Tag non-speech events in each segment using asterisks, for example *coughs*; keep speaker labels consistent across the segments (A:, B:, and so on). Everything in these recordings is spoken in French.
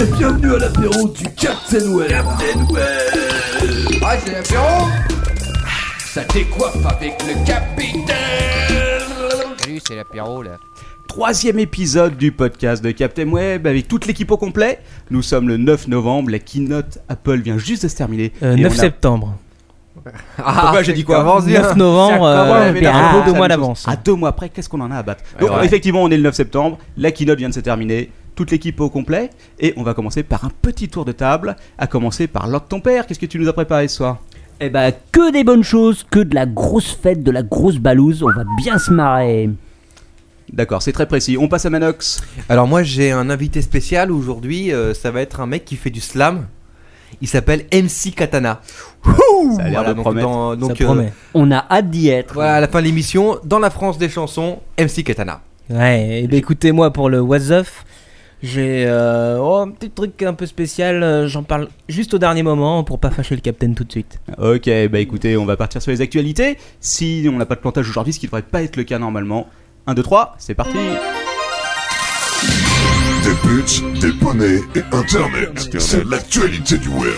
A: Et bienvenue à l'apéro du Captain Web. Captain Web.
B: Ah, c'est l'apéro Ah, Ça décoiffe avec le capitaine
C: Salut, c'est l'apéro là.
D: Troisième épisode du podcast de Captain Web avec toute l'équipe au complet. Nous sommes le 9 novembre, la keynote Apple vient juste de se terminer.
E: Euh,
D: Et
E: 9
D: on a-
E: septembre.
D: Pourquoi j'ai dit quoi
B: commence bien.
E: 9 novembre,
D: Ah,
E: euh,
D: ouais, mais
E: t'as
D: là,
E: un peu
D: c'est
E: deux mois
D: la même
E: d'avance.
D: chose. À Ah, deux mois après, qu'est-ce qu'on en a à battre Donc,
B: ouais.
D: effectivement, on est le 9 septembre, la keynote vient de se terminer, toute l'équipe au complet, et on va commencer par un petit tour de table, à commencer par Lord ton père. Qu'est-ce que tu nous as préparé ce soir
F: Eh ben, que des bonnes choses, que de la grosse fête, de la grosse balouse, on va bien se marrer.
D: D'accord, c'est très précis. On passe à Manox.
G: Alors moi j'ai un invité spécial aujourd'hui, euh, ça va être un mec qui fait du slam. Il s'appelle MC Katana.
D: Ça a l'air de
G: donc
D: promettre.
G: dans- donc,
E: ça
G: euh,
E: promet.
F: On a hâte d'y être.
G: voilà à la fin de l'émission, dans la France des chansons, MC Katana.
E: Ouais, et ben écoutez, moi pour le What's Up, j'ai euh, oh, un petit truc un peu spécial. euh, J'en parle juste au dernier moment pour pas fâcher le capitaine tout de suite.
D: Ok, bah écoutez, on va partir sur les actualités. Si on n'a pas de plantage aujourd'hui, ce qui ne devrait pas être le cas normalement. 1, 2, 3, c'est parti
H: Des buts, des poneys et Internet. C'est l'actualité du web.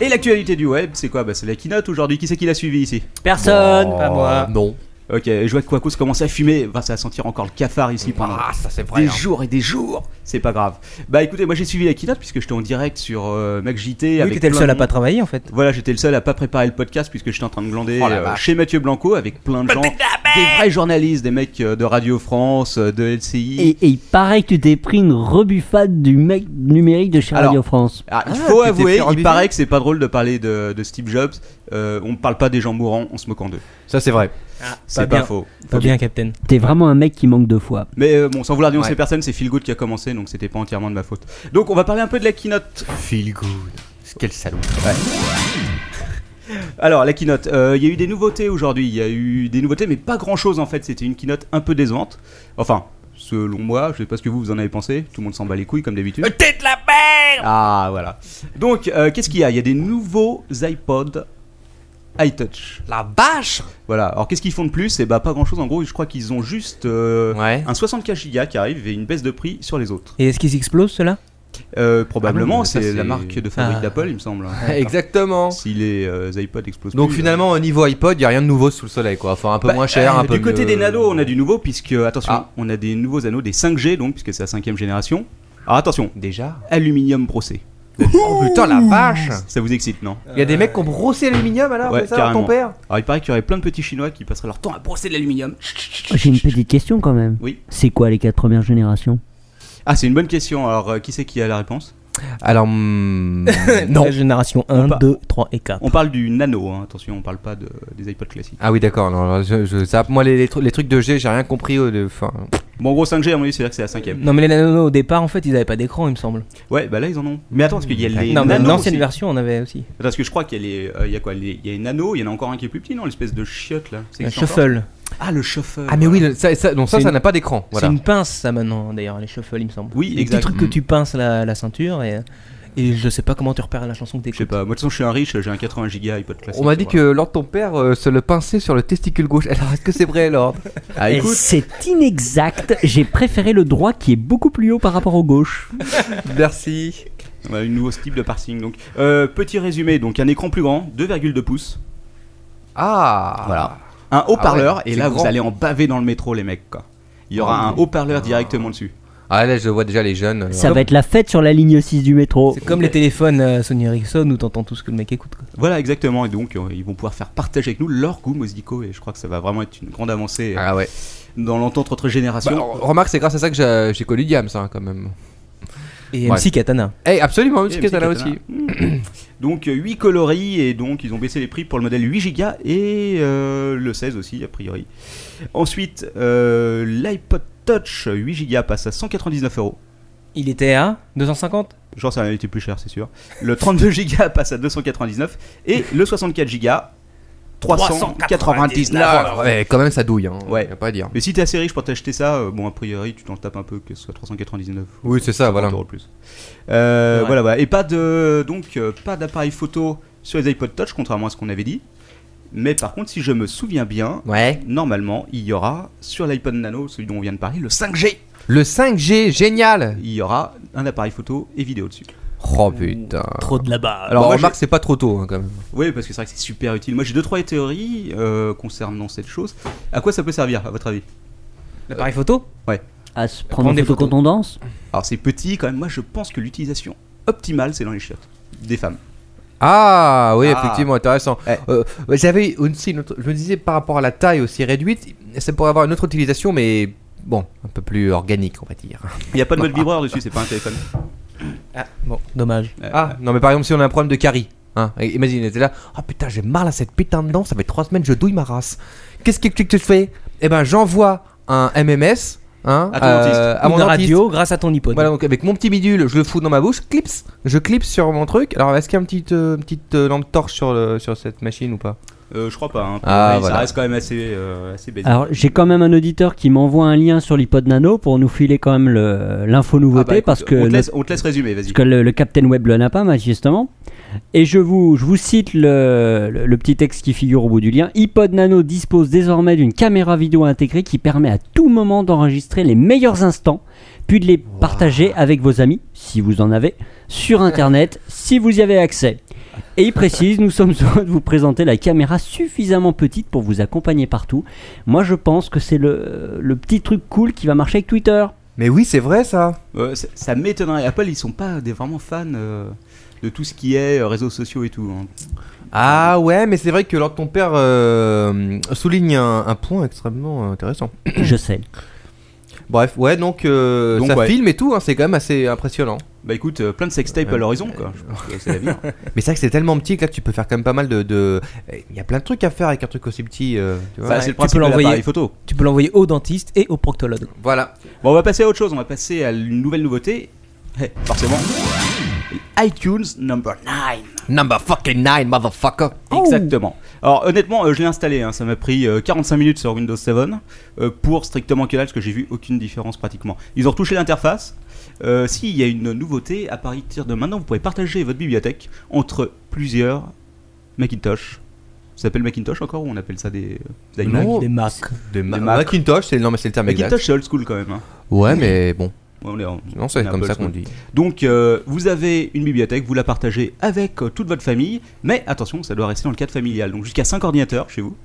D: Et l'actualité du web, c'est quoi Bah c'est la keynote aujourd'hui. Qui c'est qui l'a suivi ici
F: Personne
E: Pas moi.
G: Oh, Non.
D: Ok, je vois que Quacos commence à fumer, va ça sentir encore le cafard ici pendant
G: Ah ça c'est vrai.
D: des
G: hein.
D: jours et des jours. C'est pas grave. Bah écoutez, moi j'ai suivi la keynote puisque j'étais en direct sur euh, MacJT.
E: Oui,
D: avec
E: t'étais le
D: plein
E: seul
D: de
E: à pas
D: monde.
E: travailler en fait.
D: Voilà, j'étais le seul à pas préparer le podcast puisque j'étais en train de glander
G: Oh la
D: euh,
G: vache.
D: chez Mathieu Blanco avec plein de gens, des vrais journalistes, des mecs euh, de Radio France, euh, de LCI.
F: Et, et il paraît que tu t'es pris une rebuffade du mec numérique de chez
D: Alors,
F: Radio France.
D: Ah, il
G: Ah,
D: faut
G: tu t'es fait
D: avouer, il
G: rebuter
D: paraît que c'est pas drôle de parler de, de Steve Jobs. Euh, on parle pas des gens mourants, on se moque en d'eux.
G: Ça c'est vrai.
D: C'est pas,
E: bien.
D: faux.
E: Pas bien, capitaine.
F: T'es vraiment un mec qui manque de foi.
D: Mais euh, bon, sans vouloir dénoncer
G: Ouais.
D: personne, c'est Phil Good qui a commencé, donc c'était pas entièrement de ma faute. Donc on va parler un peu de la keynote.
G: Feel good. Quel salaud.
D: *laughs* Alors, la keynote, euh, il y a eu des nouveautés aujourd'hui. Il y a eu des nouveautés, mais pas grand chose en fait. C'était une keynote un peu décevante. Enfin, selon moi, je sais pas ce que vous, vous en avez pensé. Tout le monde s'en bat les couilles comme d'habitude.
G: Euh,
D: Peut-être la merde Ah, voilà. Donc, euh, qu'est-ce qu'il y a Il y a des nouveaux iPods iTouch.
G: La bâche
D: Voilà. Alors, qu'est-ce qu'ils font de plus Eh bah, pas grand chose. En gros, je crois qu'ils ont juste euh,
G: Ouais.
D: un 64 Go qui arrive et une baisse de prix sur les autres.
E: Et est-ce qu'ils explosent ceux-là
D: Euh, probablement,
G: Ah bon, mais ça,
D: c'est la
G: c'est-
D: marque de fabrique
E: Ah.
D: d'Apple, il me semble.
G: hein. Exactement.
D: Si les euh, iPods explosent.
G: Donc
D: plus,
G: finalement au niveau iPod, il y a rien de nouveau sous le soleil quoi. Enfin un peu
D: Bah,
G: moins cher,
D: euh,
G: un peu
D: Du côté
G: mieux.
D: des nanos, on a du nouveau, puisque, attention,
G: Ah.
D: on a des nouveaux anneaux, des 5G, donc, puisque c'est la cinquième génération. Alors attention,
G: déjà.
D: aluminium brossé.
G: Oh putain la vache.
D: Ça vous excite, non
G: Il y a des mecs qui ont brossé l'aluminium alors,
D: Ouais,
G: c'est ça ton
D: carrément.
G: père
D: Alors il paraît qu'il y aurait plein de petits chinois qui passeraient leur temps à brosser de l'aluminium.
F: J'ai une petite question quand même.
D: Oui.
F: C'est quoi les quatre premières générations
D: Ah, c'est une bonne question. Alors, euh, qui c'est qui a la réponse
G: Alors *laughs* hmm,
E: La génération 1,
D: pas-
E: 2, 3 et 4.
D: On parle du nano, hein, attention, on parle pas de- des iPods classiques.
G: Ah oui, d'accord. non, alors, je- je- ça, moi, les, les tru- les trucs de G, j'ai rien compris. euh, de- Enfin,
D: Bon, en gros, 5G, à mon avis, c'est-à-dire que c'est la cinquième.
E: Non, mais les nanos au départ, en fait, ils avaient pas d'écran, il me semble.
D: Ouais, bah là, ils en ont. Mais attends, parce qu'il y a les
E: non, mais
D: nanos
E: l'ancienne
D: aussi.
E: version, on avait aussi.
D: Parce que je crois qu'il y a les, euh, il y a quoi les- Il y a les nanos, il y en a encore un qui est plus petit, non L'espèce de chiotte là. Ça
E: La
D: existe encore
E: shuffle.
D: Ah, le chauffeur.
G: ah mais oui, le- ça, ça, donc ça,
E: C'est
G: ça
E: une-
G: n'a pas d'écran. Voilà.
E: C'est une pince, ça maintenant, hein, d'ailleurs, les shuffle, il me semble.
D: Oui,
E: Les petits
D: exact.
E: trucs que tu pinces la, la ceinture et, et je sais pas comment tu repères la chanson que
D: Je sais
E: t'écoutes.
D: pas, moi de toute façon je suis un riche, j'ai un 80 giga iPod classique.
G: On m'a dit
D: voilà.
G: que Lord ton père euh, se le pinçait sur le testicule gauche. *laughs* Alors est-ce que c'est vrai, Lord
D: Ah
F: Eh,
D: écoute,
F: C'est inexact. J'ai préféré le droit qui est beaucoup plus haut par rapport au gauche.
G: Merci.
D: on a un nouveau type de parsing donc. Euh, petit résumé, donc un écran plus grand, 2,2 pouces,
G: Ah.
D: Voilà. un haut-parleur,
G: Ah ouais,
D: et
G: c'est
D: là
G: grand.
D: vous allez en baver dans le métro les mecs quoi. Il y aura
G: Ah
D: un
G: oui.
D: haut-parleur directement dessus.
G: Ah là, je vois déjà les jeunes.
F: Ça
G: Alors,
F: va être la fête sur la ligne 6 du métro.
E: C'est comme les téléphones euh, Sony Ericsson où t'entends tout ce que le mec écoute. quoi.
D: Voilà exactement, et donc euh, ils vont pouvoir faire partager avec nous leur goût musico, et je crois que ça va vraiment être une grande avancée euh,
G: Ah ouais.
D: dans l'entente entre
G: Bah,
D: générations.
G: alors, remarque, c'est grâce à ça que j'ai- j'ai connu Diams, hein, quand même.
E: Et
G: Ouais.
E: MC Katana.
G: Eh, absolument,
D: Et
G: parce que t'as là
D: Katana.
G: aussi.
D: Mmh. Donc 8 coloris et donc ils ont baissé les prix pour le modèle 8 Go et euh, le 16 aussi a priori. Ensuite euh, l'iPod Touch 8 Go passe à 199 euros.
E: Il était à 250
D: Genre ça a été plus cher c'est sûr. Le 32 Go passe à 299 et le 64 Go 399.
G: Là, Ah, ouais, quand même, ça douille. Hein.
D: Ouais.
G: Y a pas à dire.
D: Mais si t'es assez riche pour t'acheter ça, euh, bon a priori tu t'en tapes un peu que ce soit 399
G: Oui, c'est ça, voilà.
D: euros de plus. Euh,
E: Ouais.
D: Voilà, voilà. Et pas de donc euh, pas d'appareil photo sur les iPod Touch, contrairement à ce qu'on avait dit. Mais par contre, si je me souviens bien,
G: Ouais.
D: normalement, il y aura sur l'iPod Nano, celui dont on vient de parler, le 5G.
G: Le 5G, génial.
D: Il y aura un appareil photo et vidéo dessus.
G: Oh putain.
E: Trop de là-bas.
G: Alors,
D: moi,
G: remarque, c'est pas trop tôt hein, quand même.
D: Oui, parce que c'est vrai que c'est super utile. Moi, j'ai deux trois théories euh, concernant cette chose. À quoi ça peut servir, à votre avis
E: L'appareil photo
F: À se prendre en
E: des
F: photo
E: photos.
F: quand on danse
D: Alors, c'est petit quand même. Moi, je pense que l'utilisation optimale, c'est dans les chiottes des femmes.
G: Ah oui,
D: Ah.
G: effectivement, intéressant.
D: Ouais.
G: Euh, J'avais aussi une autre- je me disais par rapport à la taille aussi réduite, ça pourrait avoir une autre utilisation, mais bon, un peu plus organique, on va dire.
D: Il n'y a pas de mode vibreur dessus, c'est pas un téléphone.
E: Ah, bon, dommage.
D: Euh,
G: Ah non, mais par exemple, si on a un problème de carie, hein, et- imagine, t'es là, ah putain, j'ai mal à cette putain de dent, ça fait trois semaines, je douille ma race. Qu'est-ce que tu que tu fais Eh ben, j'envoie un MMS hein,
D: À ton dentiste.
G: à mon
E: Une
G: dentiste.
E: radio grâce à ton iPod.
G: Voilà, donc avec mon petit bidule, je le fous dans ma bouche, clips, je clips sur mon truc. Alors, est-ce qu'il y a une petite, euh, petite euh, lampe torche sur, le, sur cette machine ou pas
D: euh, je crois pas. hein.
G: Ah,
D: Mais
G: voilà.
D: Ça reste quand même assez, euh, assez basique.
F: Alors, j'ai quand même un auditeur qui m'envoie un lien sur l'iPod Nano pour nous filer quand même le- l'info
D: Ah, bah,
F: nouveauté
D: écoute,
F: parce que
D: on te
F: notre-
D: laisse, on te laisse résumer, vas-y.
F: Parce que le, le Captain Web le n'a pas, manifestement. Et je vous, je vous cite le, le- le petit texte qui figure au bout du lien. iPod Nano dispose désormais d'une caméra vidéo intégrée qui permet à tout moment d'enregistrer les meilleurs instants, puis de les partager avec vos amis, si vous en avez, sur Internet, si vous y avez accès. Et il précise, nous sommes heureux de vous présenter la caméra suffisamment petite pour vous accompagner partout. Moi, je pense que c'est le, le petit truc cool qui va marcher avec Twitter.
G: Mais oui, c'est vrai ça.
D: Euh, ça ça m'étonnerait. Apple, ils sont pas des, vraiment fans euh, de tout ce qui est euh, réseaux sociaux et tout. hein.
G: Ah ouais, mais c'est vrai que alors ton père euh, souligne un, un point extrêmement intéressant.
F: je sais.
G: Bref, ouais, donc, euh,
D: Donc,
G: ça
D: ouais.
G: filme et tout, hein, c'est quand même
D: *laughs*
G: assez impressionnant.
D: Bah écoute, euh, plein de sextapes à l'horizon, quoi. Je pense que c'est l'avenir.
G: Mais c'est vrai que c'est tellement petit que là tu peux faire quand même pas mal de. de- Il y a plein de trucs à faire avec un truc aussi petit. euh, tu vois.
D: Bah,
E: tu
D: c'est le
E: peux
D: principe de
E: l'envoyer.
D: l'appareil photo.
E: Tu peux l'envoyer au dentiste et au proctologue.
G: Voilà.
D: Bon, on va passer à autre chose, on va passer à une nouvelle nouveauté. Eh, forcément. iTunes number 9.
G: Number fucking 9, motherfucker.
D: Exactement. Alors honnêtement, euh, je l'ai installé, hein, ça m'a pris euh, 45 minutes sur Windows 7 euh, pour strictement que dalle parce que j'ai vu aucune différence pratiquement. Ils ont retouché l'interface. Euh, si, il y a une nouveauté, à partir de maintenant, vous pouvez partager votre bibliothèque entre plusieurs Macintosh. Ça s'appelle Macintosh encore ou on appelle ça des, euh, des iMac
G: Non,
E: Des Macs.
G: De
D: De Mac.
G: Macintosh, c'est non mais c'est le terme exact.
D: Macintosh c'est old school quand même. hein.
G: Ouais, mais bon,
D: Ouais, on est en-
G: non c'est
D: on est un
G: comme
D: peu
G: ça
D: old
G: qu'on
D: school.
G: dit.
D: Donc euh, vous avez une bibliothèque, vous la partagez avec euh, toute votre famille, mais attention, ça doit rester dans le cadre familial. Donc jusqu'à 5 ordinateurs chez vous.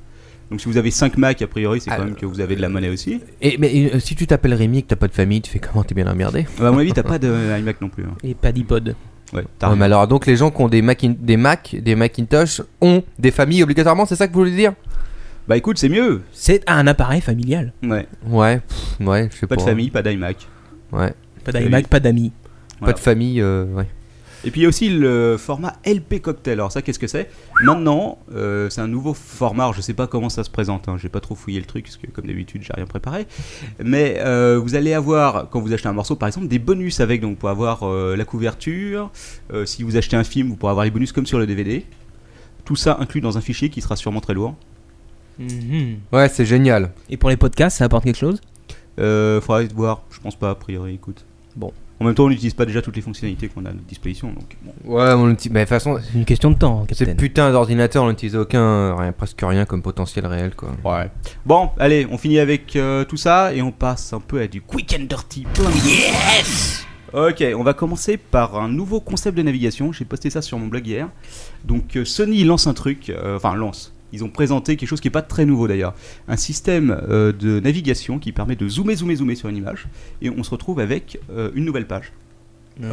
D: Donc si vous avez 5 Mac, a priori, c'est quand
G: Ah,
D: même que vous avez de la monnaie aussi.
G: Et mais euh, si tu t'appelles Rémi et que t'as pas de famille, tu fais comment T'es bien emmerdé.
D: Bah, à mon avis, t'as pas de iMac non plus. hein.
E: Et pas d'iPod.
D: Ouais, t'as
G: Ouais,
D: rien.
G: mais alors donc les gens qui ont des Mac, des Mac, des Macintosh ont des familles obligatoirement, c'est ça que vous voulez dire
D: Bah écoute, c'est mieux.
E: C'est un appareil familial.
D: Ouais.
G: Ouais, pff, ouais, je sais
D: Pas
G: pas. hein.
D: de famille, pas d'iMac.
G: Ouais,
E: Pas d'iMac, pas d'amis.
D: Voilà.
G: pas de famille, euh, ouais.
D: Et puis il y a aussi le format LP Cocktail. Alors ça, qu'est-ce que c'est Maintenant, euh, c'est un nouveau format. Alors, Je sais pas comment ça se présente. Hein. J'ai pas trop fouillé le truc parce que, comme d'habitude, j'ai rien préparé. Mais euh, vous allez avoir, quand vous achetez un morceau, par exemple, des bonus avec. Donc, vous pourrez avoir euh, la couverture. Euh, si vous achetez un film, vous pourrez avoir les bonus comme sur le DVD. Tout ça inclus dans un fichier qui sera sûrement très lourd.
G: Ouais, c'est génial.
E: Et pour les podcasts, ça apporte quelque chose
D: Euh, faudra voir. Je pense pas a priori. Écoute.
E: Bon.
D: En même temps, on n'utilise pas déjà toutes les fonctionnalités qu'on a à notre disposition. Donc, bon.
G: Ouais, on l'utilise. Mais de toute façon,
E: C'est une question de temps, hein,
G: ces
E: Capitaine.
G: putains d'ordinateurs, on n'utilise aucun, rien, presque rien comme potentiel réel, quoi.
D: Ouais. Bon, allez, on finit avec euh, tout ça et on passe un peu à du quick and dirty. Yes Ok, on va commencer par un nouveau concept de navigation. J'ai posté ça sur mon blog hier. Donc euh, Sony lance un truc, euh, enfin lance. Ils ont présenté quelque chose qui n'est pas très nouveau d'ailleurs. Un système euh, de navigation qui permet de zoomer, zoomer, zoomer sur une image et on se retrouve avec euh, une nouvelle page.
G: Hmm.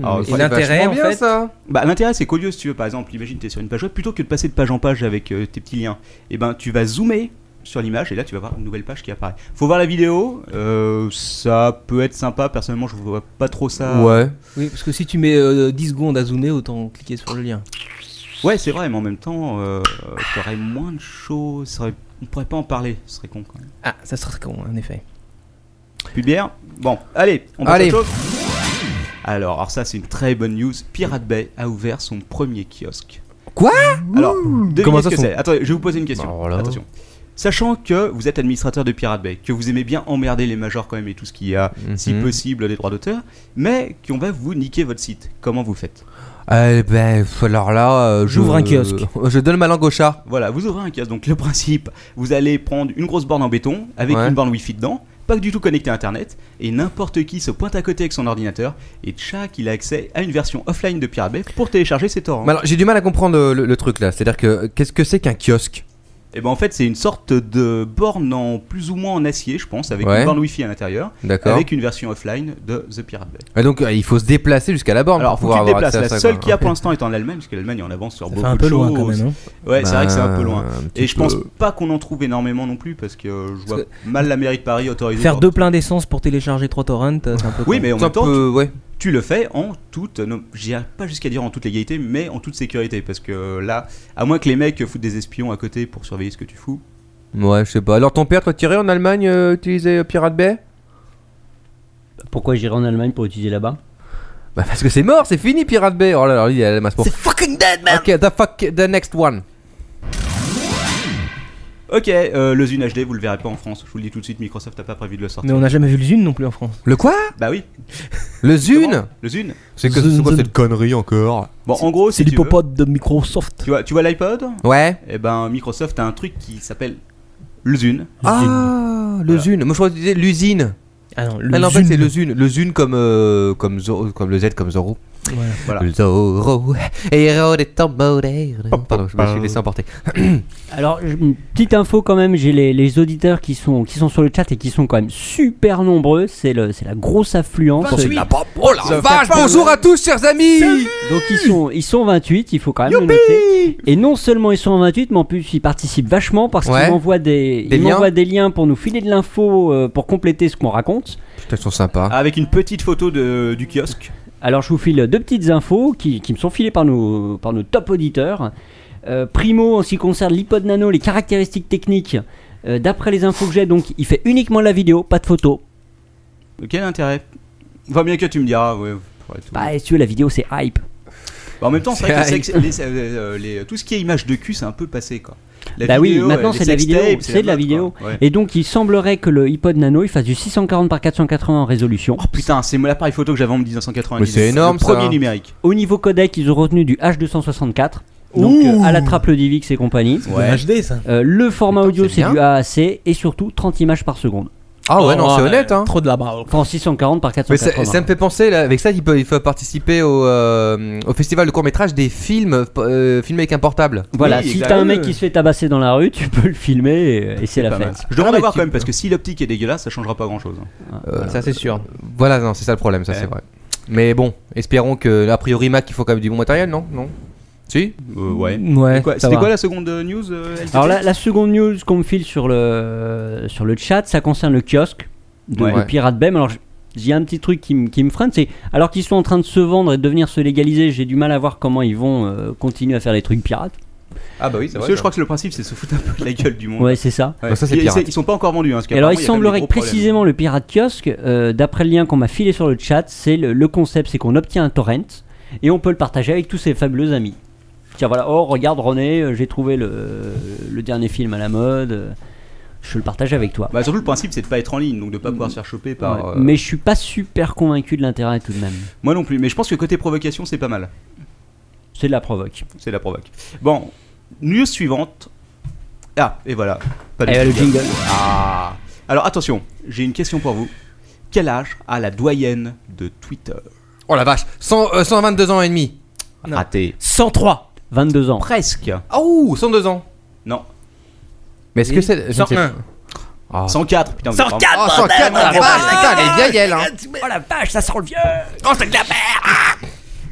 E: Mmh.
D: Alors,
G: Mais
D: et
G: c'est
E: l'intérêt,
G: vachement
E: en
G: bien,
E: fait-
G: ça.
D: Bah l'intérêt c'est qu'au lieu si tu veux par exemple imagine t'es sur une page web plutôt que de passer de page en page avec euh, tes petits liens et ben tu vas zoomer sur l'image et là tu vas voir une nouvelle page qui apparaît. Faut voir la vidéo, euh, ça peut être sympa personnellement je vois pas trop ça.
G: Ouais.
E: Oui, parce que si tu mets euh, 10 secondes à zoomer, autant cliquer sur le lien.
D: Ouais, c'est vrai mais en même temps euh, t'aurais moins de choses, ça aurait- on pourrait pas en parler, ce serait con quand même.
E: Ah, ça serait con, en effet.
D: Plus de bière. Bon, allez, on passe
G: Allez.
D: à autre chose. Alors, alors ça c'est une très bonne news, Pirate Bay a ouvert son premier kiosque.
G: Quoi
D: Alors,
G: Comment
D: devinez ce
G: ça,
D: que
G: son- Bah,
D: c'est. Attendez, je vais vous poser une question.
G: Alors là.
D: Attention. Sachant que vous êtes administrateur de Pirate Bay, que vous aimez bien emmerder les majors quand même et tout ce qu'il y a, si
G: Mhm.
D: possible, des droits d'auteur, mais qu'on va vous niquer votre site, comment vous faites
G: Euh, ben, alors là, euh, je-
E: J'ouvre un kiosque.
G: Je donne ma langue au chat.
D: Voilà, vous ouvrez un kiosque. Donc le principe, vous allez prendre une grosse borne en béton avec
G: Ouais.
D: une borne Wi-Fi dedans, pas du tout connecté à Internet, et n'importe qui se pointe à côté avec son ordinateur, et tchac, il a accès à une version offline de Pirate Bay pour télécharger ses torrents.
G: Mais alors, j'ai du mal à comprendre euh, le, le- le truc là. C'est-à-dire que euh, qu'est-ce que c'est qu'un kiosque
D: Et ben en fait, c'est une sorte de borne en plus ou moins en acier, je pense, avec
G: Ouais.
D: une borne Wi-Fi à l'intérieur,
G: D'accord.
D: avec une version offline de The Pirate Bay.
G: Et donc euh, il faut se déplacer jusqu'à la borne
D: Alors,
G: pour
D: faut que tu
G: pouvoir
D: te
G: avoir
D: déplaces.
G: accès à
D: La
G: ça.
D: seule
G: quoi.
D: qui a
G: Ok.
D: pour l'instant est en Allemagne, parce que l'Allemagne en avance sur
C: Ça fait
D: beaucoup
C: un peu
D: de
C: loin
D: choses.
C: quand même. hein.
D: Ouais, c'est vrai que c'est un peu
G: Bah,
D: loin.
G: un petit
D: Et je pense
G: peu.
D: pas qu'on en trouve énormément non plus, parce que euh, je vois
G: Parce
D: mal la mairie de Paris autoriser.
E: Faire
D: autant-
E: deux pleins d'essence pour télécharger trois torrents, euh, c'est un peu.
D: Oui, mais en
G: Ça
D: même temps,
G: peut- ouais.
D: tu le fais en toute, euh, non, j'irai pas jusqu'à dire en toute légalité, mais en toute sécurité, parce que euh, là, à moins que les mecs foutent des espions à côté pour surveiller ce que tu fous.
G: Ouais, je sais pas. Alors ton père, toi, tiré en Allemagne, euh, utilisait euh, Pirate Bay
F: Pourquoi j'irai en Allemagne pour étudier là-bas
G: Bah parce que c'est mort, c'est fini Pirate Bay. Oh là là, lui, il a la masse pour.
E: fucking dead,
G: Ok, the fuck, the next one.
D: Ok, euh, le Zune HD, vous le verrez pas en France. Je vous le dis tout de suite, Microsoft a pas prévu de le sortir.
E: Mais on n'a jamais vu le Zune non plus en France.
G: Le quoi
D: Bah oui.
G: Le
D: Comment
G: Zune
D: Le Zune.
G: C'est
C: que- c'est quoi cette
G: connerie encore
D: Bon, en gros, si
C: C'est du
D: tu veux,
C: popote de Microsoft.
D: tu vois, tu vois l'iPod
G: Ouais.
D: Eh ben, Microsoft a un truc qui s'appelle le Zune.
G: Ah, le Zune. Moi je crois que tu disais l'usine.
E: Ah non,
G: Ah
E: le
G: non, en fait
C: Zune.
G: c'est le Zune. Le Zune comme euh, comme Zoro- comme le Z comme Zoro.
C: Voilà.
D: Voilà.
G: Le Zoro, héros des temps modernes. Pardon, je me suis laissé emporter.
F: Alors, je- une petite info quand même, j'ai les, les auditeurs qui sont, qui sont sur le chat et qui sont quand même super nombreux, c'est le- c'est la grosse affluence.
G: Oh la vache, bonjour à tous, chers amis
F: Donc ils sont, ils sont 28, il faut quand même le noter. Et non seulement ils sont 28, mais en plus ils participent vachement parce
G: Ouais.
F: qu'ils m'envoient des,
G: Des
F: ils
G: liens.
F: m'envoient des liens pour nous filer de l'info, euh, pour compléter ce qu'on raconte.
G: Putain, ils sont
C: Ah.
G: sympas.
D: Avec une petite photo de, du kiosque.
F: Alors je vous file deux petites infos qui, qui me sont filées par nos, par nos top auditeurs. Euh, primo, en ce qui concerne l'iPod Nano, les caractéristiques techniques. euh, D'après les infos que j'ai, donc il fait uniquement la vidéo, pas de photo.
D: Quel intérêt Va bien que tu me diras, ouais. ouais, tout.
F: Bah, si tu veux, la vidéo c'est hype.
D: Bah, en même temps, c'est
G: C'est
D: vrai que les
G: vrai.
D: sex- les- euh, les- tout ce qui est image de cul, c'est un peu passé quoi. La
F: Bah oui,
D: vidéo,
F: maintenant,
D: euh, les
F: c'est de la vidéo,
D: sextapes,
F: c'est de la
D: mode,
F: vidéo.
D: quoi. Ouais.
F: Et donc il semblerait que le iPod Nano il fasse du 640 par 480 en résolution.
D: Oh putain, c'est l'appareil photo que j'avais en 1990.
G: Mais c'est énorme,
D: le premier
G: ça.
D: numérique.
F: Au niveau codec, ils ont retenu du H264. Donc euh, à la trappe le DivX et compagnie.
C: Ouais. HD ça.
F: Euh, le format
G: Putain,
F: audio
G: c'est
F: c'est
G: bien.
F: du AAC et surtout 30 images par seconde.
G: Ah
C: Oh,
G: ouais, non, c'est
C: ouais.
G: honnête, hein
C: Trop de la barre.
F: Enfin 640 par
G: mais ça,
F: 480.
G: ça me fait penser, là, avec ça, il peut, il faut participer au, euh, au festival de court-métrage des films euh, filmés avec un portable.
F: Voilà,
D: Oui,
F: si
D: exact.
F: t'as un mec qui se fait tabasser dans la rue, tu peux le filmer et, et c'est la
D: Pas mal.
F: fête.
D: Je demande
G: Ah,
D: à voir
G: mais tu-
D: quand même, parce que si l'optique est dégueulasse, ça changera pas hein. grand chose.
G: ça, c'est sûr. Euh, Voilà, non, c'est ça le problème, ça,
D: Ouais.
G: c'est vrai. Mais bon, espérons que, a priori, Mac, il faut quand même du bon matériel, non Non Si
D: Euh, ouais.
E: Ouais,
D: Quoi-
E: ça
D: C'était
E: va.
D: quoi la seconde euh, news euh, LTT?
F: Alors la, la seconde news qu'on me file sur le, sur le chat, ça concerne le kiosque de,
D: Ouais.
F: de Pirate Bay. Mais Alors j- j'ai un petit truc qui, me- qui me freine, c'est alors qu'ils sont en train de se vendre et de devenir se légaliser, j'ai du mal à voir comment ils vont euh, continuer à faire des trucs pirates.
G: Ah bah oui,
D: Parce que je crois que le principe, c'est de se foutre un peu de la gueule du monde.
F: Ouais, c'est ça.
D: Ouais.
G: Bah, ça, c'est
D: Ils- ils,
G: pirate.
D: ils sont pas encore vendus. Hein, parce
F: Et alors, il
D: qu'apparemment, y a quand
F: semblerait
D: même des
F: que
D: gros problèmes.
F: précisément le pirate kiosque, euh, d'après le lien qu'on m'a filé sur le chat, c'est le, le concept, c'est qu'on obtient un torrent et on peut le partager avec tous ses fabuleux amis. Tiens, voilà, oh regarde René, euh, j'ai trouvé le, le dernier film à la mode, euh, je le partage avec toi.
D: Bah, surtout, le principe, c'est de pas être en ligne, donc de pas pouvoir se faire choper par.
F: Mm. Ouais.
D: euh,
F: Mais je suis pas super convaincu de l'intérêt tout de même.
D: Moi non plus, mais je pense que côté provocation, c'est pas mal.
F: C'est de la provoque.
D: C'est la provoque. Bon, news suivante. Ah, et voilà. Pas de
F: Eh, le jingle.
D: Ah. Alors attention, j'ai une question pour vous. Quel âge a la doyenne de Twitter
G: Oh la vache, 100, euh, 122 ans et demi.
E: Non.
D: Raté.
E: 103
F: 22 ans.
D: Presque.
G: Oh, 102 ans.
D: Non.
G: Mais est-ce que c'est. je ne sais
E: 101.
G: pas.
D: 104. Putain, vous êtes
E: 104
G: Oh, 104, la vache, putain, elle est vieille, elle, hein.
E: Oh la vache, ça sent le vieux Oh,
D: vraiment-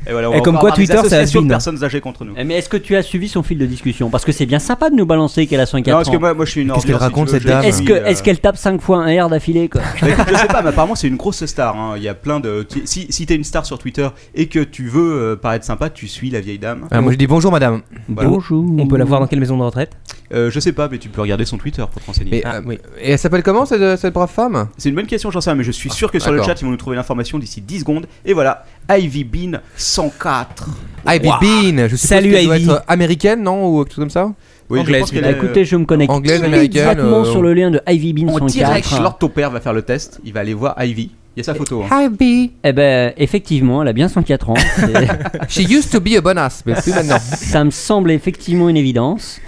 D: Et, voilà, on
E: Et
D: va
E: comme
D: encore
E: quoi,
D: avoir des
E: Twitter, c'est
D: associations de
E: has-been.
D: personnes âgées contre nous.
F: Eh, Mais est-ce que tu as suivi son fil de discussion Parce que c'est bien sympa de nous balancer qu'elle a 104
D: Non, parce
F: ans.
D: que moi, moi je suis une
G: Qu'est-ce qu'elle
D: ordure, si
G: raconte,
D: tu veux,
G: cette
D: je
G: dame
D: suis,
F: Est-ce que-
D: euh,
F: est-ce qu'elle tape 5 fois un R d'affilée quoi
D: Bah, écoute, je sais pas, mais apparemment c'est une grosse star. hein. Il y a plein de. tu- Si, si t'es une star sur Twitter et que tu veux euh, paraître sympa, tu suis la vieille dame.
G: Ah, moi je dis bonjour madame.
D: Voilà.
F: Bonjour. Bah,
E: On peut la voir dans quelle maison de retraite
D: Euh, je sais pas, mais tu peux regarder son Twitter pour te renseigner.
G: Mais,
E: Ah,
G: euh,
E: oui.
G: Et elle s'appelle comment cette, euh, cette brave femme
D: C'est une bonne question, j'en sais rien, mais je suis sûr que sur le
G: d'accord.
D: chat ils vont nous trouver l'information d'ici 10 secondes. Et voilà, Ivy Bean 104.
G: Ivy
E: Wow.
G: Bean, je suppose
E: Salut,
G: qu'elle doit
E: Ivy.
G: être euh, américaine, non Ou quelque chose comme ça
D: Oui,
E: Anglaise,
D: qu'elle euh,
F: Bah,
D: est-
F: écoutez, je me connecte
G: Anglaise, américaine,
F: immédiatement
G: euh,
F: sur le lien de Ivy Bean
D: en direct,
F: 104.
D: Lord ton père va faire le test. Il va aller voir Ivy. Il y a sa photo. hein.
G: Ivy.
F: Eh ben, effectivement, elle a bien 104 ans. C'est-
G: Ah, She used to be a bonasse, mais plus maintenant.
F: ça me semble effectivement une évidence.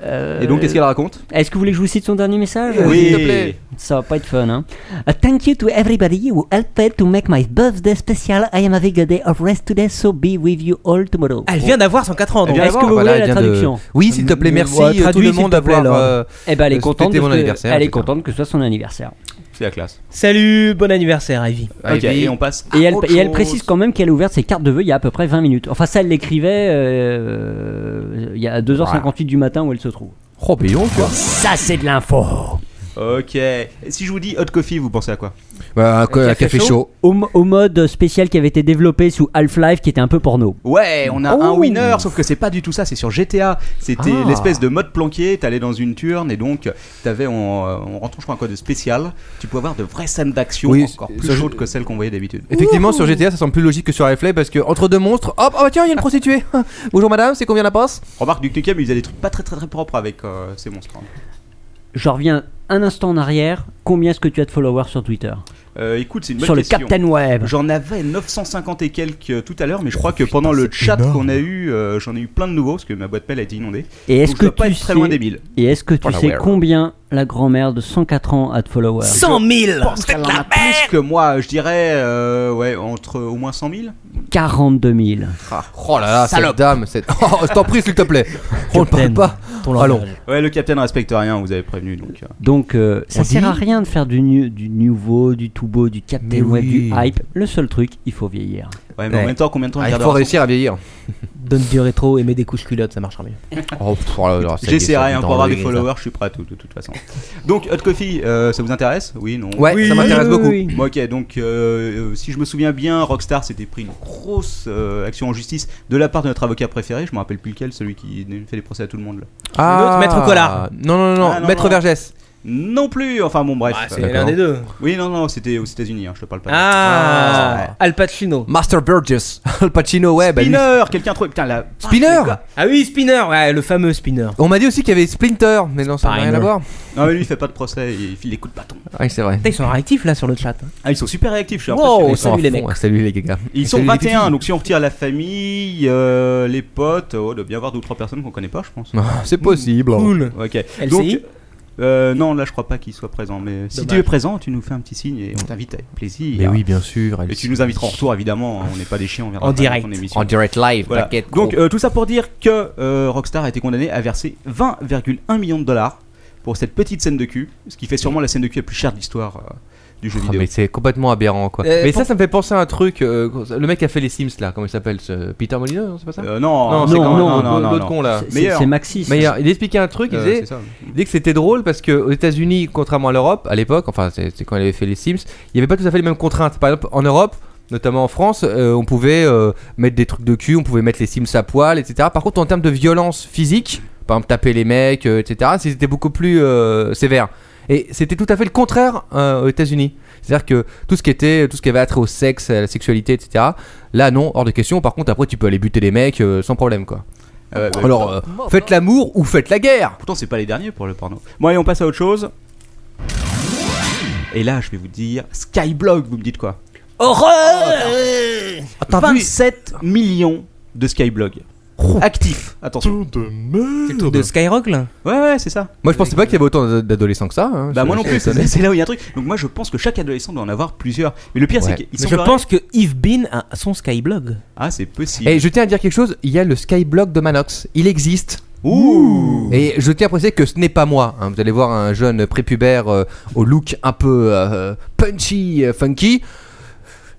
F: Euh,
D: Et donc, qu'est-ce qu'elle raconte
F: Est-ce que vous voulez que je vous cite son dernier message
D: Oui.
G: s'il te plaît.
F: Ça va pas être fun, hein. A thank you to everybody who helped to make my birthday special. I am having a day of rest today, so be with you all tomorrow.
E: Ah, elle vient d'avoir 104 ans.
D: Elle
E: Donc.
D: vient
F: Est-ce que
D: d'avoir,
F: vous
G: Voilà,
F: voulez
G: Oh. elle
F: la
G: vient de-
F: traduction
G: Oui, s'il te plaît, merci
E: Ouais,
G: euh, tout
E: traduis,
G: le
E: s'il
G: monde
E: te plaît,
G: d'avoir.
E: Laure.
G: euh,
F: Eh ben, elle est
G: C'était
F: contente.
G: mon
F: parce que-
G: anniversaire,
F: Elle est
G: c'est ça.
F: contente que ce soit son anniversaire.
D: C'est la classe.
E: Salut, bon anniversaire, Ivy.
D: Ok, et on passe. à
F: Et elle,
D: autre
F: et elle
D: chose.
F: précise quand même qu'elle a ouvert ses cartes de vœux il y a à peu près 20 minutes. Enfin, ça, elle l'écrivait euh, il y a 2h58 du matin où elle se trouve.
G: Oh, mais donc, quoi.
F: Ça, c'est de l'info.
D: Ok. Et Si je vous dis hot coffee, vous pensez à quoi
G: Bah, un, co-
E: café
G: un café
E: chaud.
G: chaud.
F: Au, mo- au mode spécial qui avait été développé sous Half-Life, qui était un peu porno.
D: Ouais, on a un
F: Oh.
D: winner, sauf que c'est pas du tout ça, c'est sur GTA. C'était
G: Ah.
D: l'espèce de mode planqué, t'allais dans une turne et donc t'avais, en, euh, en rentrant, je crois, un code spécial, tu pouvais avoir de vraies scènes d'action
G: Oui,
D: encore
G: c'est-
D: plus
G: ça, je-
D: chaudes que celles qu'on voyait d'habitude.
G: Effectivement, sur GTA, ça semble plus logique que sur Half-Life parce que entre deux monstres, hop, oh bah tiens, il y a une prostituée. *laughs* Bonjour madame, c'est combien la passe
D: Remarque, Duke Nukem, il faisait des trucs pas très très très propres avec euh, ces monstres. hein.
F: Je reviens un instant en arrière. Combien est-ce que tu as de followers sur Twitter
D: Euh, écoute, c'est une bonne
F: Sur le
D: question.
F: Captain Web.
D: J'en avais 950 et quelques euh, tout à l'heure, mais je crois que pendant le chat qu'on a eu, euh, j'en ai eu plein de nouveaux parce que ma boîte mail a été inondée.
F: Et est-ce
D: Donc,
F: que
D: je dois pas
F: tu
D: être très loin
F: sais
D: des 1000
F: Et est-ce que tu sais
G: Follower.
F: combien la grand-mère de 104 ans a de followers
E: 100 000
D: Elle en a plus que moi, je dirais, euh, ouais, entre au moins 100 000.
F: 42 000.
G: Oh là là,
D: Salope.
G: cette dame, cette. *laughs* Oh, je t'en prie, s'il te *laughs* plaît. On ne parle pas.
E: Ton
G: Allons.
E: langage.
D: Ouais, le capitaine respecte rien, vous avez prévenu donc. euh.
F: Donc euh, ça
G: On
F: sert
G: dit
F: à rien de faire du, nu- du nouveau, du tout beau, du
G: Mais
F: Captain Web,
G: oui.
F: du hype. Le seul truc, il faut vieillir.
D: Ouais, mais en
G: Ouais.
D: même temps, combien de temps
G: Ah,
D: il
G: il
D: garde
G: faut réussir à vieillir.
E: Donne du rétro et mets des couches culottes, ça marchera mieux.
G: Oh, pff, oh là là, ça y est,
D: J'essaierai hein,
G: ça me
D: pour avoir des
G: donne envie,
D: followers, je suis prêt de, de toute façon. Donc, Hot Coffee, euh, ça vous intéresse Oui, non
G: ça. Ouais, ça m'intéresse
F: oui,
G: beaucoup.
F: oui.
D: Bon, ok, donc euh, euh, si je me souviens bien, Rockstar s'était pris une grosse euh, action en justice de la part de notre avocat préféré, je me rappelle plus lequel, celui qui fait des procès à tout le monde. Là.
E: L'autre, Maître Collard.
G: Ah. Non, non, non,
D: Ah, non,
G: Maître
D: non.
G: Vergès.
D: Non plus, enfin bon, bref.
E: Ah, c'est
D: Euh,
G: d'accord.
E: l'un des deux.
D: oui, non, non, c'était aux États-Unis, hein, je te parle pas.
E: Ah, Al Pacino.
G: Master Burgess. *laughs* Al Pacino, ouais, bah lui-
D: Spinner, quelqu'un trouve. Putain, la.
G: Spinner
E: Ah oui, Spinner, ouais, le fameux Spinner.
G: On m'a dit aussi qu'il y avait Splinter, mais non, ça n'a rien
E: Spiner.
G: à voir.
D: Non, mais lui, il fait pas de procès, il file des coups de bâton.
G: Ah, oui, c'est vrai.
E: Putain, Ils sont réactifs là sur le chat. hein.
D: Ah, ils sont super réactifs, je suis
E: Wow,
D: impressionné.
E: salut
G: Oh,
E: les
G: à
E: mecs.
G: fond, ouais, Salut les
D: *laughs*
G: gars.
D: Ils sont
G: Salut les petites
D: 21,
G: filles.
D: donc si on retire la famille, euh, les potes, oh, de bien voir deux ou trois personnes qu'on connaît pas, je pense.
G: Ah, C'est possible.
E: Cool.
D: Ok.
E: LCI
D: Donc, euh, non, là je crois pas qu'il soit présent, mais si
E: Dommage.
D: tu es présent, tu nous fais un petit signe et on t'invite avec plaisir.
G: Mais oui, bien sûr.
D: Et
G: elle-
D: tu nous inviteras en retour, évidemment. hein, On n'est pas des chiens, on viendra
E: En
D: pas dans
E: direct.
D: ton émission.
G: En direct live,
D: Voilà.
G: t'inquiète. gros.
D: Donc euh, tout ça pour dire que euh, Rockstar a été condamné à verser 20,1 millions de dollars pour cette petite scène de cul, ce qui fait sûrement la scène de cul la plus chère de l'histoire euh, du jeu
G: Ah,
D: vidéo.
G: mais c'est complètement aberrant quoi.
E: Euh,
G: mais
E: pour-
G: ça, ça me fait penser à un truc. euh, le mec qui a fait les Sims là, comment il s'appelle ce- Peter Molineux, non, c'est pas ça
D: Euh, non,
G: Non,
D: c'est
F: non,
D: quand-
F: non,
D: non, non, non,
G: l'autre
D: non.
G: con là.
F: C'est- C'est
D: Meilleur.
F: c'est Maxi. ça.
G: Mais euh, il expliquait un truc, il
D: Euh,
G: disait, Oh
D: c'est ça.
G: il disait que c'était drôle parce que aux États-Unis, contrairement à l'Europe, à l'époque, enfin c'est c'est quand il avait fait les Sims, il n'y avait pas tout à fait les mêmes contraintes. Par exemple, en Europe, notamment en France, euh, on pouvait euh, mettre des trucs de cul, on pouvait mettre les Sims à poil, etc. Par contre, en termes de violence physique, par exemple taper les mecs, euh, etc., c'était beaucoup plus euh, sévère. Et c'était tout à fait le contraire euh, aux États-Unis. C'est-à-dire que tout ce qui était, tout ce qui avait attrait au sexe, à la sexualité, etc. Là, non, hors de question. Par contre, après, tu peux aller buter les mecs euh, sans problème, quoi.
D: Ah ouais, bah,
G: Alors, euh, faites l'amour ou faites la guerre.
D: Pourtant, c'est pas les derniers pour le porno. Bon, allez, on passe à autre chose. Et là, je vais vous dire Skyblog, vous me dites quoi
E: Horreur
G: Attends,
D: 27 millions de Skyblog. Actifs, attention.
E: C'est le truc de Skyrock là
D: Ouais, ouais, c'est ça.
G: Moi, je pensais pas qu'il y avait autant d'ad- d'adolescents que ça. hein.
D: Bah,
G: Je-
D: moi non
G: je-
D: plus,
G: je-
D: c'est c'est là où il y a un truc. Donc, moi, je pense que chaque adolescent doit en avoir plusieurs. Mais le pire,
G: Ouais.
D: c'est qu'ils
E: Mais
D: sont
E: Je pense que Yves Bean a son Skyblog.
D: Ah, c'est possible.
G: Et Eh, je tiens à dire quelque chose, il y a le Skyblog de Manox, il existe.
D: Ouh
G: Et je tiens à préciser que ce n'est pas moi. hein. Vous allez voir un jeune prépubère euh, au look un peu euh, punchy, euh, funky.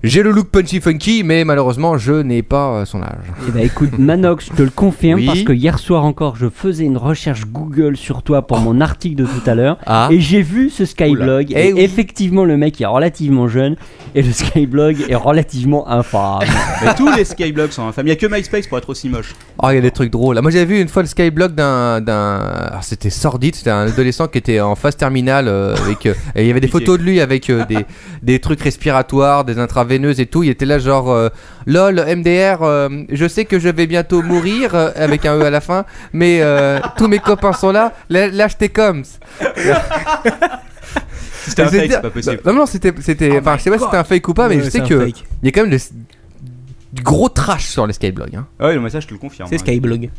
G: J'ai le look punchy, funky, mais malheureusement, je n'ai pas euh, son âge.
F: Eh ben, écoute, Manox, je te le confirme
G: Oui.
F: parce que hier soir encore, je faisais une recherche Google sur toi pour mon article de tout à l'heure.
G: Ah.
F: Et j'ai vu ce Skyblog.
G: Oula.
F: Et
G: Eh oui.
F: effectivement, le mec est relativement jeune. Et le Skyblog est relativement
G: *laughs*
F: infâme.
D: Mais tous les Skyblogs sont infâmes. Il y a que MySpace pour être aussi moche.
G: Oh, il y a des trucs drôles. Moi, j'avais vu une fois le Skyblog d'un. d'un- ah, C'était sordide. C'était un adolescent qui était en phase terminale. euh, avec, euh, et il y avait des
D: Compliqué.
G: photos de lui avec euh, des, des trucs respiratoires, des intraveineuses et tout. Il était là, genre. euh, Lol, MDR, euh, je sais que je vais bientôt mourir. euh, avec un E à la fin. Mais euh, tous mes copains sont là. Lâ- Lâche tes coms.
D: C'était un
G: Mais
D: fake, c'est pas possible.
G: Non, non, c'était. c'était- Enfin, je sais pas si c'était un fake ou pas, mais
E: Ouais,
G: je
E: c'est
G: sais
E: un
G: que.
E: fake.
G: Il y a quand même des- du gros trash sur les Skyblog. hein.
D: Ah ouais, non, mais ça, je te le confirme.
E: C'est
D: hein.
E: Skyblog.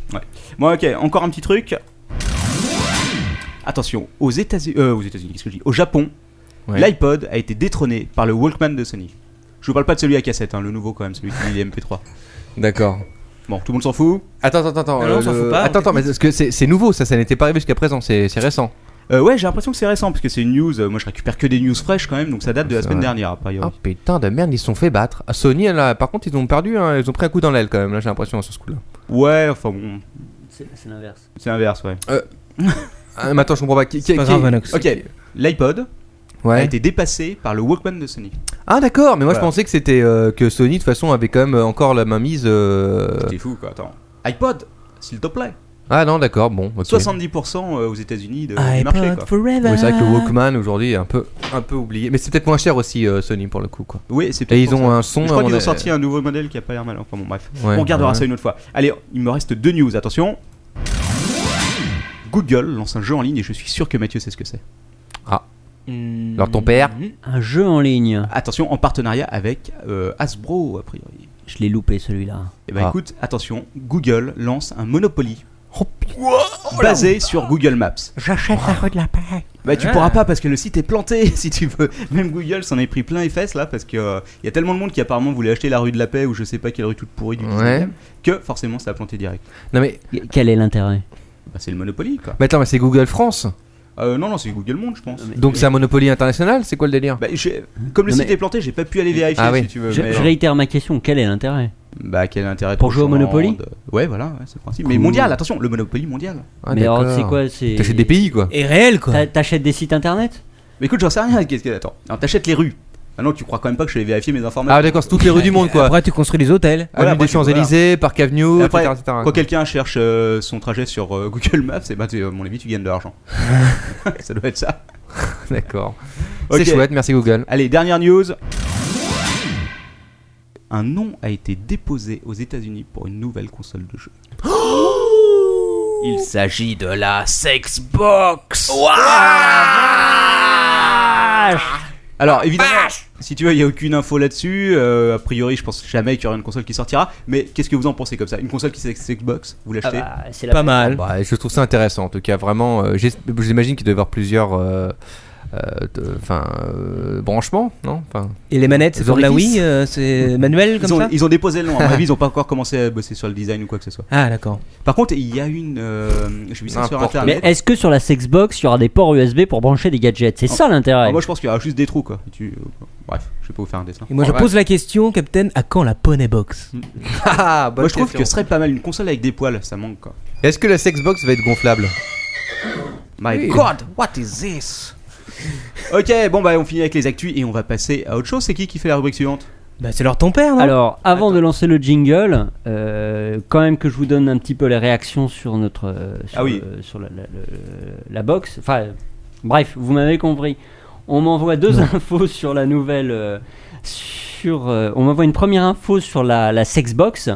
D: Bon, ok, encore un petit truc. Attention, aux États-Unis, euh, aux États-Unis, qu'est-ce que je dis Au Japon,
G: Ouais.
D: l'iPod a été détrôné par le Walkman de Sony. Je vous parle pas de celui à cassette, hein, le nouveau quand même, celui qui lit les MP3.
G: D'accord.
D: Bon, tout le monde s'en fout.
G: Attends, attends, attends.
E: Ah non, on s'en fout pas,
G: Attends,
E: on
G: attends, mais parce que c'est c'est nouveau, ça, ça n'était pas arrivé jusqu'à présent, c'est c'est récent.
D: Euh, ouais, j'ai l'impression que c'est récent parce que c'est une news. euh, moi, je récupère que des news fraîches quand même, donc ça date de la
G: C'est
D: semaine
G: vrai.
D: dernière, a priori.
G: Ah putain de merde, ils se sont fait battre. Ah, Sony, là, par contre, ils ont perdu, hein, ils ont pris un coup dans l'aile quand même, là, j'ai l'impression, sur ce coup-là.
D: Ouais, enfin bon,
F: C'est c'est l'inverse.
D: c'est l'inverse, ouais.
G: Ah, mais attends, je comprends pas. Qui, qui-
E: C'est pas
G: qui-
E: grave, Vanox.
D: Ok, l'iPod a
G: Ouais.
D: été dépassé par le Walkman de Sony.
G: Ah d'accord, mais moi je
D: Voilà.
G: pensais que c'était euh, que Sony de toute façon avait quand même euh, encore la main mise. euh,
D: C'était fou, quoi, attends. iPod, s'il te plaît.
G: Ah non, d'accord, bon. ok.
D: 70% euh, aux États-Unis de, du marché, quoi.
E: Forever.
G: Oui, c'est vrai que le Walkman aujourd'hui est un peu, un peu oublié, mais c'est peut-être moins cher aussi euh, Sony pour le coup quoi.
D: Oui, c'est
G: Et
D: peut-être
G: ils
D: pour
G: ont
D: ça.
G: un son. euh,
D: Je crois
G: on
D: qu'ils ont
G: a-
D: sorti un nouveau modèle qui a pas l'air mal. Enfin bon, bref.
G: Ouais,
D: on regardera
G: ouais.
D: ça une autre fois. Allez, il me reste deux news, attention. Google lance un jeu en ligne et je suis sûr que Mathieu sait ce que c'est.
E: Mm.
G: Alors, ton père
F: Un jeu en ligne.
D: Attention, en partenariat avec euh, Hasbro, a priori.
F: Je l'ai loupé celui-là.
D: Eh ben
G: Ah. Oh,
D: écoute, attention, Google lance un Monopoly. basé sur Google Maps.
E: J'achète la rue de la paix.
D: Bah tu
E: Ah.
D: pourras pas parce que le site est planté *laughs* si tu veux. Même Google s'en est pris plein les fesses là parce que euh, y a tellement de monde qui apparemment voulait acheter la rue de la paix ou je sais pas quelle rue toute pourrie du
G: Ouais.
D: 19e, que forcément ça a planté direct.
G: Non mais,
F: Quel est l'intérêt
D: Bah c'est le Monopoly quoi.
G: mais attends, mais c'est Google France.
D: Euh, non non c'est Google Monde je pense.
G: Donc c'est un Monopoly international, c'est quoi le délire
D: Bah, j'ai- comme le
F: Non,
D: site
F: mais-
D: est planté, j'ai pas pu aller vérifier
G: Ah oui.
D: si tu veux.
F: je,
D: mais-
F: je réitère ma question. Quel est l'intérêt
D: Bah, quel intérêt de
F: Pour jouer au
D: changer en
F: Monopoly
D: monde Ouais, voilà, ouais, c'est le principe. Mais
F: Cool.
D: mondial, attention, le Monopoly mondial.
G: Ah,
F: Mais alors,
G: d'accord.
F: c'est quoi C'est
G: T'achètes des pays quoi.
E: Et réel quoi.
F: T'a- T'achètes des sites internet
D: Mais écoute, j'en sais rien. Qu'est-ce que. Attends, Alors, t'achètes les rues. Maintenant, tu crois quand même pas que je vais vérifier mes informations.
G: Ah d'accord, c'est toutes les rues du monde quoi.
E: Après tu construis des hôtels.
D: Voilà,
G: Avenue
D: après,
G: des
D: tu- voilà.
G: Champs-Élysées, Parc Avenue,
D: Et après,
G: etc. etc.,
D: Quand quelqu'un cherche euh, son trajet sur euh, *laughs* Google Maps, et bah, tu- à mon avis, tu gagnes
F: *laughs*
D: de l'argent. ça doit être ça.
G: *laughs* D'accord.
D: Ok.
G: C'est chouette, merci Google.
D: Allez, dernière news. Un nom a été déposé aux États-Unis pour une nouvelle console de jeu. Il s'agit de la Sexbox. Alors évidemment, si tu veux, il n'y a aucune info là-dessus. Euh, a priori, je pense jamais qu'il y aura une console qui sortira. Mais qu'est-ce que vous en pensez comme ça Une console qui s'appelle Xbox, vous l'achetez
F: Ah bah, C'est la
E: Pas mal.
G: Bah, je trouve ça intéressant en tout cas, vraiment. euh, j'es- J'imagine qu'il doit y avoir plusieurs. euh, euh, de- Enfin, euh, branchements, non Enfin,
E: Et les manettes, c'est
G: Les
E: pour la
G: orifices.
E: Wii, euh, c'est
G: Mm.
E: manuel
D: ils
E: comme
D: ont,
E: ça
D: ils ont déposé le nom. À
E: *laughs*
D: mon avis, ils n'ont pas encore commencé à bosser sur le design ou quoi que ce soit.
E: Ah d'accord.
D: Par contre, il y a une. euh, j'ai vu ça sur
G: N'importe.
F: Mais
D: internet.
F: est-ce que sur la Sexbox, il y aura des ports USB pour brancher des gadgets C'est ça l'intérêt.
D: Alors, moi, je pense qu'il y aura juste des trous quoi. Tu- Bref, je vais pas vous faire un dessin.
E: Et moi je
G: Ouais.
E: pose la question, Captain, à quand la Pony Box
G: Mm. Ah,
D: Moi, je trouve que ce serait pas mal une console avec des poils, ça manque quoi.
G: Est-ce que la Sexbox va être gonflable
D: My God, what is this Ok, bon bah on finit avec les actus et on va passer à autre chose. C'est qui qui fait la rubrique suivante
E: Bah c'est leur ton père, non
F: Alors, avant
D: Attends.
F: de lancer le jingle, euh, quand même que je vous donne un petit peu les réactions sur notre euh, sur,
D: Ah oui.
F: euh, sur la, la- le- la box. Enfin, euh, bref, vous m'avez compris. On m'envoie deux *laughs* infos sur la nouvelle. euh, sur, euh, on m'envoie une première info sur la, la sexbox.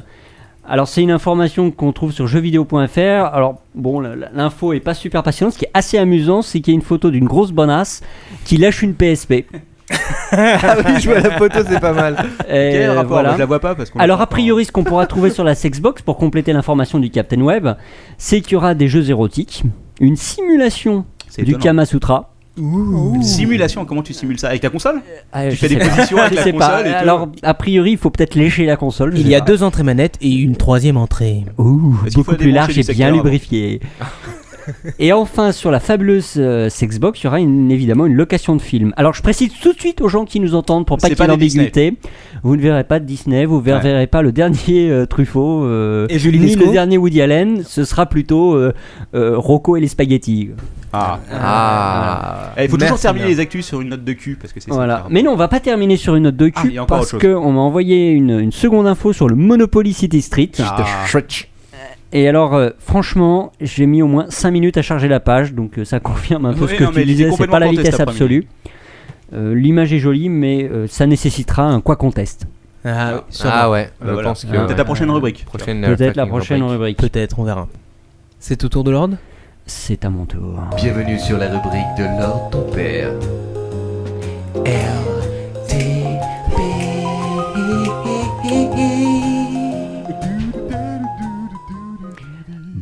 F: Alors c'est une information qu'on trouve sur jeuxvideo.fr. Alors bon, la- la- l'info est pas super passionnante. Ce qui est assez amusant, c'est qu'il y a une photo d'une grosse bonasse qui lâche une PSP.
G: *laughs* Ah oui, je vois la photo, c'est pas mal.
F: Et
D: *laughs* Quel rapport
F: Euh, voilà.
D: Moi, Je la vois pas parce qu'on.
F: Alors
D: l'a
F: a
D: pas
F: priori, ce qu'on pourra trouver sur la Sexbox pour compléter l'information du Captain Web, c'est qu'il y aura des jeux érotiques, une simulation
D: encore. C'est
F: du
D: étonnant.
F: Kama Sutra.
D: Une Simulation, comment tu simules ça Avec ta console
F: Ah, je
D: Tu fais des
F: sais pas.
D: positions avec
F: Je
D: la
F: sais pas.
D: console et tout.
F: Alors a priori, il faut peut-être lécher la console. je
E: Il
F: sais
E: y a
F: pas.
E: deux entrées manettes et une troisième entrée.
F: Ouh,
D: Parce qu'il faut
F: beaucoup plus
D: débrancher
F: large
D: du
F: et bien
D: secteur avant. *laughs*
F: lubrifié. Et enfin, sur la fabuleuse euh, Sexbox, il y aura une- évidemment une location de film. Alors, je précise tout de suite aux gens qui nous entendent pour pas
D: C'est
F: qu'il y
D: pas
F: ait
D: des Disney.
F: d'ambiguïté. Vous ne verrez pas de Disney, vous ne
D: Ouais.
F: verrez pas le dernier euh, Truffaut, euh,
E: Et Julie
F: ni
E: Lescaut.
F: le dernier Woody Allen. Ce sera plutôt euh, euh, Rocco et les spaghettis.
D: Ah.
G: Ah,
D: Eh, Il faut toujours
G: Merci
D: terminer
G: bien.
D: les actus sur une note de cul parce que c'est. ça,
F: Voilà.
D: carrément.
F: Mais non, on va pas terminer sur une note de
D: Ah, il
F: cul
D: y a encore
F: parce
D: autre
F: qu'on m'a envoyé une, une seconde info sur le Monopoly City Street.
D: Ah.
F: Et alors, euh, franchement, j'ai mis au moins 5 minutes à charger la page, donc euh, ça *laughs* confirme un peu
D: Oui,
F: ce que
D: non,
F: tu
D: mais il était
F: disais, c'est
D: complètement hein,
F: pas la
D: planté cet
F: vitesse absolue. Euh, L'image est jolie, mais euh, ça nécessitera un quoi qu'on teste.
E: Ah, sûrement.
G: Ah ouais,
D: Bah
G: je
D: voilà.
G: pense que.
D: Peut-être la prochaine
F: Euh,
D: rubrique.
G: prochaine, euh,
F: Peut-être la
G: fucking
F: prochaine
G: rubrique.
F: rubrique.
E: Peut-être, on verra. C'est au tour de l'ordre
F: C'est à mon tour.
B: Bienvenue sur la rubrique de l'ordre ton père. *laughs*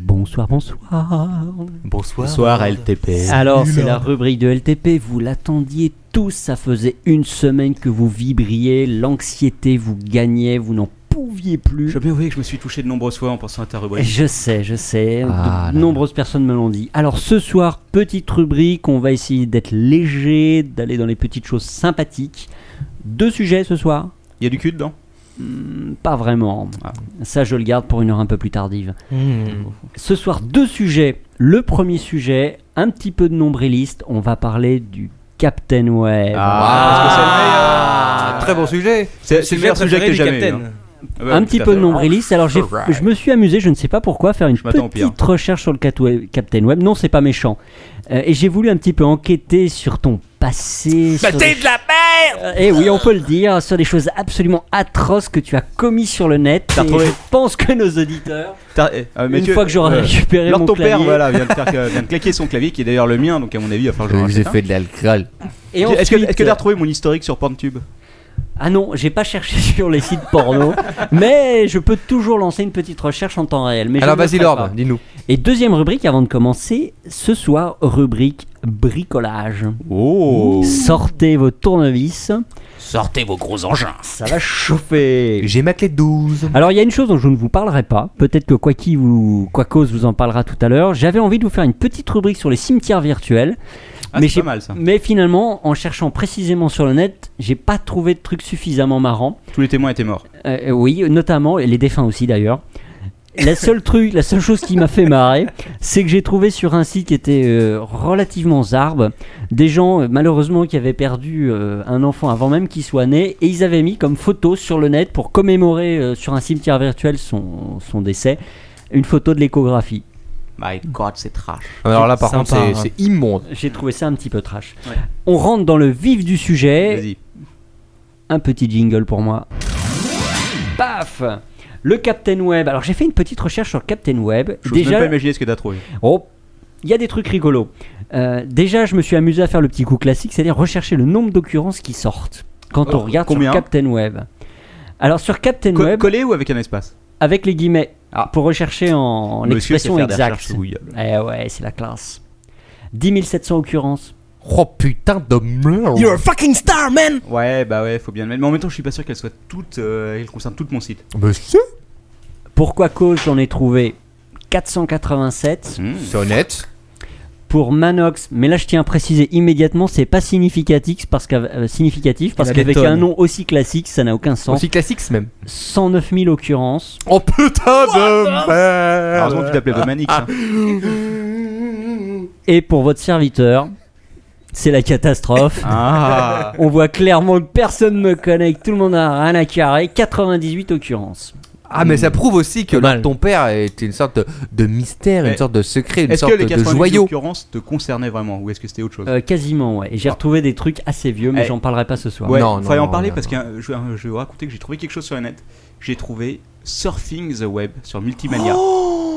F: Bonsoir, bonsoir. Ah.
I: Bonsoir.
J: Bonsoir LTP.
F: Alors,
I: Nul,
F: c'est
I: hein.
F: la rubrique de LTP. Vous l'attendiez tous. Ça faisait une semaine que vous vibriez. L'anxiété vous gagnait. Vous n'en pouviez plus.
D: Je veux bien avouer que je me suis touché de nombreuses fois en pensant à ta rubrique.
F: Je sais, je sais.
D: Ah,
F: de nombreuses personnes me l'ont dit. Alors ce soir, petite rubrique, on va essayer d'être léger, d'aller dans les petites choses sympathiques. Deux sujets ce soir
D: Il y a du cul dedans
F: Pas vraiment. Ça, je le garde pour une heure un peu plus tardive. hein.
E: Hmm.
F: Ce soir, deux sujets. Le premier sujet, un petit peu de nombriliste. On va parler du Captain Web.
E: Ah,
G: Ah, très bon sujet.
D: C'est c'est le meilleur sujet que j'ai jamais eu. hein. Ah bah
F: un
D: oui,
F: petit
D: tout à
F: peu
D: fait.
F: de nombriliste. Alors, j'ai-
D: Alright.
F: je me suis amusé, je ne sais pas pourquoi, à faire une
D: m'attends au pire.
F: petite recherche sur le Cat Web- Captain Web. Non, c'est pas méchant. Euh, et j'ai voulu un petit peu enquêter sur ton passé. sur des-
E: de la merde
F: Eh oui, on peut le dire, sur des choses absolument atroces que tu as commis sur le net.
D: T'as
F: Et
D: retrouvé.
F: je pense que nos auditeurs.
D: T'as- eh, ah, Mathieu,
F: fois que j'aurai
D: euh,
F: récupéré
D: alors
F: mon
D: ton père
F: clavier.
D: voilà, vient, de faire, que- vient de claquer son clavier qui est d'ailleurs le mien, donc à mon avis, il va falloir que j'en
I: Vous avez
D: rachète un.
I: fait de l'alcool.
F: Et
D: Est-ce que-
F: ensuite- euh,
D: est-ce que t'as retrouvé mon historique sur Pornhub
F: Ah non, j'ai pas cherché *laughs* sur les sites porno, mais je peux toujours lancer une petite recherche en temps réel. Mais je
G: Alors
F: ne le
G: vas-y,
F: ferai
G: Lord,
F: pas.
G: dis-nous.
F: Et deuxième rubrique avant de commencer, ce soir, rubrique bricolage.
D: Oh
F: Sortez vos tournevis,
J: Sortez vos gros engins.
F: ça va chauffer.
G: J'ai ma clé de 12.
F: Alors il y a une chose dont je ne vous parlerai pas, peut-être que quoi qui vous quoi cause vous en parlera tout à l'heure. J'avais envie de vous faire une petite rubrique sur les cimetières virtuels.
D: Ah,
F: mais
D: c'est
F: j'ai-
D: pas mal, ça.
F: Mais finalement, en cherchant précisément sur le net, j'ai pas trouvé de truc suffisamment marrant.
D: Tous les témoins étaient morts.
F: Euh, oui, notamment, et les défunts aussi d'ailleurs. La seule truc, la seule chose qui m'a fait marrer, c'est que j'ai trouvé sur un site qui était euh, relativement zarbe des gens euh, malheureusement qui avaient perdu euh, un enfant avant même qu'il soit né et ils avaient mis comme photo sur le net pour commémorer euh, sur un cimetière virtuel son, son décès une photo de l'échographie.
J: My God, c'est trash.
G: Alors là, par
E: Sympa,
G: contre, c'est
E: hein.
G: c'est immonde.
F: J'ai trouvé ça un petit peu trash. On rentre dans le vif du sujet.
D: Vas-y.
F: un petit jingle pour moi. Paf Le Captain Web. Alors j'ai fait une petite recherche sur le Captain Web.
D: Je peux même pas
F: Déjà,
D: imaginer ce que t'as trouvé.
F: oh, il y a des trucs rigolos. Euh, déjà, je me suis amusé à faire le petit coup classique, c'est-à-dire rechercher le nombre d'occurrences qui sortent quand on
D: Oh,
F: regarde
D: combien
F: sur Captain Web. Alors sur Captain
D: Co-
F: Web,
D: Collé ou avec un espace
F: avec les guillemets, pour rechercher en
D: Monsieur sait
F: l'expression
D: faire des
F: exacte.
D: recherches ouillables.
F: Eh ouais, c'est la classe. 10 700 occurrences.
G: Oh putain de merde.
E: You're a fucking star, man
D: Ouais, bah ouais, faut bien le mettre. Mais en même temps, je suis pas sûr qu'elle soit toute. euh, elle concerne tout mon site.
G: Mais c'est
F: Pourquoi cause, j'en ai trouvé 487.
D: Hmm.
G: c'est honnête.
F: pour Manox, mais là je tiens à préciser immédiatement, c'est pas significatif parce qu'avec euh, significatif parce
E: Il y en a des
F: qu'avec un
E: tonnes.
F: nom aussi classique, ça n'a aucun sens.
G: Aussi classique même.
F: 109 000 occurrences.
G: Oh putain
D: Heureusement
G: de
D: que tu
G: merde.
D: t'appelais Vomanix. hein.
F: Et pour votre serviteur, c'est la catastrophe.
D: Ah
F: On voit clairement que personne me connecte, tout le monde a rien à carrer. 98 occurrences.
G: Ah mais ça prouve aussi que
E: Pas mal.
G: là, ton père était une sorte de, de mystère,
D: Mais
G: une sorte de secret, une
D: Est-ce que
G: sorte
D: les
G: de
D: 98
G: joyau.
D: occurrences te concernaient vraiment ou est-ce que c'était autre chose
F: Euh, quasiment, ouais. Et J'ai retrouvé des trucs assez vieux, mais
D: Eh.
F: j'en parlerai pas ce soir.
D: Ouais,
G: Non, non,
D: fallait en
G: non,
D: parler
G: non,
D: parce que euh, je, euh, je vais vous raconter que j'ai trouvé quelque chose sur le net. J'ai trouvé Surfing the Web sur Multimania.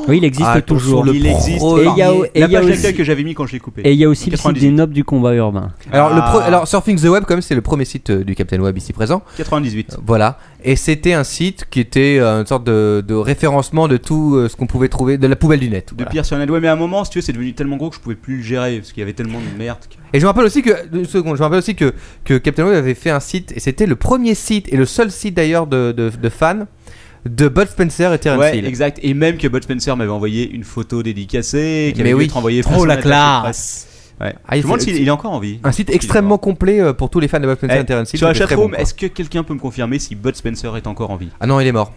F: Oui, il existe
G: Oh Ah,
F: toujours.
G: sur le Oh,
D: Il existe.
F: Et il y a-
D: parmi
F: et
D: la
F: il y a
D: page
F: aussi-
D: d'accueil que j'avais mis quand je l'ai coupé.
F: Et il y a aussi le site
D: 98.
F: des nobles du combat urbain.
G: Alors, le pro-
D: Ah.
G: alors Surfing the Web, comme c'est le premier site euh, du Captain Web ici présent,
D: 98.
G: Voilà. Et c'était un site qui était euh, une sorte de, de référencement de tout euh, ce qu'on pouvait trouver de la poubelle du net.
D: De
G: Voilà.
D: pire sur net. Ouais, mais à un moment, si tu veux, c'est devenu tellement gros que je pouvais plus le gérer parce qu'il y avait tellement de merde. que-
G: Et je me rappelle aussi que une seconde, je me rappelle aussi que, que Captain Web avait fait un site et c'était le premier site et le seul site d'ailleurs de, de, de fans de Bud Spencer et Terence
D: Ouais,
G: Hill.
D: exact. Et même que Bud Spencer m'avait envoyé une photo dédicacée, qui avait
G: Mais
D: dû
G: oui.
D: être envoyée
E: Trop
D: par
E: Oh, la
D: son attaché de
E: classe
D: presse. Ouais.
G: Ah,
D: je
G: il
D: me demande
G: fait- Ah,
D: s'il il est encore en vie.
G: Un site extrêmement complet euh, pour tous les fans de Bud Spencer
D: Eh,
G: et Terence Hill.
D: Sur la
G: c'était très
D: chatroom,
G: bon, quoi.
D: est-ce que quelqu'un peut me confirmer si Bud Spencer est encore en vie
G: Ah non, il est mort.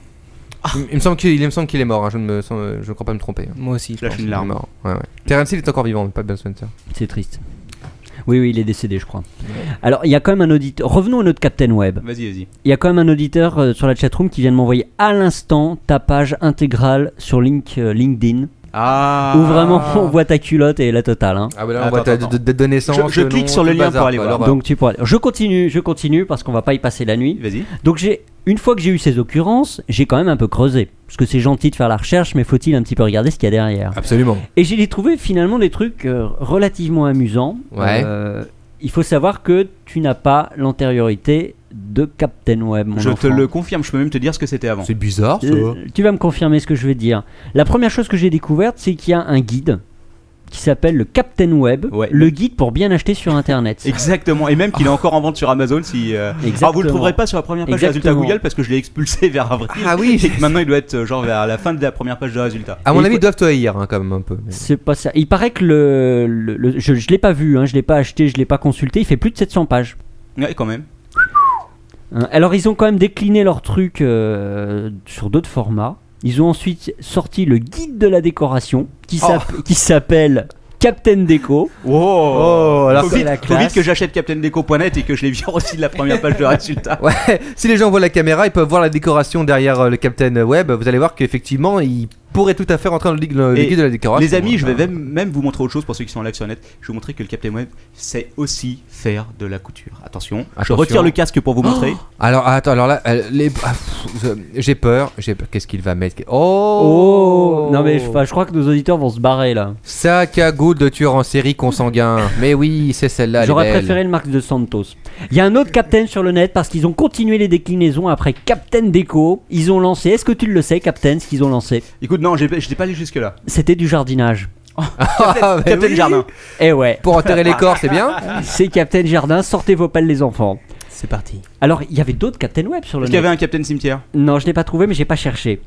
D: Ah.
G: Il, il me semble qu'il il me semble qu'il est mort. hein, Je ne me sens- euh, je ne crois pas me tromper. hein.
E: Moi aussi,
D: Je lâche
G: Il
D: une
G: est
D: larme.
G: mort. Ouais, ouais. Terence Hill est encore vivant, mais pas Bud Spencer.
F: C'est triste. Oui, oui, il est décédé, je crois. Alors, il y a quand même un auditeur. Revenons à notre Captain Web.
D: Vas-y, vas-y.
F: Il y a quand même un auditeur euh, sur la chatroom qui vient de m'envoyer à l'instant ta page intégrale sur link, euh, LinkedIn
D: Ah
F: où vraiment *laughs* on voit ta culotte et la totale. hein.
G: Ah ouais, là, on
D: Attends,
G: voit ta-
D: attends.
G: de, de- de naissance.
D: Je- je
G: le
D: clique
G: nom,
D: sur le
G: tout
D: lien
G: bazar,
D: pour aller
G: quoi.
D: voir.
G: Alors,
F: Donc tu pourras. Je continue, je continue parce qu'on va pas y passer la nuit.
D: Vas-y.
F: Donc j'ai une fois que j'ai eu ces occurrences, j'ai quand même un peu creusé parce que c'est gentil de faire la recherche, mais faut-il un petit peu regarder ce qu'il y a derrière.
G: Absolument.
F: Et j'ai trouvé finalement des trucs euh, relativement amusants.
G: Ouais.
F: Euh, il faut savoir que tu n'as pas l'antériorité de Captain Web. Mon
D: Je te
F: enfant.
D: le confirme, je peux même te dire ce que c'était avant.
G: C'est bizarre, ça.
F: Euh, tu vas me confirmer ce que je vais dire. La première chose que j'ai découverte, c'est qu'il y a un guide qui s'appelle le Captain Web,
D: Ouais.
F: le guide pour bien acheter sur Internet.
D: Exactement, et même qu'il est encore en vente sur Amazon si. euh,
F: Exactement.
D: Ah, vous le trouverez pas sur la première page de résultat
F: Exactement.
D: Google parce que je l'ai expulsé *laughs* vers avril.
G: Ah oui.
D: Et que maintenant il doit être euh, genre vers la fin de la première page de résultat.
G: À mon
F: Et
G: avis,
F: il
G: ils doivent te haïr hein, quand même un peu. mais-
F: C'est pas ça. Il paraît que le, le- le- je, je l'ai pas vu, hein, je l'ai pas acheté, je l'ai pas consulté. Il fait plus de 700 pages.
D: Ouais, quand même.
F: Hein, Alors ils ont quand même décliné leur truc euh, sur d'autres formats. Ils ont ensuite sorti le guide de la décoration qui s'app- qui s'appelle Captain Déco.
D: Oh,
G: alors
D: faut
F: c'est
D: vite,
F: la
D: faut
F: classe.
D: vite que j'achète CaptainDeco.net et que je les vire aussi de la première *laughs* page de résultat.
G: Ouais, *laughs* si les gens voient la caméra, ils peuvent voir la décoration derrière euh, le Captain Web. Vous allez voir qu'effectivement, ils pourraient tout à fait rentrer dans le, lig- le
D: Et
G: guide de la décoration.
D: Les amis, je vais même, même vous montrer autre chose pour ceux qui sont en live sur le net. Je vais vous montrer que le Captain Web sait aussi faire de la couture. Attention, je
G: Attention.
D: retire le casque pour vous montrer.
G: Alors, ah, attends, alors là, euh, les... ah, pff, euh, j'ai peur, j'ai peur. Qu'est-ce qu'il va mettre Oh,
F: Oh, non mais je, enfin, je crois que nos auditeurs vont se barrer là.
G: Sa cagoule de tueur en série consanguin. Mais oui, c'est celle-là. Ah, elle est
F: J'aurais
G: belle.
F: préféré le Marc de Santos. Il y a un autre Captain sur le net parce qu'ils ont continué les déclinaisons après Captain Déco. Ils ont lancé, est-ce que tu le sais, Captain, ce qu'ils ont lancé
D: *gasps* Écoute, non, j'ai- j'étais pas allé jusque-là.
F: C'était du jardinage.
G: *laughs* Ah, mais
D: Captain
G: oui.
D: Jardin.
F: Eh
D: *laughs*
F: ouais,
G: Pour enterrer les corps,
F: *laughs*
G: c'est bien
F: c'est Captain Jardin, sortez vos pelles les enfants.
E: C'est parti.
F: Alors, il y avait d'autres Captain Web sur le
D: Est-ce qu'il y
F: net.
D: avait un Captain Cimetière
F: Non, je n'ai pas trouvé, mais j'ai pas cherché.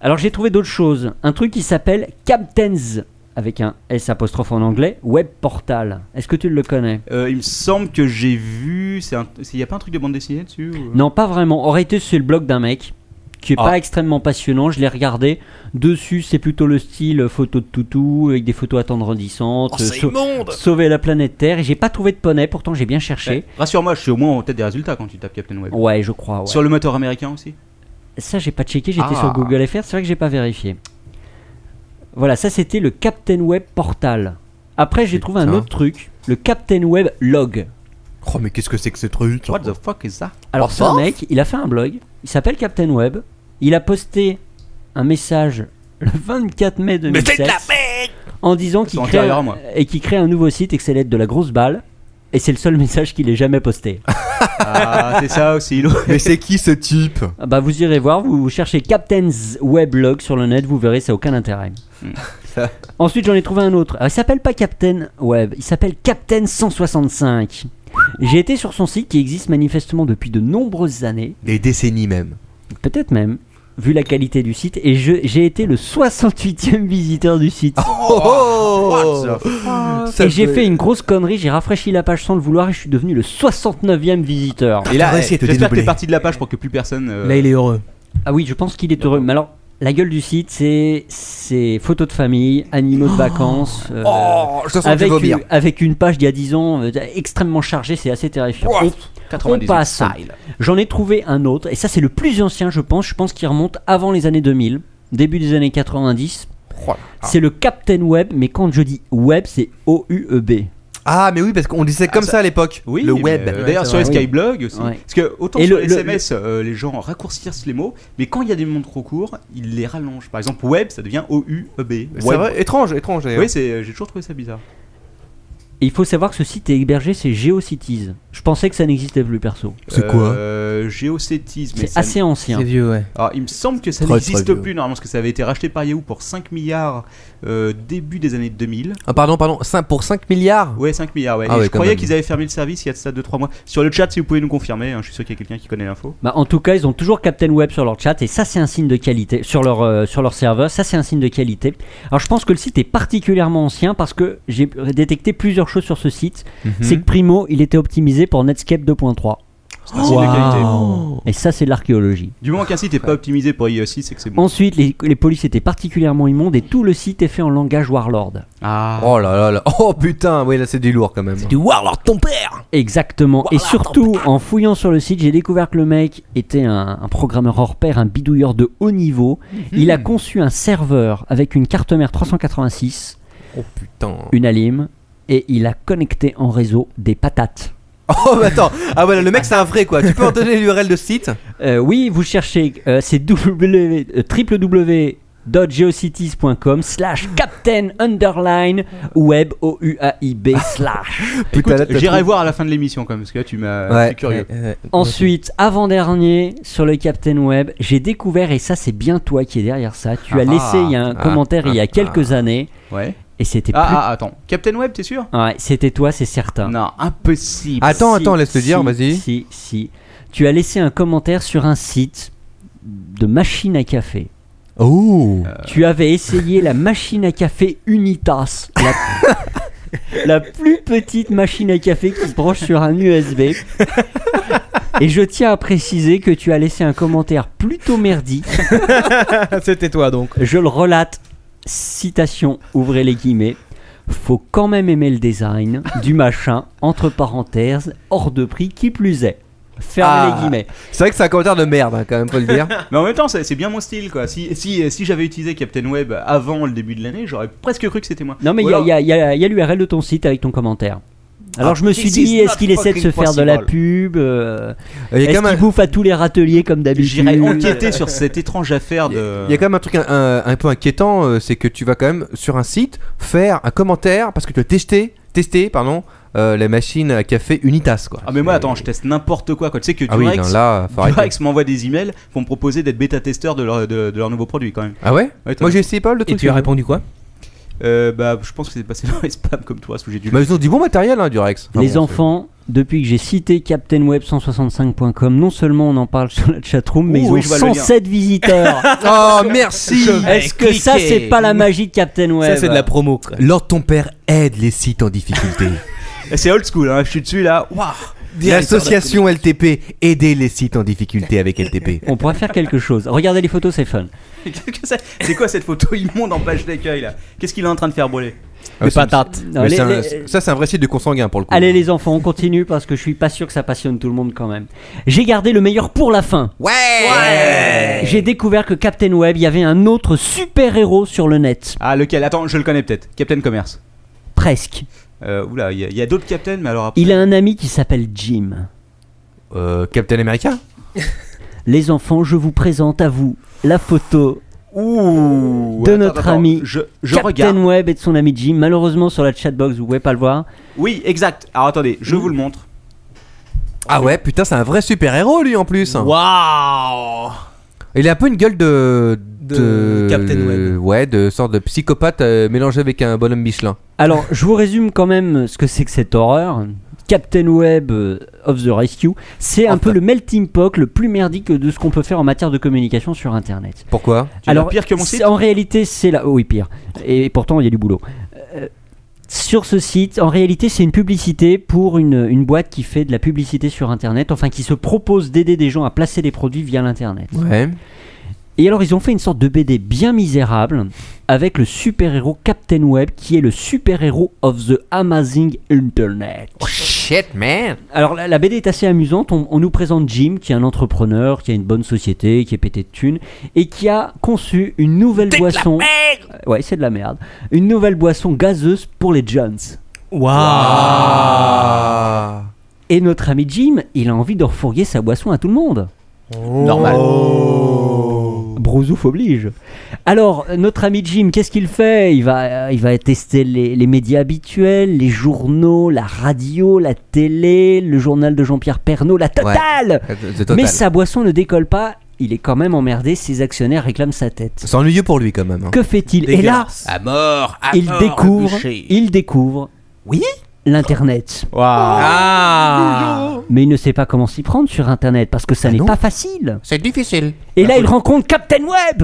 F: Alors, j'ai trouvé d'autres choses. Un truc qui s'appelle Captain's, avec un S apostrophe en anglais, Web Portal. Est-ce que tu le connais
D: Euh, Il me semble que j'ai vu. c'est un- c'est- Il n'y a pas un truc de bande dessinée dessus ou- euh,
F: Non, pas vraiment. En réalité, c'est le blog d'un mec qui est
G: Ah.
F: pas extrêmement passionnant. Je l'ai regardé. Dessus, c'est plutôt le style photo de toutou avec des photos attendrissantes.
G: Oh,
F: euh, sau- sauver la planète Terre. Et j'ai pas trouvé de poney. Pourtant, j'ai bien cherché.
D: Ouais. Rassure-moi, je suis au moins en tête des résultats quand tu tapes Captain Web.
F: Ouais, je crois. Oh, ouais.
D: Sur le moteur américain aussi
F: Ça, j'ai pas checké. J'étais
G: Ah.
F: sur Google FR. C'est vrai que j'ai pas vérifié. Voilà, ça c'était le Captain Web Portal. Après, j'ai trouvé un
G: Putain.
F: autre truc, le Captain Web Log.
G: Oh, mais qu'est-ce que c'est que ce truc
D: What the fuck is that
F: Alors ce mec, il a fait un blog, il s'appelle Captain Web, il a posté un message le 24 mai 2007 en disant qu'il
D: C'est
F: crée,
D: antérieur à moi.
F: et qu'il crée un nouveau site et que c'est l'aide de la grosse balle. Et c'est le seul *laughs* message qu'il ait jamais posté.
D: Ah, *laughs* c'est ça aussi, l'eau.
G: Mais c'est qui ce type
F: Ah bah vous irez voir, vous cherchez Captain's Weblog sur le net, vous verrez, ça n'a aucun intérêt.
D: Hmm.
F: *laughs* Ensuite j'en ai trouvé un autre. Alors, il s'appelle pas Captain Web, il s'appelle Captain 165. J'ai été sur son site qui existe manifestement depuis de nombreuses années.
G: Des décennies même.
F: Peut-être même, vu la qualité du site, et je- j'ai été le 68e visiteur du site.
G: Oh,
F: et j'ai fait une grosse connerie, j'ai rafraîchi la page sans le vouloir et je suis devenu le 69e visiteur.
D: *laughs* Et là,
G: T'aurais
D: eh,
G: essayé de te
D: j'espère que t'es
G: dédoubler.
D: parti de la page pour que plus personne. euh,
E: Là, il est heureux.
F: Ah oui, je pense qu'il est heureux. Mais alors, la gueule du site, c'est- c'est photos de famille, animaux de vacances. euh,
G: Oh, je sens que je vais
F: Avec
G: vomir.
F: une, avec une page d'il y a 10 ans euh, extrêmement chargée, c'est assez terrifiant.
G: Ouah,
F: On- on, passe. J'en ai trouvé un autre, et ça c'est le plus ancien je pense, je pense qu'il remonte avant les années 2000, début des années 90.
G: Oh là là.
F: C'est le Captain Web, mais quand je dis web, c'est E O-U-E-B.
G: Ah, mais oui, parce qu'on disait comme
D: ça-
G: ça à l'époque.
D: Oui,
G: le
D: mais,
G: web.
D: euh, D'ailleurs,
E: c'est
D: sur les
F: vrai, oui.
D: Skyblog aussi.
F: Ouais.
D: Parce que autant
F: Et
D: sur
F: le-
D: les
F: le-
D: SMS, euh, les gens raccourcissent les mots, mais quand il y a des mots trop courts, ils les rallongent. Par exemple, web, ça devient O-U-E-B.
G: C'est
D: Web.
G: vrai, étrange, étrange. d'ailleurs.
D: Oui, c'est- euh, j'ai toujours trouvé ça bizarre.
F: Et il faut savoir que ce site est hébergé, c'est GeoCities. Je pensais que ça n'existait plus perso.
G: C'est quoi
D: euh, Géocétisme.
F: C'est assez ancien.
E: C'est vieux, ouais.
D: Alors, il me semble que ça
A: Très,
D: n'existe
A: très vieux.
D: plus normalement, parce que ça avait été racheté par Yahoo pour 5 milliards euh, début des années 2000.
G: Ah, pardon, pardon, Cin- pour 5 milliards
D: Ouais, 5 milliards, ouais.
G: Ah
D: Et
G: ouais,
D: je
G: quand
D: croyais
G: même.
D: qu'ils avaient fermé le service il y a de ça 2-3 mois. Sur le chat, si vous pouvez nous confirmer, hein, je suis sûr qu'il y a quelqu'un qui connaît l'info.
F: Bah, en tout cas, ils ont toujours Captain Web sur leur chat et ça c'est un signe de qualité sur leur euh, sur leur serveur, ça c'est un signe de qualité. Alors je pense que le site est particulièrement ancien parce que j'ai détecté plusieurs choses sur ce site.
G: Mhm.
F: C'est que primo, il était optimisé pour Netscape 2.3
D: C'est un signe de qualité.
F: et ça c'est de l'archéologie.
D: Du moment qu'un site n'est pas optimisé pour IE6, c'est que c'est bon.
F: Ensuite, les, les polices étaient particulièrement immondes et tout le site est fait en langage Warlord.
D: Ah.
G: Oh là là là. Oh putain, oui, là c'est du lourd quand même.
J: Du Warlord, ton père
F: Exactement. et surtout, en fouillant sur le site, j'ai découvert que le mec était un, un programmeur hors pair, un bidouilleur de haut niveau. Il a conçu un serveur avec une carte mère 386,
G: Oh putain.
F: une Alim, et il a connecté en réseau des patates.
G: *laughs* Oh bah attends. Ah voilà, le mec c'est un vrai quoi. Tu peux en donner l'URL de ce site
F: Euh, oui, vous cherchez, euh, c'est www, euh, www geocities.com slash captain underline web o u a i b slash
D: Écoute,
G: Putain, là, t'as
D: J'irai
G: trouvé-
D: voir à la fin de l'émission quand même, parce que là tu m'as je suis
E: Euh,
G: Ouais.
D: curieux.
F: ensuite avant dernier sur le captain web j'ai découvert et ça c'est bien toi qui est derrière ça tu as
G: Ah,
F: laissé il y a un
G: ah,
F: commentaire il y a
G: ah,
F: quelques années
D: Ouais.
F: et c'était
D: Ah,
F: plus-
D: ah, attends. Captain Web, t'es sûr
F: Ouais, c'était toi c'est certain
D: Non, impossible.
G: ah. Attends,
F: Si,
G: attends, laisse te
F: si,
G: dire, vas-y.
F: Si, si. Tu as laissé un commentaire sur un site de machine à café.
G: *laughs* Oh
F: Tu avais essayé la machine à café Unitas, la, *laughs* la plus petite machine à café qui se branche sur un USB. Et je tiens à préciser que tu as laissé un commentaire plutôt merdique.
E: C'était toi donc.
F: Je le relate. Citation, ouvrez les guillemets. Faut quand même aimer le design du machin, entre parenthèses, hors de prix, qui plus est. Fermez
G: Ah.
F: les guillemets.
G: C'est vrai que c'est un commentaire de merde, hein, quand même, faut le dire.
D: Mais en même temps, c'est c'est bien mon style quoi. Si, si, si j'avais utilisé Captain Web avant le début de l'année, j'aurais presque cru que c'était moi.
F: Non, mais
D: Ou
F: il y a,
D: alors-
F: y a- y a- y a l'URL de ton site avec ton commentaire. Alors je me suis
D: this is
F: dit, est-ce
D: not
F: qu'il essaie de se
D: fucking
F: faire de la
D: possible.
F: pub euh,
G: Il y a
F: Est-ce
G: quand
F: qu'il
G: même un-
F: bouffe à tous les râteliers comme d'habitude Euh,
D: J'irai enquêter sur cette étrange affaire de.
G: Il y a quand même un truc un, un- un peu inquiétant, euh, c'est que tu vas quand même sur un site faire un commentaire parce que tu as testé, testé pardon, euh, la machine à café Unitas quoi. Euh,
D: Ah, mais moi, attends, je teste n'importe quoi quoi. Tu sais que
G: Ah oui,
D: Durex,
G: non, là, faut arrêter.
D: Durex m'envoie des emails pour me proposer d'être bêta-testeur de leur, de, de leur nouveau produit quand même.
G: Ah ouais,
D: Ouais, toi.
G: Moi j'ai essayé pas mal de
E: Et
G: trucs.
E: tu as répondu quoi
D: Euh, bah, je pense que c'est passé *laughs* dans les spams comme toi, parce que j'ai dû.
G: Bah, ils ont du bon matériel hein, Durex. Enfin,
F: Les
G: bon,
F: enfants, depuis que j'ai cité CaptainWeb165.com, non seulement on en parle sur la chatroom, mais
D: Ouh,
F: ils
D: oui,
F: ont
D: je vois le lien.
F: 107 visiteurs.
D: *laughs*
G: c'est- Oh merci.
F: Est-ce que ça, c'est pas la magie de Captain Web
E: Ça,
D: bah.
E: c'est de la promo. quoi.
G: Lord ton père aide les sites en difficulté.
D: *laughs* Eh, C'est old school, hein, je suis dessus là. Waouh *laughs*
G: L'association LTP aider les sites en difficulté
D: *laughs*
G: avec LTP.
D: Ah,
F: On pourrait faire quelque chose. Regardez les photos, c'est fun.
D: Qu'est-ce que c'est C'est quoi cette photo immonde en page d'accueil là Qu'est-ce qu'il est en train de faire brûler
G: Ah, c'est-
F: Non,
G: mais
F: les-
G: c'est un-
F: les-
G: Ça c'est un vrai site de consanguin pour le coup.
F: Allez les enfants, on continue parce que je suis pas sûr que ça passionne tout le monde quand même. J'ai gardé le meilleur pour la fin. Ouais. J'ai découvert que Captain Web, il y avait un autre super héros sur le net,
D: Ah, lequel Attends, je le connais peut-être. Captain Commerce.
F: presque.
D: Euh, oula, il y a- il y a, d'autres captains, mais alors après.
F: Il a un ami qui s'appelle Jim.
G: Euh, Captain America.
F: Les enfants, je vous présente à vous la photo
D: Ouh
F: de notre ami
D: Je, je
F: Captain
D: regarde.
F: Web et de son ami Jim. Malheureusement sur la chatbox, vous pouvez pas le voir.
D: Oui, exact. Alors attendez, je vous le montre.
G: Ah ouais putain c'est un vrai super héros lui en plus.
E: Waouh
G: Il a un peu une gueule de.
E: De Captain Web.
G: Ouais, de sorte de psychopathe euh, mélangé avec un bonhomme Michelin.
F: Alors, je vous résume quand même ce que c'est que cette horreur. Captain Web euh, of the Rescue, c'est un
D: Ah,
G: Enfin.
F: peu le melting pot le plus merdique de ce qu'on peut faire en matière de communication sur Internet.
G: Pourquoi
D: Tu l'as pire que mon
F: c'est-
D: site
F: En réalité, c'est la... oh oui, pire. Et pourtant, il y a du boulot. Euh, sur ce site, en réalité, c'est une publicité pour une, une boîte qui fait de la publicité sur Internet, enfin qui se propose d'aider des gens à placer des produits via l'Internet.
G: Ouais.
F: Et alors ils ont fait une sorte de BD bien misérable avec le super-héros Captain Web qui est le super-héros of the amazing internet.
G: Oh, Shit, man
F: Alors la, la BD est assez amusante, on, on nous présente Jim qui est un entrepreneur, qui a une bonne société, qui est pété de thunes et qui a conçu une nouvelle boisson. Euh, ouais, c'est de la merde. Une nouvelle boisson gazeuse pour les Jones.
G: Ah
F: Et notre ami Jim, il a envie de refourguer sa boisson à tout le monde.
D: Normal.
F: Brousouf oblige. Alors, euh, notre ami Jim, qu'est-ce qu'il fait il va, euh, il va tester les, les médias habituels, les journaux, la radio, la télé, le journal de Jean-Pierre Pernaud, la totale
G: C'est total.
F: Mais sa boisson ne décolle pas, il est quand même emmerdé, ses actionnaires réclament sa tête.
G: C'est ennuyeux pour lui quand même. hein.
F: Que fait-il Et là,
J: À mort, à
F: il
J: mort, le
F: découvre,
J: boucher.
F: il découvre... Oui L'Internet.
G: Ah
F: Mais il ne sait pas comment s'y prendre sur Internet parce que ça n'est
G: non.
F: pas facile.
G: C'est difficile.
F: Et là, il rencontre Captain Web.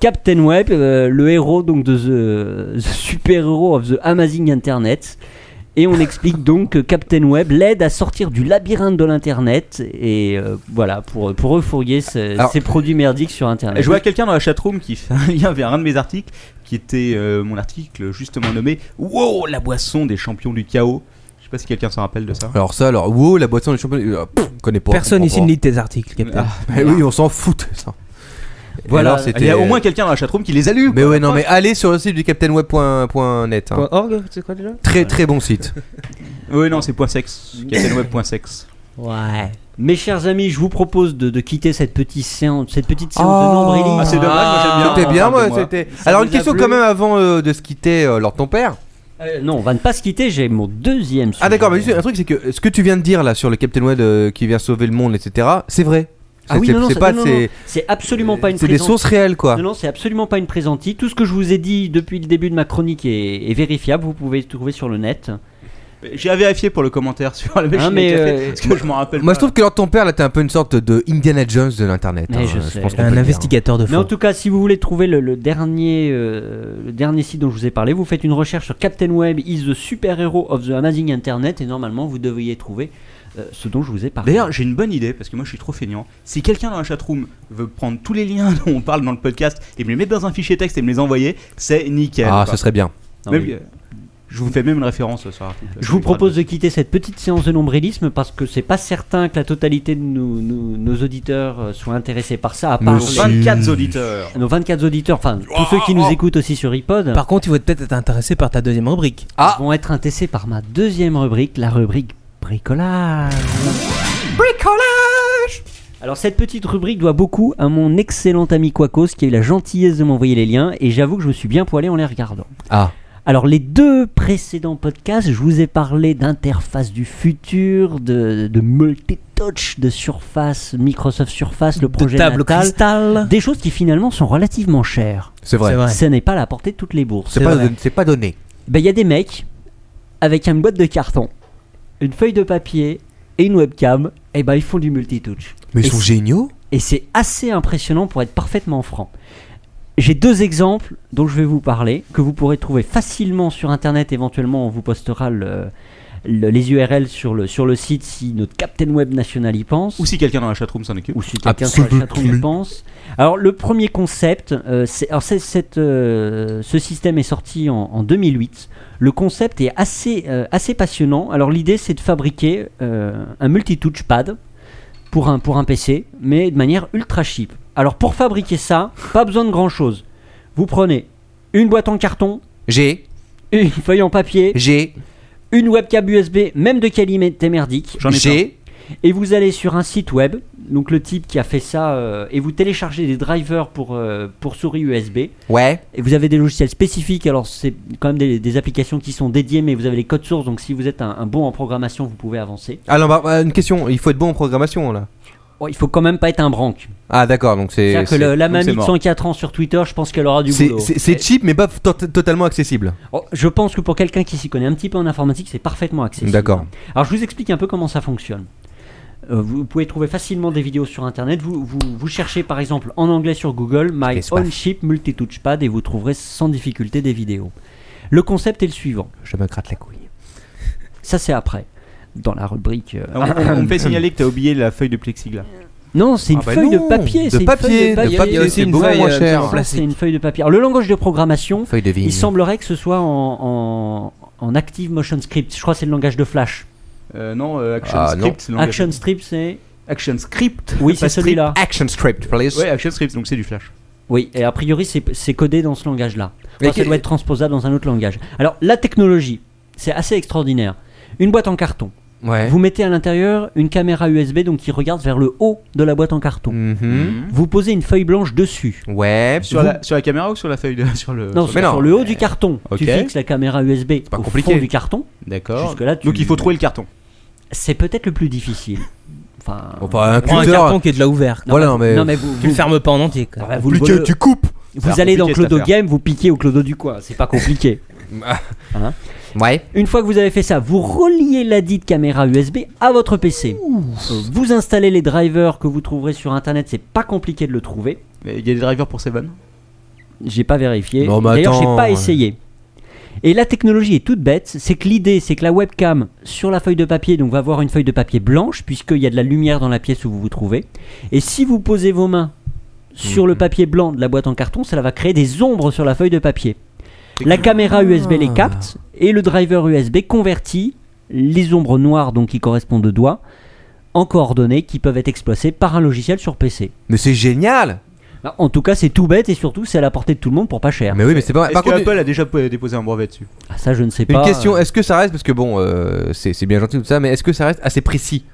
F: Captain Web, euh, le héros donc de the, super héros of the amazing internet. Et on explique donc que Captain Web l'aide à sortir du labyrinthe de l'internet et euh, voilà pour pour refourguer ce-
G: Alors-
F: ces produits merdiques sur internet.
D: Je vois quelqu'un dans la chatroom qui fait un lien vers un de mes articles, qui était euh, mon article justement nommé Wow, la boisson des champions du chaos. Je sais pas si quelqu'un s'en rappelle de ça.
G: Alors ça, alors, wow, la boisson du euh, champion. On connaît pas.
E: Personne
G: on
E: ici
G: comprend
E: ne lit tes articles, Captain.
D: Ah,
G: pas. Mais oui, on s'en fout. Ça. Et
F: Voilà.
G: alors, c'était-
D: Il y a au moins quelqu'un dans la chatroom qui les a lus.
G: Mais ouais, non, mais allez sur le site du CaptainWeb.net. hein.
E: Point .org, c'est quoi déjà
G: Très très bon site.
D: Oui, non, c'est point .sex. CaptainWeb.sex.
E: Ouais.
F: Mes chers amis, je vous propose de, de quitter cette petite séance, cette petite séance de
G: Ah.
F: nombrilisme.
D: Ah, c'est dommage, moi, j'aime bien.
G: C'était
D: On
G: bien,
D: parle de
G: moi.
D: moi.
G: C'était.
F: Ça
G: Alors
F: vous
G: une
F: a
G: question
F: plu
G: quand même avant euh, de se quitter, euh, Lord ton père.
F: Euh, non, on va ne pas se quitter, j'ai mon deuxième sujet.
G: Ah d'accord, mais juste un truc, c'est que ce que tu viens de dire là sur le Captain Web euh, qui vient sauver le monde, etc. C'est vrai.
F: Ah
G: C'est-
F: oui,
G: c'est-
F: non, non,
G: c'est
F: ça-
G: pas,
F: non, non,
G: c'est-
F: non, c'est absolument pas une
G: C'est des
F: plaisanterie.
G: sources réelles, quoi.
F: Non, non, c'est absolument pas une plaisantie. Tout ce que je vous ai dit depuis le début de ma chronique est, est vérifiable. Vous pouvez trouver sur le net.
D: J'ai à vérifier pour le commentaire sur la machine
F: Hein, mais,
D: à café,
F: euh,
D: parce que je m'en rappelle
G: Moi, je
D: pas.
G: trouve que Lord ton père là, t'es un peu une sorte de Indiana Jones de l'internet.
F: Mais
G: hein,
F: je sais.
G: pense qu'on peut
E: Un
G: le dire.
E: investigateur de
F: Mais en
E: fond.
F: tout cas, si vous voulez trouver le, le dernier, euh, le dernier site dont je vous ai parlé, vous faites une recherche sur Captain Web is the super hero of the amazing internet et normalement vous devriez trouver euh, ce dont je vous ai parlé.
D: D'ailleurs, j'ai une bonne idée parce que moi je suis trop feignant. Si quelqu'un dans la chatroom veut prendre tous les liens *laughs* dont on parle dans le podcast et me les mettre dans un fichier texte et me les envoyer, c'est nickel.
G: Ah,
D: quoi.
G: ce serait bien.
F: Non,
D: Même- euh,
F: mais-
D: Je vous fais même une référence ce soir.
F: Je vous propose de quitter cette petite séance de nombrilisme parce que c'est pas certain que la totalité de nos, nos- nos auditeurs euh, soient intéressés par ça, à part
G: Nous
F: les-
G: aussi.
D: 24 auditeurs.
F: nos 24 auditeurs, enfin tous ceux qui
G: Ah,
F: nous écoutent aussi sur iPod,
E: Par contre, ils vont peut-être être intéressés par ta deuxième rubrique.
G: Ah.
F: vont être intéressés par ma deuxième rubrique, la rubrique
E: Ah.
F: bricolage. Bricolage alors cette petite rubrique doit beaucoup à mon excellent ami Quacos qui a eu la gentillesse de m'envoyer les liens et j'avoue que je me suis bien poilé en les regardant.
G: Ah.
F: Alors les deux précédents podcasts, je vous ai parlé d'interface du futur, de, de multi-touch, de surface, Microsoft Surface, le projet
E: de table
F: Natal,
E: cristal.
F: des choses qui finalement sont relativement chères.
G: C'est vrai.
E: C'est vrai. Ouais.
F: Ce n'est pas à la portée de toutes les bourses.
G: C'est
E: C'est
G: pas,
E: vrai.
G: c'est pas donné.
F: Ben, il y a des mecs avec une boîte de carton, une feuille de papier et une webcam, et ben ils font du multitouch.
G: Mais
F: Et
G: ils sont géniaux.
F: Et c'est assez impressionnant pour être parfaitement franc. J'ai deux exemples dont je vais vous parler, que vous pourrez trouver facilement sur internet, éventuellement on vous postera le- le- les URL sur le, sur le site si notre Captain Web National y pense
D: Ou si quelqu'un dans la chatroom s'en occupe.
F: ou si quelqu'un sur le chaton y
G: Absolument.
F: pense. Alors le premier concept, euh, c'est, alors c'est- cette, euh, ce système est sorti en, en 2008. Le concept est assez, euh, assez passionnant. Alors l'idée c'est de fabriquer euh, un multi-touch pad pour un, pour un PC, mais de manière ultra cheap. Alors pour fabriquer ça, pas besoin de grand chose. Vous prenez une boîte en carton,
G: J'ai,
F: une feuille en papier,
G: j'ai,
F: une webcam USB, même de qualité merdique.
D: J'en ai
G: j'ai.
F: Et vous allez sur un site web, donc le type qui a fait ça, euh, et vous téléchargez des drivers pour, euh, pour souris USB.
G: Ouais.
F: Et vous avez des logiciels spécifiques, alors c'est quand même des, des applications qui sont dédiées, mais vous avez les codes sources, donc si vous êtes un, un bon en programmation, vous pouvez avancer.
G: Alors, bah, bah, une question. Il faut être bon en programmation là.
F: Bon, il faut quand même pas être un branque.
G: Ah d'accord, donc c'est.
F: C'est-à-dire que le- la
D: donc c'est
F: mamie de
D: mort.
F: 104 ans sur Twitter, je pense qu'elle aura du
G: C'est
F: boulot.
G: c'est- c'est cheap mais pas to- totalement accessible.
F: Oh, Je pense que pour quelqu'un qui s'y connaît un petit peu en informatique, c'est parfaitement accessible.
G: D'accord.
F: Alors je vous explique un peu comment ça fonctionne. Euh, vous pouvez trouver facilement des vidéos sur internet. Vous, vous, vous cherchez par exemple en anglais sur Google My
G: Qu'est-ce que
F: Own Chip Multi-Touch Pad et vous trouverez sans difficulté des vidéos. Le concept est le suivant.
G: Je me gratte la couille.
F: Ça c'est après. Dans la rubrique.
G: Ah
F: euh,
D: On, Ah, on- on me fait signaler que t'as oublié la feuille de plexiglas.
F: Non, c'est une
G: Ah bah
F: feuille
G: non,
F: de papier.
G: de
F: c'est une
G: papier,
F: feuille
G: de
F: papier.
G: papier,
F: Il y a aussi
G: c'est
F: une
G: beaucoup
F: feuille,
G: moins
F: euh,
G: cher.
F: en place, C'est une feuille de papier. Alors, le langage de programmation,
G: Feuille de vigne.
F: il semblerait que ce soit en, en, en Active Motion Script. Je crois que c'est le langage de Flash.
D: Euh, non, euh, Action
G: Ah, non.
D: Script. c'est le langage-
F: Action Script, c'est.
D: Action Script.
F: Oui,
D: pas
F: c'est
D: script.
F: celui-là.
G: Action script, please.
D: Ouais, Action Script, donc c'est du flash.
F: Oui, et a priori, c'est c'est codé dans ce langage-là.
G: Mais
F: Enfin, ça
G: que-
F: doit être transposable dans un autre langage. Alors, la technologie, c'est assez extraordinaire. Une boîte en carton.
G: Ouais.
F: Vous mettez à l'intérieur une caméra USB, donc qui regarde vers le haut de la boîte en carton.
G: Mhm.
F: Vous posez une feuille blanche dessus.
G: Ouais.
D: Sur, la, sur la caméra ou sur la feuille de, *laughs* sur le,
F: Non,
D: sur-
F: sur,
G: non.
F: sur le haut du carton.
D: Euh, Ok.
F: Tu fixes la caméra USB
G: pas
F: au
G: compliqué.
F: fond du carton.
D: D'accord.
F: Jusque-là, tu-
D: Donc il faut trouver le carton.
F: C'est peut-être le plus difficile. Enfin,
G: Enfin, un
E: Prends un
G: cutter.
E: carton qui est de là ouvert.
G: Voilà,
F: non,
G: mais-
F: non, mais vous,
E: Tu le
F: vous-
E: fermes pas en entier. quoi.
F: Ah, vous le vole-
G: coupes.
D: Ça
F: vous
D: a
F: allez dans
D: compliqué, cette
F: Clodo
D: affaire.
F: Game, vous piquez au Clodo du coin. C'est pas compliqué.
G: Ouais.
F: Une fois que vous avez fait ça, vous reliez la dite caméra USB à votre PC. Euh, Vous installez les drivers que vous trouverez sur internet, c'est pas compliqué de le trouver.
D: Mais Il y a des drivers pour Seven.
F: J'ai pas vérifié.
G: Non, mais
F: D'ailleurs, j'ai
G: attends,
F: pas
G: ouais.
F: essayé. Et la technologie est toute bête, c'est que l'idée, c'est que la webcam sur la feuille de papier, donc va avoir une feuille de papier blanche, puisqu'il y a de la lumière dans la pièce où vous vous trouvez. Et si vous posez vos mains sur
G: Mhm.
F: le papier blanc de la boîte en carton, cela va créer des ombres sur la feuille de papier. La caméra USB les capte
G: Ah.
F: et le driver USB convertit les ombres noires, donc qui correspondent aux doigts, en coordonnées qui peuvent être exploitées par un logiciel sur PC.
G: Mais c'est génial.
F: Bah, En tout cas, c'est tout bête et surtout, c'est à la portée de tout le monde pour pas cher.
G: Mais oui, mais c'est pas.
D: Est-ce
G: Par
D: que
G: contre,
D: Apple a déjà p- déposé un brevet dessus
F: Ah, ça, je ne sais
G: Une
F: pas.
G: question,
F: Euh,
G: est-ce que ça reste, parce que bon, euh, c'est c'est bien gentil tout ça, mais est-ce que ça reste assez précis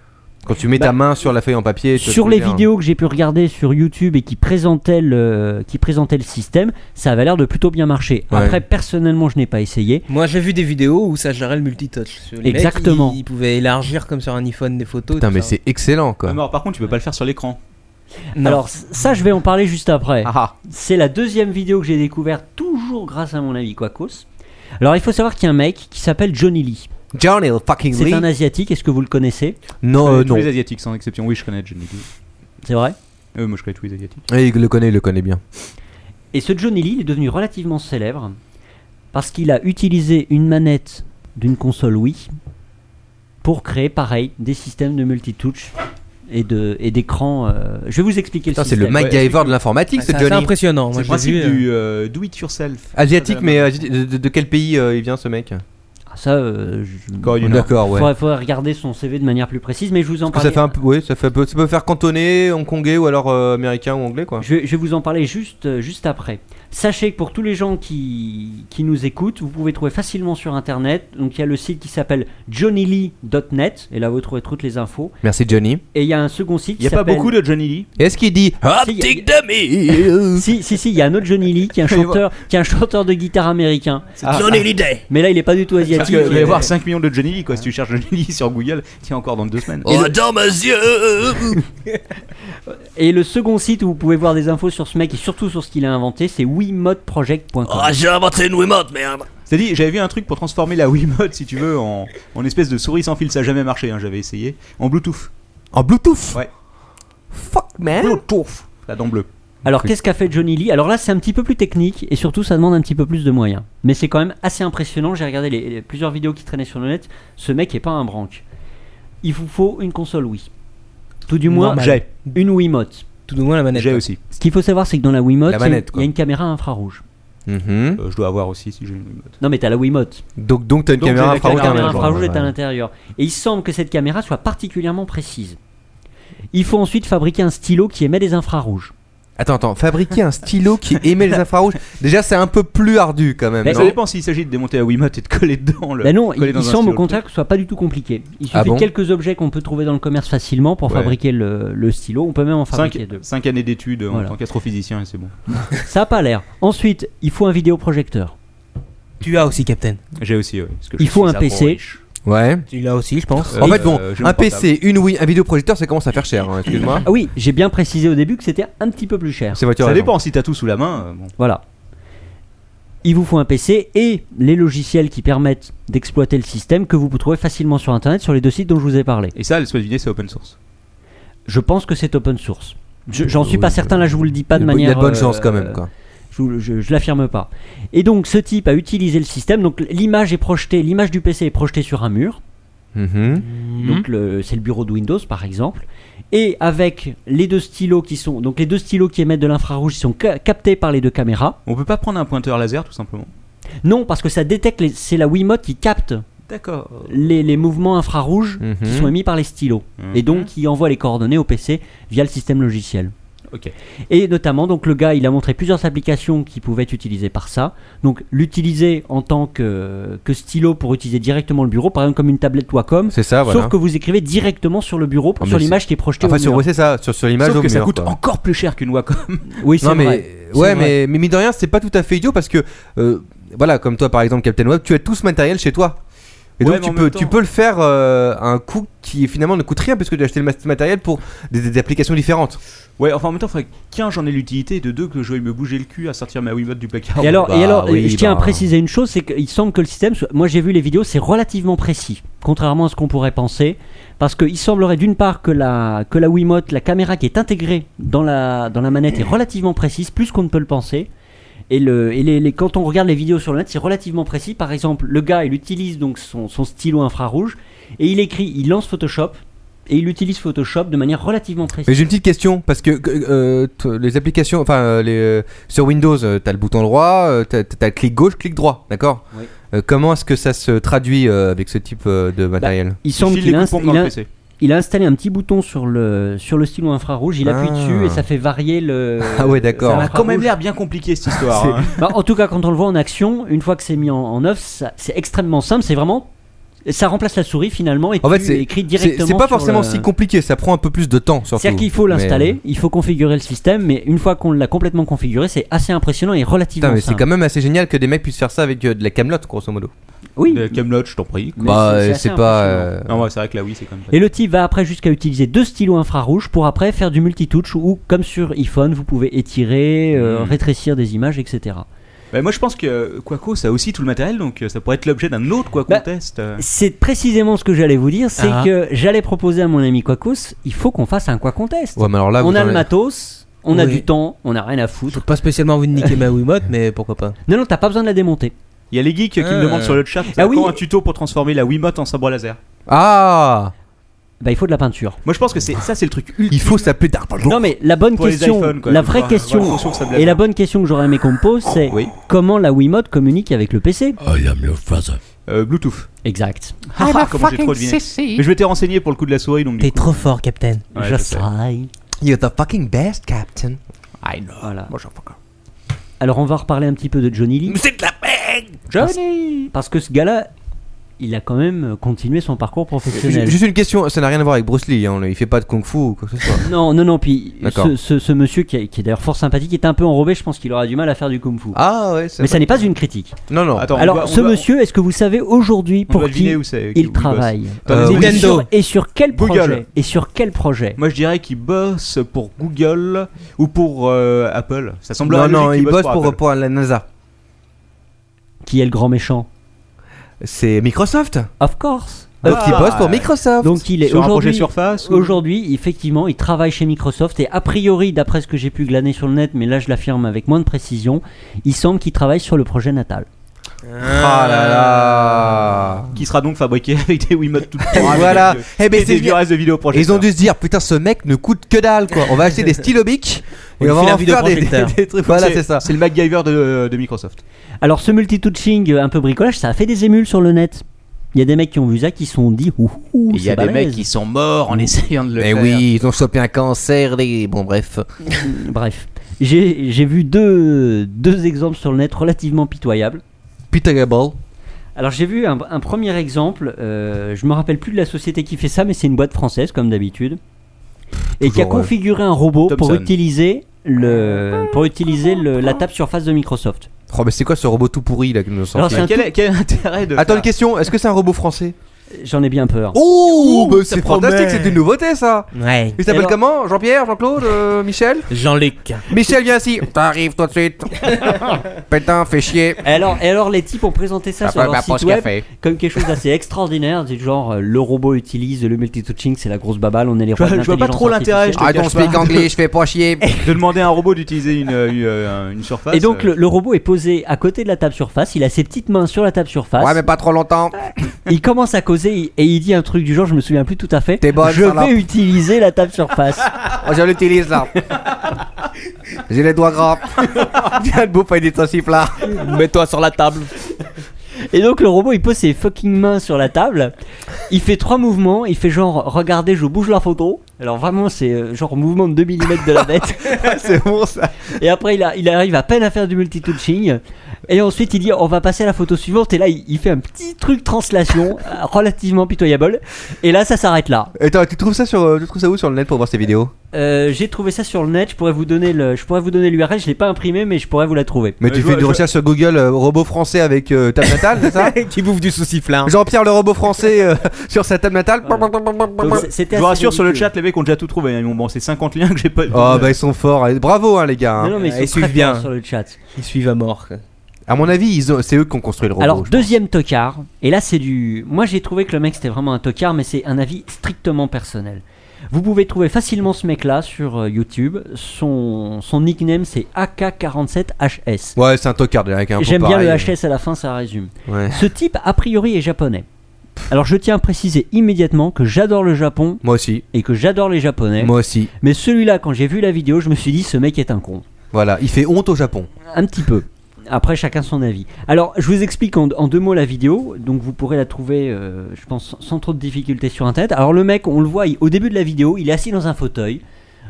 G: Quand tu mets
F: Bah,
G: ta main sur la feuille en papier. tu vois
F: Sur
G: ce que
F: les
G: je veux dire. hein
F: vidéos que j'ai pu regarder sur YouTube et qui présentaient le, qui présentaient le système, ça avait l'air de plutôt bien marcher.
G: Ouais.
F: Après, personnellement, je n'ai pas essayé.
E: Moi j'ai vu des vidéos où ça gérait le multitouch. Les mecs,
F: Exactement.
E: ils, ils pouvaient élargir comme sur un iPhone des photos.
G: Putain,
E: tout
G: mais
E: ça.
G: c'est excellent quoi.
D: Ah, mais alors, par contre, tu peux pas le faire sur l'écran.
E: Non. Ah,
F: Alors c- ça, je vais en parler juste après.
G: Ah, ah.
F: C'est la deuxième vidéo que j'ai découverte, toujours grâce à mon ami Quacos. Alors il faut savoir qu'il y a un mec qui s'appelle Johnny Lee.
G: Johnny fucking
F: C'est
G: Lee.
F: un asiatique, est-ce que vous le connaissez
G: Non,
D: Euh,
G: euh,
D: tous
G: non.
D: les Asiatiques, sans exception. Oui, je connais Johnny Lee.
F: C'est vrai
D: Euh, moi, je connais tous les Asiatiques.
G: Eh, Il le connaît, il le connaît bien.
F: Et ce Johnny Lee il est devenu relativement célèbre parce qu'il a utilisé une manette d'une console Wii pour créer, pareil, des systèmes de multitouch et de et d'écran. euh, Je vais vous expliquer
G: Putain,
F: le
G: c'est
F: système.
G: le MacGyver de l'informatique,
E: c'est
G: ce
E: assez
G: Johnny.
E: impressionnant.
D: C'est
E: Moi
D: le
E: j'ai
D: principe
E: vu.
D: du euh,
E: euh,
D: do it yourself.
G: Asiatique, mais euh, de, de- de quel pays euh, il vient ce mec
F: Ah, Ça, euh, je-
D: Corée du Nord.
G: D'accord, ouais.
F: faudrait, faudrait regarder son CV de manière plus précise, mais je vous en
G: Parce que ça
F: parle.
G: fait un peu, ouais, ça fait un peu- ça peut faire cantonais, hongkongais ou alors euh, américain ou anglais quoi.
F: Je, vais- je vais vous en parler juste, euh, juste après. Sachez que pour tous les gens qui, qui nous écoutent, vous pouvez trouver facilement sur internet. Donc il y a le site qui s'appelle johnnylee.net, et là vous trouverez toutes les infos.
G: Merci Johnny.
F: Et il y a un second site
D: Il
F: qui
D: n'y a pas
F: s'appelle.
D: beaucoup de Johnny Lee.
G: Est-ce qu'il dit
F: Si,
G: Optic Dummy
F: Si, si, si, il y a un autre Johnny Lee qui est
G: *laughs*
F: un chanteur, qui est un chanteur de guitare américain.
J: Johnny Hallyday.
F: Mais là il est pas du tout
D: Parce qu'il
F: asiatique.
D: va y avoir 5 millions de Johnny Lee, quoi. Si tu cherches Johnny Lee sur Google, tiens, encore dans deux semaines.
J: Oh, dans mes yeux
F: Et le second site où vous pouvez voir des infos sur ce mec et surtout sur ce qu'il a inventé, c'est wiimodeproject.com.
J: Oh, j'ai inventé une Wiimote, merde
D: C'est dit, j'avais vu un truc pour transformer la Wiimote, si tu veux, en, en espèce de souris sans fil. Ça a jamais marché, hein, j'avais essayé. En Bluetooth.
G: En Bluetooth
D: Ouais.
G: Fuck
F: Hein
G: man
D: Bluetooth. La dent bleue.
F: Alors qu'est-ce qu'a fait Johnny Lee Alors là c'est un petit peu plus technique et surtout ça demande un petit peu plus de moyens. Mais c'est quand même assez impressionnant, j'ai regardé les, les- plusieurs vidéos qui traînaient sur le net, ce mec est pas un branque. Il vous faut une console Wii. Tout du moins
E: Normal.
D: J'ai.
F: une Wiimote.
E: Tout au moins la manette.
D: J'ai aussi.
F: Ce qu'il faut savoir c'est que dans la Wiimote,
G: La
F: il y a une-
G: manette,
F: il y,
G: quoi.
F: a une caméra infrarouge.
G: Mhm.
D: Euh, je dois avoir aussi si j'ai une Wiimote.
F: Non mais t'as la Wiimote.
G: Donc, donc t'as une
D: Donc, j'ai
G: caméra
F: La
D: la Ah,
F: caméra
D: ouais,
G: infrarouge.
F: infrarouge
G: ouais,
F: est à
G: ouais.
F: l'intérieur. Et il semble que cette caméra soit particulièrement précise. Il faut ensuite fabriquer un stylo qui émet des infrarouges.
G: Attends, attends, fabriquer un stylo qui émet les infrarouges, déjà c'est un peu plus ardu quand même.
F: Mais
G: non
D: Ça dépend s'il s'agit de démonter la Wiimote et de coller dedans. Le,
F: Bah non, il,
D: coller dans
F: il
D: un
F: semble au
D: stylo.
F: contraire que ce soit pas du tout compliqué. Il suffit
G: Ah bon
F: de quelques objets qu'on peut trouver dans le commerce facilement pour
G: Ouais.
F: fabriquer le, le stylo. On peut même en
D: Cinq,
F: fabriquer deux.
D: cinq années d'études
F: Voilà.
D: en tant qu'astrophysicien et c'est bon.
F: Ça a pas l'air. Ensuite, il faut un vidéoprojecteur.
E: Tu as aussi, Captain.
D: J'ai aussi, oui. parce que
F: Il
D: je
F: faut
D: suis
F: un PC.
D: riche.
G: Ouais.
E: Tu l'as aussi, je pense.
D: Euh,
G: En fait, bon,
D: j'ai mon
G: un
D: portable.
G: PC, une Wii, un vidéoprojecteur, ça commence à faire cher, hein, excuse-moi. *laughs*
F: Ah oui, j'ai bien précisé au début que c'était un petit peu plus cher.
G: C'est voiture.
D: Ça dépend si t'as tout sous la main. euh, bon.
F: Voilà. Il vous faut un PC et les logiciels qui permettent d'exploiter le système que vous pouvez trouver facilement sur Internet sur les deux sites dont je vous ai parlé.
D: Et ça, les vidéo c'est open source.
F: Je pense que c'est open source. Je- J'en
G: Euh,
F: suis pas
G: oui,
F: certain,
G: euh,
F: là je vous le dis pas de
G: il y a-
F: manière.
G: Il y a de bonnes
F: euh,
G: chances quand même, quoi.
F: Je, vous le- je- je l'affirme pas. Et donc ce type a utilisé le système. Donc l'image est projetée, l'image du PC est projetée sur un mur.
G: Mhm.
F: Donc le- c'est le bureau de Windows par exemple. Et avec les deux stylos qui sont donc les deux stylos qui émettent de l'infrarouge ils sont ca- captés par les deux caméras.
D: On peut pas prendre un pointeur laser tout simplement.
F: Non parce que ça détecte les- c'est la Wiimote qui capte
D: D'accord.
F: les, les mouvements infrarouges
G: Mhm.
F: qui sont émis par les stylos et donc qui envoient les coordonnées au PC via le système logiciel.
D: Ok.
F: Et notamment, donc le gars, il a montré plusieurs applications qui pouvaient être utilisées par ça. Donc l'utiliser en tant que, que stylo pour utiliser directement le bureau, par exemple comme une tablette Wacom,
G: C'est ça, Ah, voilà.
F: sauf que vous écrivez directement sur le bureau,
G: Ah, mais
F: sur
G: c'est-
F: l'image qui est projetée
G: Enfin,
F: au
G: sur,
F: mur.
G: ouais, c'est ça, sur, sur l'image
D: Sauf
G: au
D: que ça
G: mur,
D: coûte
G: quoi.
D: encore plus cher qu'une Wacom. *laughs*
F: Oui, c'est
G: Non, mais,
F: vrai. C'est
G: ouais,
F: vrai.
G: mais, mais mine de rien, c'est pas tout à fait idiot parce que, euh, voilà, comme toi par exemple, Captain Web, tu as tout ce matériel chez toi. Et
D: Ouais,
G: donc
D: mais
G: tu
D: en
G: peux,
D: même temps-
G: tu peux le faire euh, à un coût qui finalement ne coûte rien parce que tu as acheté le mat- matériel pour des, des applications différentes.
D: Ouais, enfin en même temps, il faudrait qu'un j'en ai l'utilité, de deux que je vais me bouger le cul à sortir ma Wiimote du placard.
F: Et alors,
G: bah
F: et alors
G: oui,
F: je tiens
G: bah.
F: à préciser une chose, c'est qu'il semble que le système, soit- moi j'ai vu les vidéos, c'est relativement précis, contrairement à ce qu'on pourrait penser, parce qu'il semblerait d'une part que la, que la Wiimote, la caméra qui est intégrée dans la, dans la manette est relativement précise, plus qu'on ne peut le penser, et, le, et les, les- quand on regarde les vidéos sur le net, c'est relativement précis, par exemple, le gars, il utilise donc son, son stylo infrarouge, et il écrit, il lance Photoshop, et il utilise Photoshop de manière relativement précise.
G: Mais j'ai une petite question parce que euh, t- les applications, enfin euh, les, euh, sur Windows, euh, t'as le bouton droit, euh, t'as, t'as le clic gauche, clic droit, d'accord
F: Oui.
G: Euh, Comment est-ce que ça se traduit euh, avec ce type euh, de
F: Bah,
G: matériel
F: il
D: File
F: semble
D: les
F: qu'il a,
D: coupons dans
F: il
D: le
F: a-
D: PC.
F: Il a installé un petit bouton sur le, sur le stylo infrarouge, il appuie
G: Ah.
F: dessus et ça fait varier le.
G: *laughs* Ah ouais, d'accord.
F: ça va
D: Ça a quand
F: *laughs*
D: même
F: infrarouge.
D: l'air bien compliqué cette histoire. hein.
F: Bah, en tout cas, quand on le voit en action, une fois que c'est mis en, en œuvre, ça- c'est extrêmement simple. C'est vraiment ça remplace la souris finalement et
G: En fait,
F: tu
G: c'est-
F: écris
G: C'est
F: directement.
G: c'est pas
F: sur
G: forcément
F: le-
G: si compliqué, ça prend un peu plus de temps surtout.
F: C'est-à-dire qu'il faut
G: Mais- euh,
F: l'installer, il faut configurer le système, mais une fois qu'on l'a complètement configuré, c'est assez impressionnant et relativement
G: Putain, mais c'est
F: simple.
G: quand même assez génial que des mecs puissent faire ça avec euh, de la camelote, grosso modo.
F: Oui.
D: De Camelot, je t'en prie.
F: mais
G: bah,
F: c'est-
G: euh,
F: c'est
G: c'est
F: assez
G: pas.
F: impressionnant.
G: euh,
D: Non, ouais, c'est vrai que là, oui, c'est quand même.
F: Et le type va après jusqu'à utiliser deux stylos infrarouges pour après faire du multitouch ou comme sur iPhone, vous pouvez étirer, euh,
D: Mhm.
F: rétrécir des images, etc.
D: Bah, moi, je pense que euh, Quaco, ça a aussi tout le matériel, donc euh, ça pourrait être l'objet d'un autre Quaco
F: Bah,
D: test. euh.
F: C'est précisément ce que j'allais vous dire, c'est
E: Ah.
F: que j'allais proposer à mon ami Quacos, il faut qu'on fasse un Quacontest.
G: Ouais, mais alors là,
F: on
G: vous
F: a
G: en
F: le
G: avez-
F: matos, on a
E: Oui.
F: du temps, on a rien à
E: J'ai
F: foutre.
E: pas spécialement envie de niquer ma Wiimote, mais pourquoi pas.
F: Non, non, t'as pas besoin de la démonter.
D: Il y a les geeks qui
E: Ah.
D: me demandent sur le chat
F: Ah
D: ah,
F: oui.
D: un tuto pour transformer la Wiimote en sabre laser.
G: Ah
F: Bah, il faut de la peinture.
D: Moi, je pense que c'est ça, c'est le truc ultime
G: Il faut s'appeler Dark
F: Non, mais la bonne
D: pour
F: question,
D: les iPhones. Quoi.
F: la vraie
D: Faut-
F: question,
D: faut- faut- faut- faut-
F: et la bonne question que j'aurais aimé qu'on me pose, c'est
D: Oui.
F: comment la Wiimote communique avec le PC
A: I am your father.
D: Euh, Bluetooth.
F: Exact.
G: Ah, bah,
D: Haha, comment j'ai trop deviné. Mais je m'étais renseigné pour le coup de la souris, donc. du
E: T'es
D: coup-
E: trop fort, Captain.
D: Ouais,
F: je
D: je sais.
F: sais.
G: You're the fucking best, Captain. I know.
F: Voilà. Alors, on va reparler un petit peu de Johnny Lee.
J: C'est de la merde
F: Parce que ce gars-là, il a quand même continué son parcours professionnel.
G: Juste une question, ça n'a rien à voir avec Bruce Lee, hein, on- il fait pas de kung fu ou quoi que
F: *laughs*
G: ce soit.
F: Non, non, non, puis
G: D'accord.
F: ce, ce- ce monsieur qui, est- qui est d'ailleurs fort sympathique est un peu enrobé, je pense qu'il aura du mal à faire du kung fu.
G: Ah ouais, c'est
F: Mais ça n'est pas une critique.
G: Non, non.
D: Attends, on
F: Alors,
D: doit- on
F: ce
D: doit-
F: monsieur, est-ce que vous savez aujourd'hui
D: on
F: pour
D: doit
F: qui
D: deviner où c'est- qui- où
F: il travaille
D: bosse. Attends,
G: Euh,
D: vas-y,
F: Et
E: Nintendo.
F: sur- Et sur quel
D: Google.
F: projet Et sur quel projet
D: Moi je dirais qu'il bosse pour Google ou pour euh, Apple. Ça semble
G: Non,
D: logique
G: non,
D: qu'il
G: il bosse pour,
D: Apple.
G: pour la NASA.
F: Qui est le grand méchant
G: C'est Microsoft.
F: Of course.
G: Donc
D: Ah.
G: il bosse pour Microsoft.
F: Donc il est
D: sur un projet
F: aujourd'hui.
D: Surface.
G: Oh,
D: ou-
F: Aujourd'hui, effectivement, il travaille chez Microsoft et a priori, d'après ce que j'ai pu glaner sur le net, mais là je l'affirme avec moins de précision, il semble qu'il travaille sur le projet Natal.
G: Ah là là.
D: Qui sera donc fabriqué *laughs* avec des Wiimote
G: *laughs*
D: tout
G: Et
D: pourris,
G: voilà.
D: avec, euh,
G: Eh ben
D: Et
G: c'est
D: des du
G: bien.
D: reste de vidéo projet.
G: Ils ont dû se dire putain ce mec ne coûte que dalle quoi. On va acheter des stylos bic
E: On
G: et
E: lui
G: on
E: file un
G: va en faire des,
E: vidéoprojecteur.
G: des- des trucs. Voilà c'est ça.
D: C'est le MacGyver de, de Microsoft.
F: Alors ce multitouching euh, un peu bricolage, ça a fait des émules sur le net. Il y a des mecs qui ont vu ça qui se sont dit ouh, ouh,
D: Il y a
F: c'est
D: des
F: balèze.
D: mecs qui sont morts en essayant de le
G: Mais
D: faire.
G: Eh oui, ils ont chopé un cancer, les... bon bref.
F: *laughs* Bref, j'ai j'ai vu deux, deux exemples sur le net relativement pitoyables.
G: Pitagable.
F: Alors j'ai vu un, un premier exemple, euh, je me rappelle plus de la société qui fait ça, mais c'est une boîte française comme d'habitude, et qui a
G: Toujours, euh,
F: configuré un robot pour
D: Thomson.
F: utiliser le pour utiliser le- la table surface de Microsoft.
G: Oh mais c'est quoi ce robot tout pourri là que nous ont
F: Alors,
G: sorti
F: c'est un
D: Quel, est- quel est l'intérêt de.
G: Attends une
D: faire-
G: question, est-ce que c'est un robot français
F: J'en ai bien peur.
G: Oh, bah,
E: ça
G: c'est fantastique,
E: promet.
G: c'est une nouveauté ça.
E: Ouais.
G: Il s'appelle
F: Alors-
G: comment Jean-Pierre, Jean-Claude, euh, Michel
E: Jean-Luc.
G: Michel viens ici. T'arrives tout de *laughs* suite. Pétain, fais chier.
F: Et alors, et alors les types ont présenté
D: Ah,
F: ça
D: bah,
F: sur leur site web comme quelque chose d'assez extraordinaire, du genre euh, le robot utilise le multitouching, c'est la grosse babale, on est les
D: Je vois-
F: rois de
D: je vois pas
F: l'intelligence
D: trop l'intérêt,
F: artificielle.
D: I don't speak
G: anglais, Ah, je fais pas *laughs* chier.
D: De demander à un robot d'utiliser une, euh, une, euh, une surface.
F: Et donc
D: euh,
F: le, le robot est posé à côté de la table surface, il a ses petites mains sur la table surface,
G: pas trop longtemps.
F: il commence à causer et il dit un truc du genre, je me souviens plus tout à fait,
G: T'es bonne,
F: je
G: salope.
F: vais utiliser la table
G: *laughs*
F: surface.
G: Oh, je l'utilise *laughs* là. J'ai les doigts grands. *laughs* Viens de bouffer des tossifs *laughs* là.
E: Mets-toi sur la table.
F: et donc le robot il pose ses fucking mains sur la table, il fait trois mouvements, il fait genre regardez je bouge la photo, alors vraiment c'est euh, genre mouvement de 2 mm de
G: *laughs*
F: la bête,
G: c'est bon ça.
F: et après il, a- il arrive à peine à faire du multitouching, et ensuite il dit on va passer à la photo suivante, et là il, il fait un petit truc translation euh, relativement pitoyable, et là ça s'arrête là.
G: Attends, tu trouves ça sur, euh, tu trouves ça où sur le net pour voir ces vidéos
F: Euh, j'ai trouvé ça sur le net. Je pourrais vous donner le, je pourrais vous donner l'URL. Je l'ai pas imprimé, mais je pourrais vous la trouver.
G: Mais
D: Euh, je
G: tu fais
D: vois-
G: une
D: je-
G: recherche sur Google euh, robot français avec euh, table natale, c'est *laughs* ça
E: qui bouffe du souci-flin.
G: Jean-Pierre le robot français euh, *laughs* sur sa table natale.
F: Donc, c'est- c'était
D: Je vous
F: assez
D: rassure sur le
F: ridicule.
D: chat, les mecs ont déjà tout trouvé. hein. Bon, bon, c'est 50 liens que j'ai pas.
G: Oh bah ils sont forts. Et Bravo hein les gars. hein.
F: Non, non, mais
E: Ah, ils
F: ils sont
E: suivent
F: très
E: bien.
F: forts sur le chat.
E: Ils suivent à mort. quoi.
G: À mon avis, ils ont- c'est eux qui ont construit le robot.
F: Alors
G: je
F: deuxième tocard. Et là c'est du. Moi j'ai trouvé que le mec c'était vraiment un tocard, mais c'est un avis strictement personnel. Vous pouvez trouver facilement ce mec-là sur euh, YouTube. Son, son nickname c'est AK47HS.
G: pense. Ouais, c'est un hein, tocard avec un
F: J'aime bien le
G: hachet
F: HS à la fin, ça résume.
G: Ouais.
F: Ce type a priori est japonais. Alors je tiens à préciser immédiatement que j'adore le Japon
G: Moi aussi.
F: et que j'adore les japonais.
G: Moi aussi.
F: Mais celui-là, quand j'ai vu la vidéo, je me suis dit, ce mec est un con.
G: Voilà, il fait honte au Japon.
F: Un petit peu. Après, chacun son avis. Alors, je vous explique en, en deux mots la vidéo. Donc, vous pourrez la trouver, euh, je pense, sans, sans trop de difficultés sur Internet. Alors, le mec, on le voit il- au début de la vidéo, il est assis dans un fauteuil,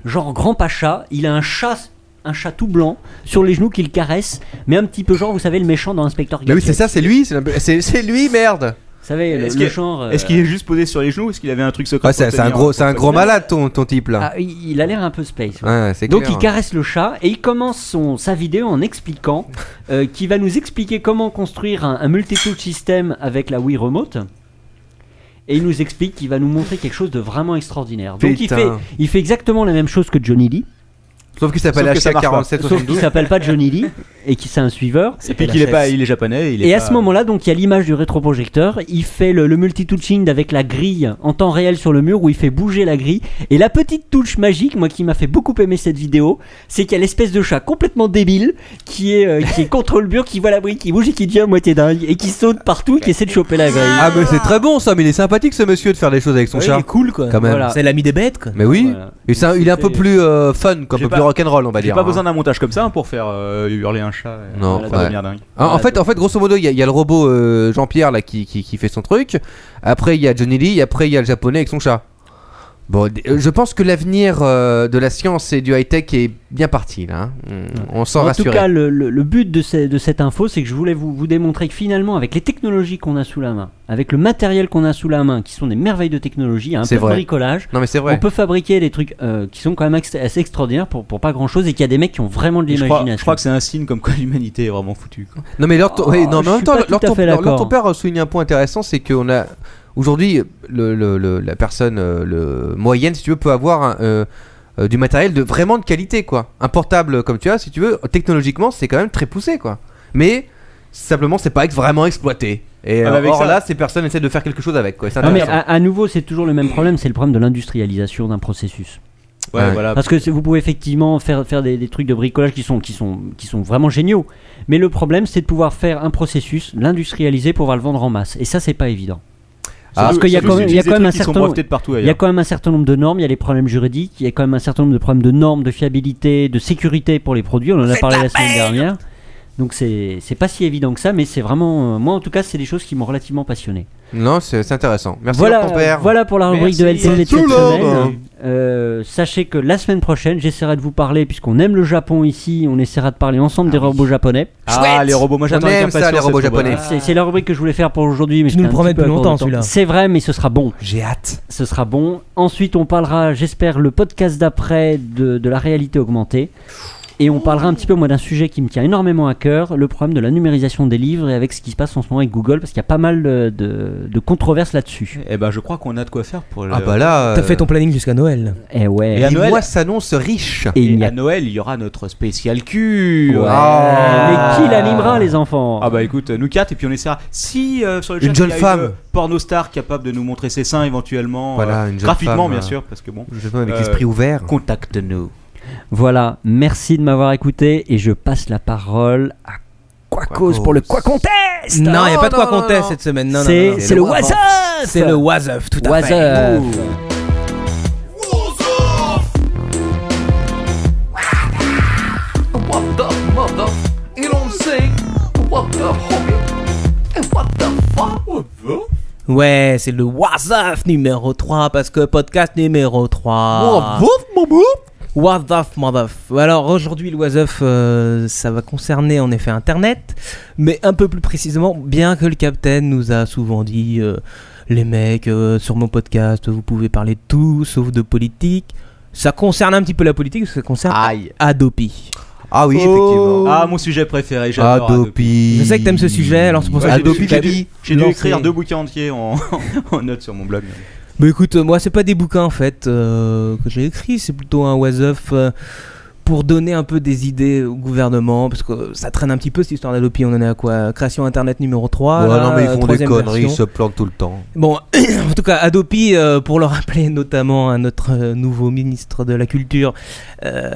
F: genre grand pacha. Il a un chat, un chat tout blanc sur les genoux qu'il caresse, mais un petit peu genre, vous savez, le méchant dans l'inspecteur
G: Bah oui, c'est ça, c'est lui, c'est la- c'est c'est lui, merde.
F: savez, le,
D: Est-ce
F: le
D: que-
F: genre. euh,
D: Est-ce qu'il est juste posé sur les genoux ou est-ce qu'il avait un truc secret
G: Ouais,
D: pour
G: c'est c'est un
D: tenir hein,
G: gros, c'est un
D: pour
G: gros
D: tenir Ah.
G: malade ton, ton type là.
F: ah, il il a l'air un peu space. ouais.
G: Ouais, c'est
F: Donc
G: clair.
F: il caresse le chat et il commence son, sa vidéo en expliquant euh, qu'il va nous expliquer comment construire un, un multi-touch système avec la Wii Remote. Et il nous explique qu'il va nous montrer quelque chose de vraiment extraordinaire. Donc il
G: Putain.
F: fait, il fait exactement la même chose que Johnny Lee,
G: Sauf qu'il s'appelle
D: Sauf que ça marche pas.
F: sauf qu'il
G: HK4772.
F: s'appelle pas Johnny Lee et qu'il c'est un suiveur.
D: Et puis qu'il est pas, il est japonais. il est
F: Et à
D: pas-
F: ce moment-là, donc il y a l'image du rétroprojecteur, il fait le, le multi-touching avec la grille en temps réel sur le mur où il fait bouger la grille. Et la petite touche magique, moi qui m'a fait beaucoup aimer cette vidéo, c'est qu'il y a l'espèce de chat complètement débile qui est, euh, qui est contre le mur, qui voit la grille qui bouge et qui devient à moitié dingue et qui saute partout et qui essaie de choper la grille.
G: Ah mais c'est très bon ça, mais il est sympathique ce monsieur de faire des choses avec son
E: Ouais,
G: chat.
E: il est cool quoi.
G: Quand même.
E: Voilà. C'est l'ami des bêtes quoi.
G: Mais oui,
F: Voilà.
G: et c'est un- il est un peu
F: C'était-
G: plus euh, fun, quoi, un
D: J'ai
G: peu
D: pas-
G: plus rock'n'roll on va
D: J'ai
G: dire.
D: pas
G: hein.
D: besoin d'un montage comme ça pour faire euh, hurler un chat. et
G: Non,
D: faire
G: ouais.
D: devenir dingue.
G: Ah, en fait, en fait, grosso modo, il y, a- il y a le robot euh, Jean-Pierre là qui, qui, qui fait son truc. Après, il y a Johnny Lee. Et après, il y a le japonais avec son chat. Bon, d- euh, je pense que l'avenir euh, de la science et du high tech est bien parti là. hein. On, on s'en
F: En
G: rassure.
F: tout cas, le, le- le but de, ce- de cette info, c'est que je voulais vous, vous démontrer que finalement, avec les technologies qu'on a sous la main, avec le matériel qu'on a sous la main, qui sont des merveilles de technologie, hein, un
G: C'est
F: peu
G: vrai.
F: de bricolage,
G: Non mais c'est
F: On
G: vrai.
F: peut fabriquer des trucs euh, qui sont quand même ex- assez extraordinaires pour, pour pas grand chose et qu'il y a des mecs qui ont vraiment de
D: Et Je crois,
F: l'imagination.
D: je crois que c'est un signe comme quoi l'humanité est vraiment foutue. quoi.
G: Non mais leur, ton-
F: Oh,
G: ouais, non, mais
F: je
G: en même
F: suis
G: temps,
F: pas
G: leur,
F: tout à
G: ton-
F: fait
G: leur- leur
F: d'accord.
G: ton père euh, souligne un point intéressant, c'est qu'on a aujourd'hui le, le- le- la personne euh, le, moyenne, si tu veux, peut avoir un, euh, euh, du matériel de vraiment de qualité quoi. Un portable comme tu as, si tu veux, technologiquement c'est quand même très poussé quoi. Mais simplement c'est pas ex- vraiment exploité. Et euh,
D: Ah, mais avec
G: or
D: ça-
G: là, ces personnes essaient de faire quelque chose avec quoi. Et c'est
F: Non, mais
G: intéressant.
F: à, à nouveau, c'est toujours le même problème, c'est le problème de l'industrialisation d'un processus.
D: Ouais,
G: Ouais.
D: voilà.
F: Parce que c'est- vous pouvez effectivement faire, faire des, des trucs de bricolage qui sont, qui, sont, qui sont vraiment géniaux, mais le problème, c'est de pouvoir faire un processus, l'industrialiser pour pouvoir le vendre en masse. Et ça, c'est pas évident. parce qu'il y a
D: Surtout
F: quand même- il y a
D: s'ils
F: quand même
D: utilisent des
F: un
D: trucs qui
F: certain-
D: sont brevetés de partout
F: Il y a
D: ailleurs.
F: quand même un certain nombre de normes, il y a les problèmes juridiques, il y a quand même un certain nombre de problèmes de normes, de fiabilité, de sécurité pour les produits. On en a
J: C'est
F: parlé
J: de
F: la
J: la
F: semaine
J: merde.
F: dernière. Donc c'est c'est pas si évident que ça, mais c'est vraiment. euh, moi en tout cas, c'est des choses qui m'ont relativement passionné.
G: Non, c'est c'est intéressant. Merci pour ton
F: Voilà,
G: père.
F: voilà pour la rubrique
D: Merci.
F: de LTV de
G: Tout
F: cette
G: l'ordre.
F: semaine. Euh, sachez que la semaine prochaine, j'essaierai de vous parler, puisqu'on aime le Japon ici, on essaiera de parler ensemble des robots japonais.
D: Ah, les robots, moi j'attends
G: On
D: avec
G: aime ça,
D: impatience
G: les robots
D: cette robots.
G: japonais.
F: C'est c'est la rubrique que je voulais faire pour aujourd'hui, mais
E: Tu
F: j'étais
E: nous
F: un
E: le promets
F: petit peu
E: depuis
F: à court de
E: longtemps,
F: temps.
E: celui-là.
F: C'est vrai, mais ce sera bon.
E: J'ai hâte.
F: ce sera bon. Ensuite, on parlera, j'espère, le podcast d'après de, de la réalité augmentée. Et on parlera un petit peu, moi, d'un sujet qui me tient énormément à cœur, le problème de la numérisation des livres et avec ce qui se passe en ce moment avec Google, parce qu'il y a pas mal de, de- de controverses là-dessus.
D: Eh ben, je crois qu'on a de quoi faire pour le.
G: Ah bah là.
E: T'as
G: euh,
E: fait ton planning jusqu'à Noël.
F: Et Eh ouais.
D: Et à
G: les
D: Noël-
G: mois s'annoncent riches.
F: Et il n'y
D: Et à
F: a
D: Noël, il y aura notre spécial cul.
F: Ouais.
G: Ah.
F: Mais qui l'animera, les enfants
D: Ah bah écoute, nous quatre, et puis on essaiera. Si euh, sur le chat,
G: Une jeune
D: il y a
G: femme.
D: une porno star capable de nous montrer ses seins éventuellement,
G: Voilà,
D: euh,
G: une jeune
D: graphiquement
G: femme,
D: bien
G: euh,
D: sûr, parce que bon,
G: Je vois avec
D: Euh,
G: l'esprit ouvert.
D: contacte-nous.
F: Voilà, merci de m'avoir écouté et je passe la parole à Quacos
G: Quacos.
F: pour le Quacontest
E: non, y a pas de quoi
G: non,
E: compter
G: non.
E: cette semaine. Non, non,
F: C'est-
E: non, non.
F: c'est
E: C'est
F: le
E: le
F: What's
E: What's
F: Up
E: C'est le Was Up, tout à
F: What's
E: fait.
F: up
B: What the mother? You don't say what the hobby? And what the fuck?
E: Ouais, c'est le What's Up numéro 3 parce que podcast numéro 3. What the f- mother f- Alors aujourd'hui, le What the f- euh, ça va concerner en effet Internet, mais un peu plus précisément, bien que le Captain nous a souvent dit euh, les mecs, euh, sur mon podcast, vous pouvez parler de tout sauf de politique. Ça concerne un petit peu la politique, parce que ça concerne
F: Ah.
G: Aïe.
E: Adopi.
G: Ah oui, Ah, effectivement.
D: Oh. Ah, mon sujet préféré, j'adore.
G: Adopi.
E: Je sais que t'aimes ce sujet, alors c'est pour ça que
G: Adopi,
E: j'ai-
G: j'ai dit.
D: J'ai dû
E: Lancé.
D: écrire deux bouquins entiers en, *laughs* en note sur mon blog.
E: Bah écoute, euh, moi c'est pas des bouquins en fait euh, que j'ai écrits, c'est plutôt un was of euh, pour donner un peu des idées au gouvernement, parce que euh, ça traîne un petit peu cette histoire d'Alopi, on en est à quoi Création Internet numéro 3
G: Ouais,
E: là,
G: non, mais ils
E: euh,
G: font des
E: troisième
G: conneries, ils
E: version.
G: se plantent tout le temps.
E: Bon, *clears throat* en tout cas, Adopi, euh, pour le rappeler *laughs* notamment à notre euh, nouveau ministre de la Culture, euh,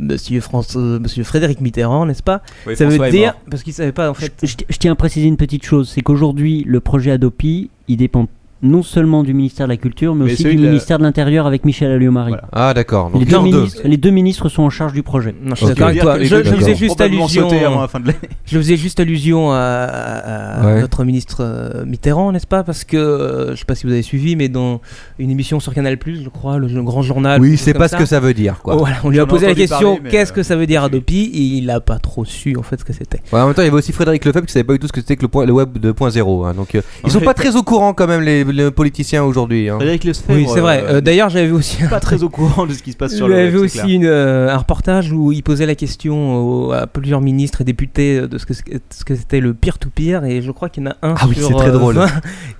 E: monsieur, France, euh, monsieur Frédéric Mitterrand, n'est-ce pas
D: Oui,
E: Ça
D: François
E: veut
D: est
E: dire,
D: mort.
E: parce qu'il savait pas en
F: Je,
E: fait...
F: je- je tiens à préciser une petite chose, c'est qu'aujourd'hui, le projet Adopi, il dépend non seulement du ministère de la Culture, mais,
D: Mais
F: aussi
D: celui
F: du
D: de la-
F: ministère de l'Intérieur avec Michel Alliot-Marie.
D: Voilà.
G: Ah, d'accord. donc
F: Les,
G: il y
F: deux
G: en a deux.
F: ministres, les deux ministres sont en charge du projet.
E: Non, je suis
G: Ok.
E: d'accord avec toi.
D: les
E: Je,
D: deux
E: je faisais
D: d'accord.
E: juste
D: Probablement
E: allusion.
D: sauter avant hein, la fin de l'année.
E: Je faisais juste allusion à, à- à
G: Ouais.
E: notre ministre euh, Mitterrand, n'est-ce pas Parce que, euh, je ne sais pas si vous avez suivi, mais dans une émission sur Canal+, je crois, le, le grand journal...
G: Oui,
E: quelque
G: c'est
E: chose
G: pas
E: comme
G: ce que ça veut dire, quoi.
E: Voilà, on lui
D: J'en
E: a
D: ai
E: posé la
D: entendu
E: question
D: parler, mais,
E: qu'est-ce que
D: euh,
E: ça veut dire Adopi Et il n'a pas trop su en fait ce que c'était.
G: Ouais, en même temps, il y avait aussi Frédéric Lefebvre qui savait pas du tout ce que c'était que le, point- le web 2.0. hein, donc, euh, ils sont pas très au courant quand même les, les politiciens aujourd'hui. hein.
D: Frédéric Lesfèvre,
E: Oui, c'est vrai.
D: euh,
E: Euh, D'ailleurs, j'avais vu aussi,
D: pas très au courant de ce qui se passe sur le
E: j'avais
D: web.
E: vu
D: c'est
E: aussi
D: clair.
E: une, euh, un reportage où il posait la question au- à plusieurs ministres et députés euh, de ce que ce que c'était le peer-to-peer. et je crois qu'il y en a un
G: Ah oui,
E: sur,
G: c'est très
E: euh, *laughs*
G: drôle.
E: 20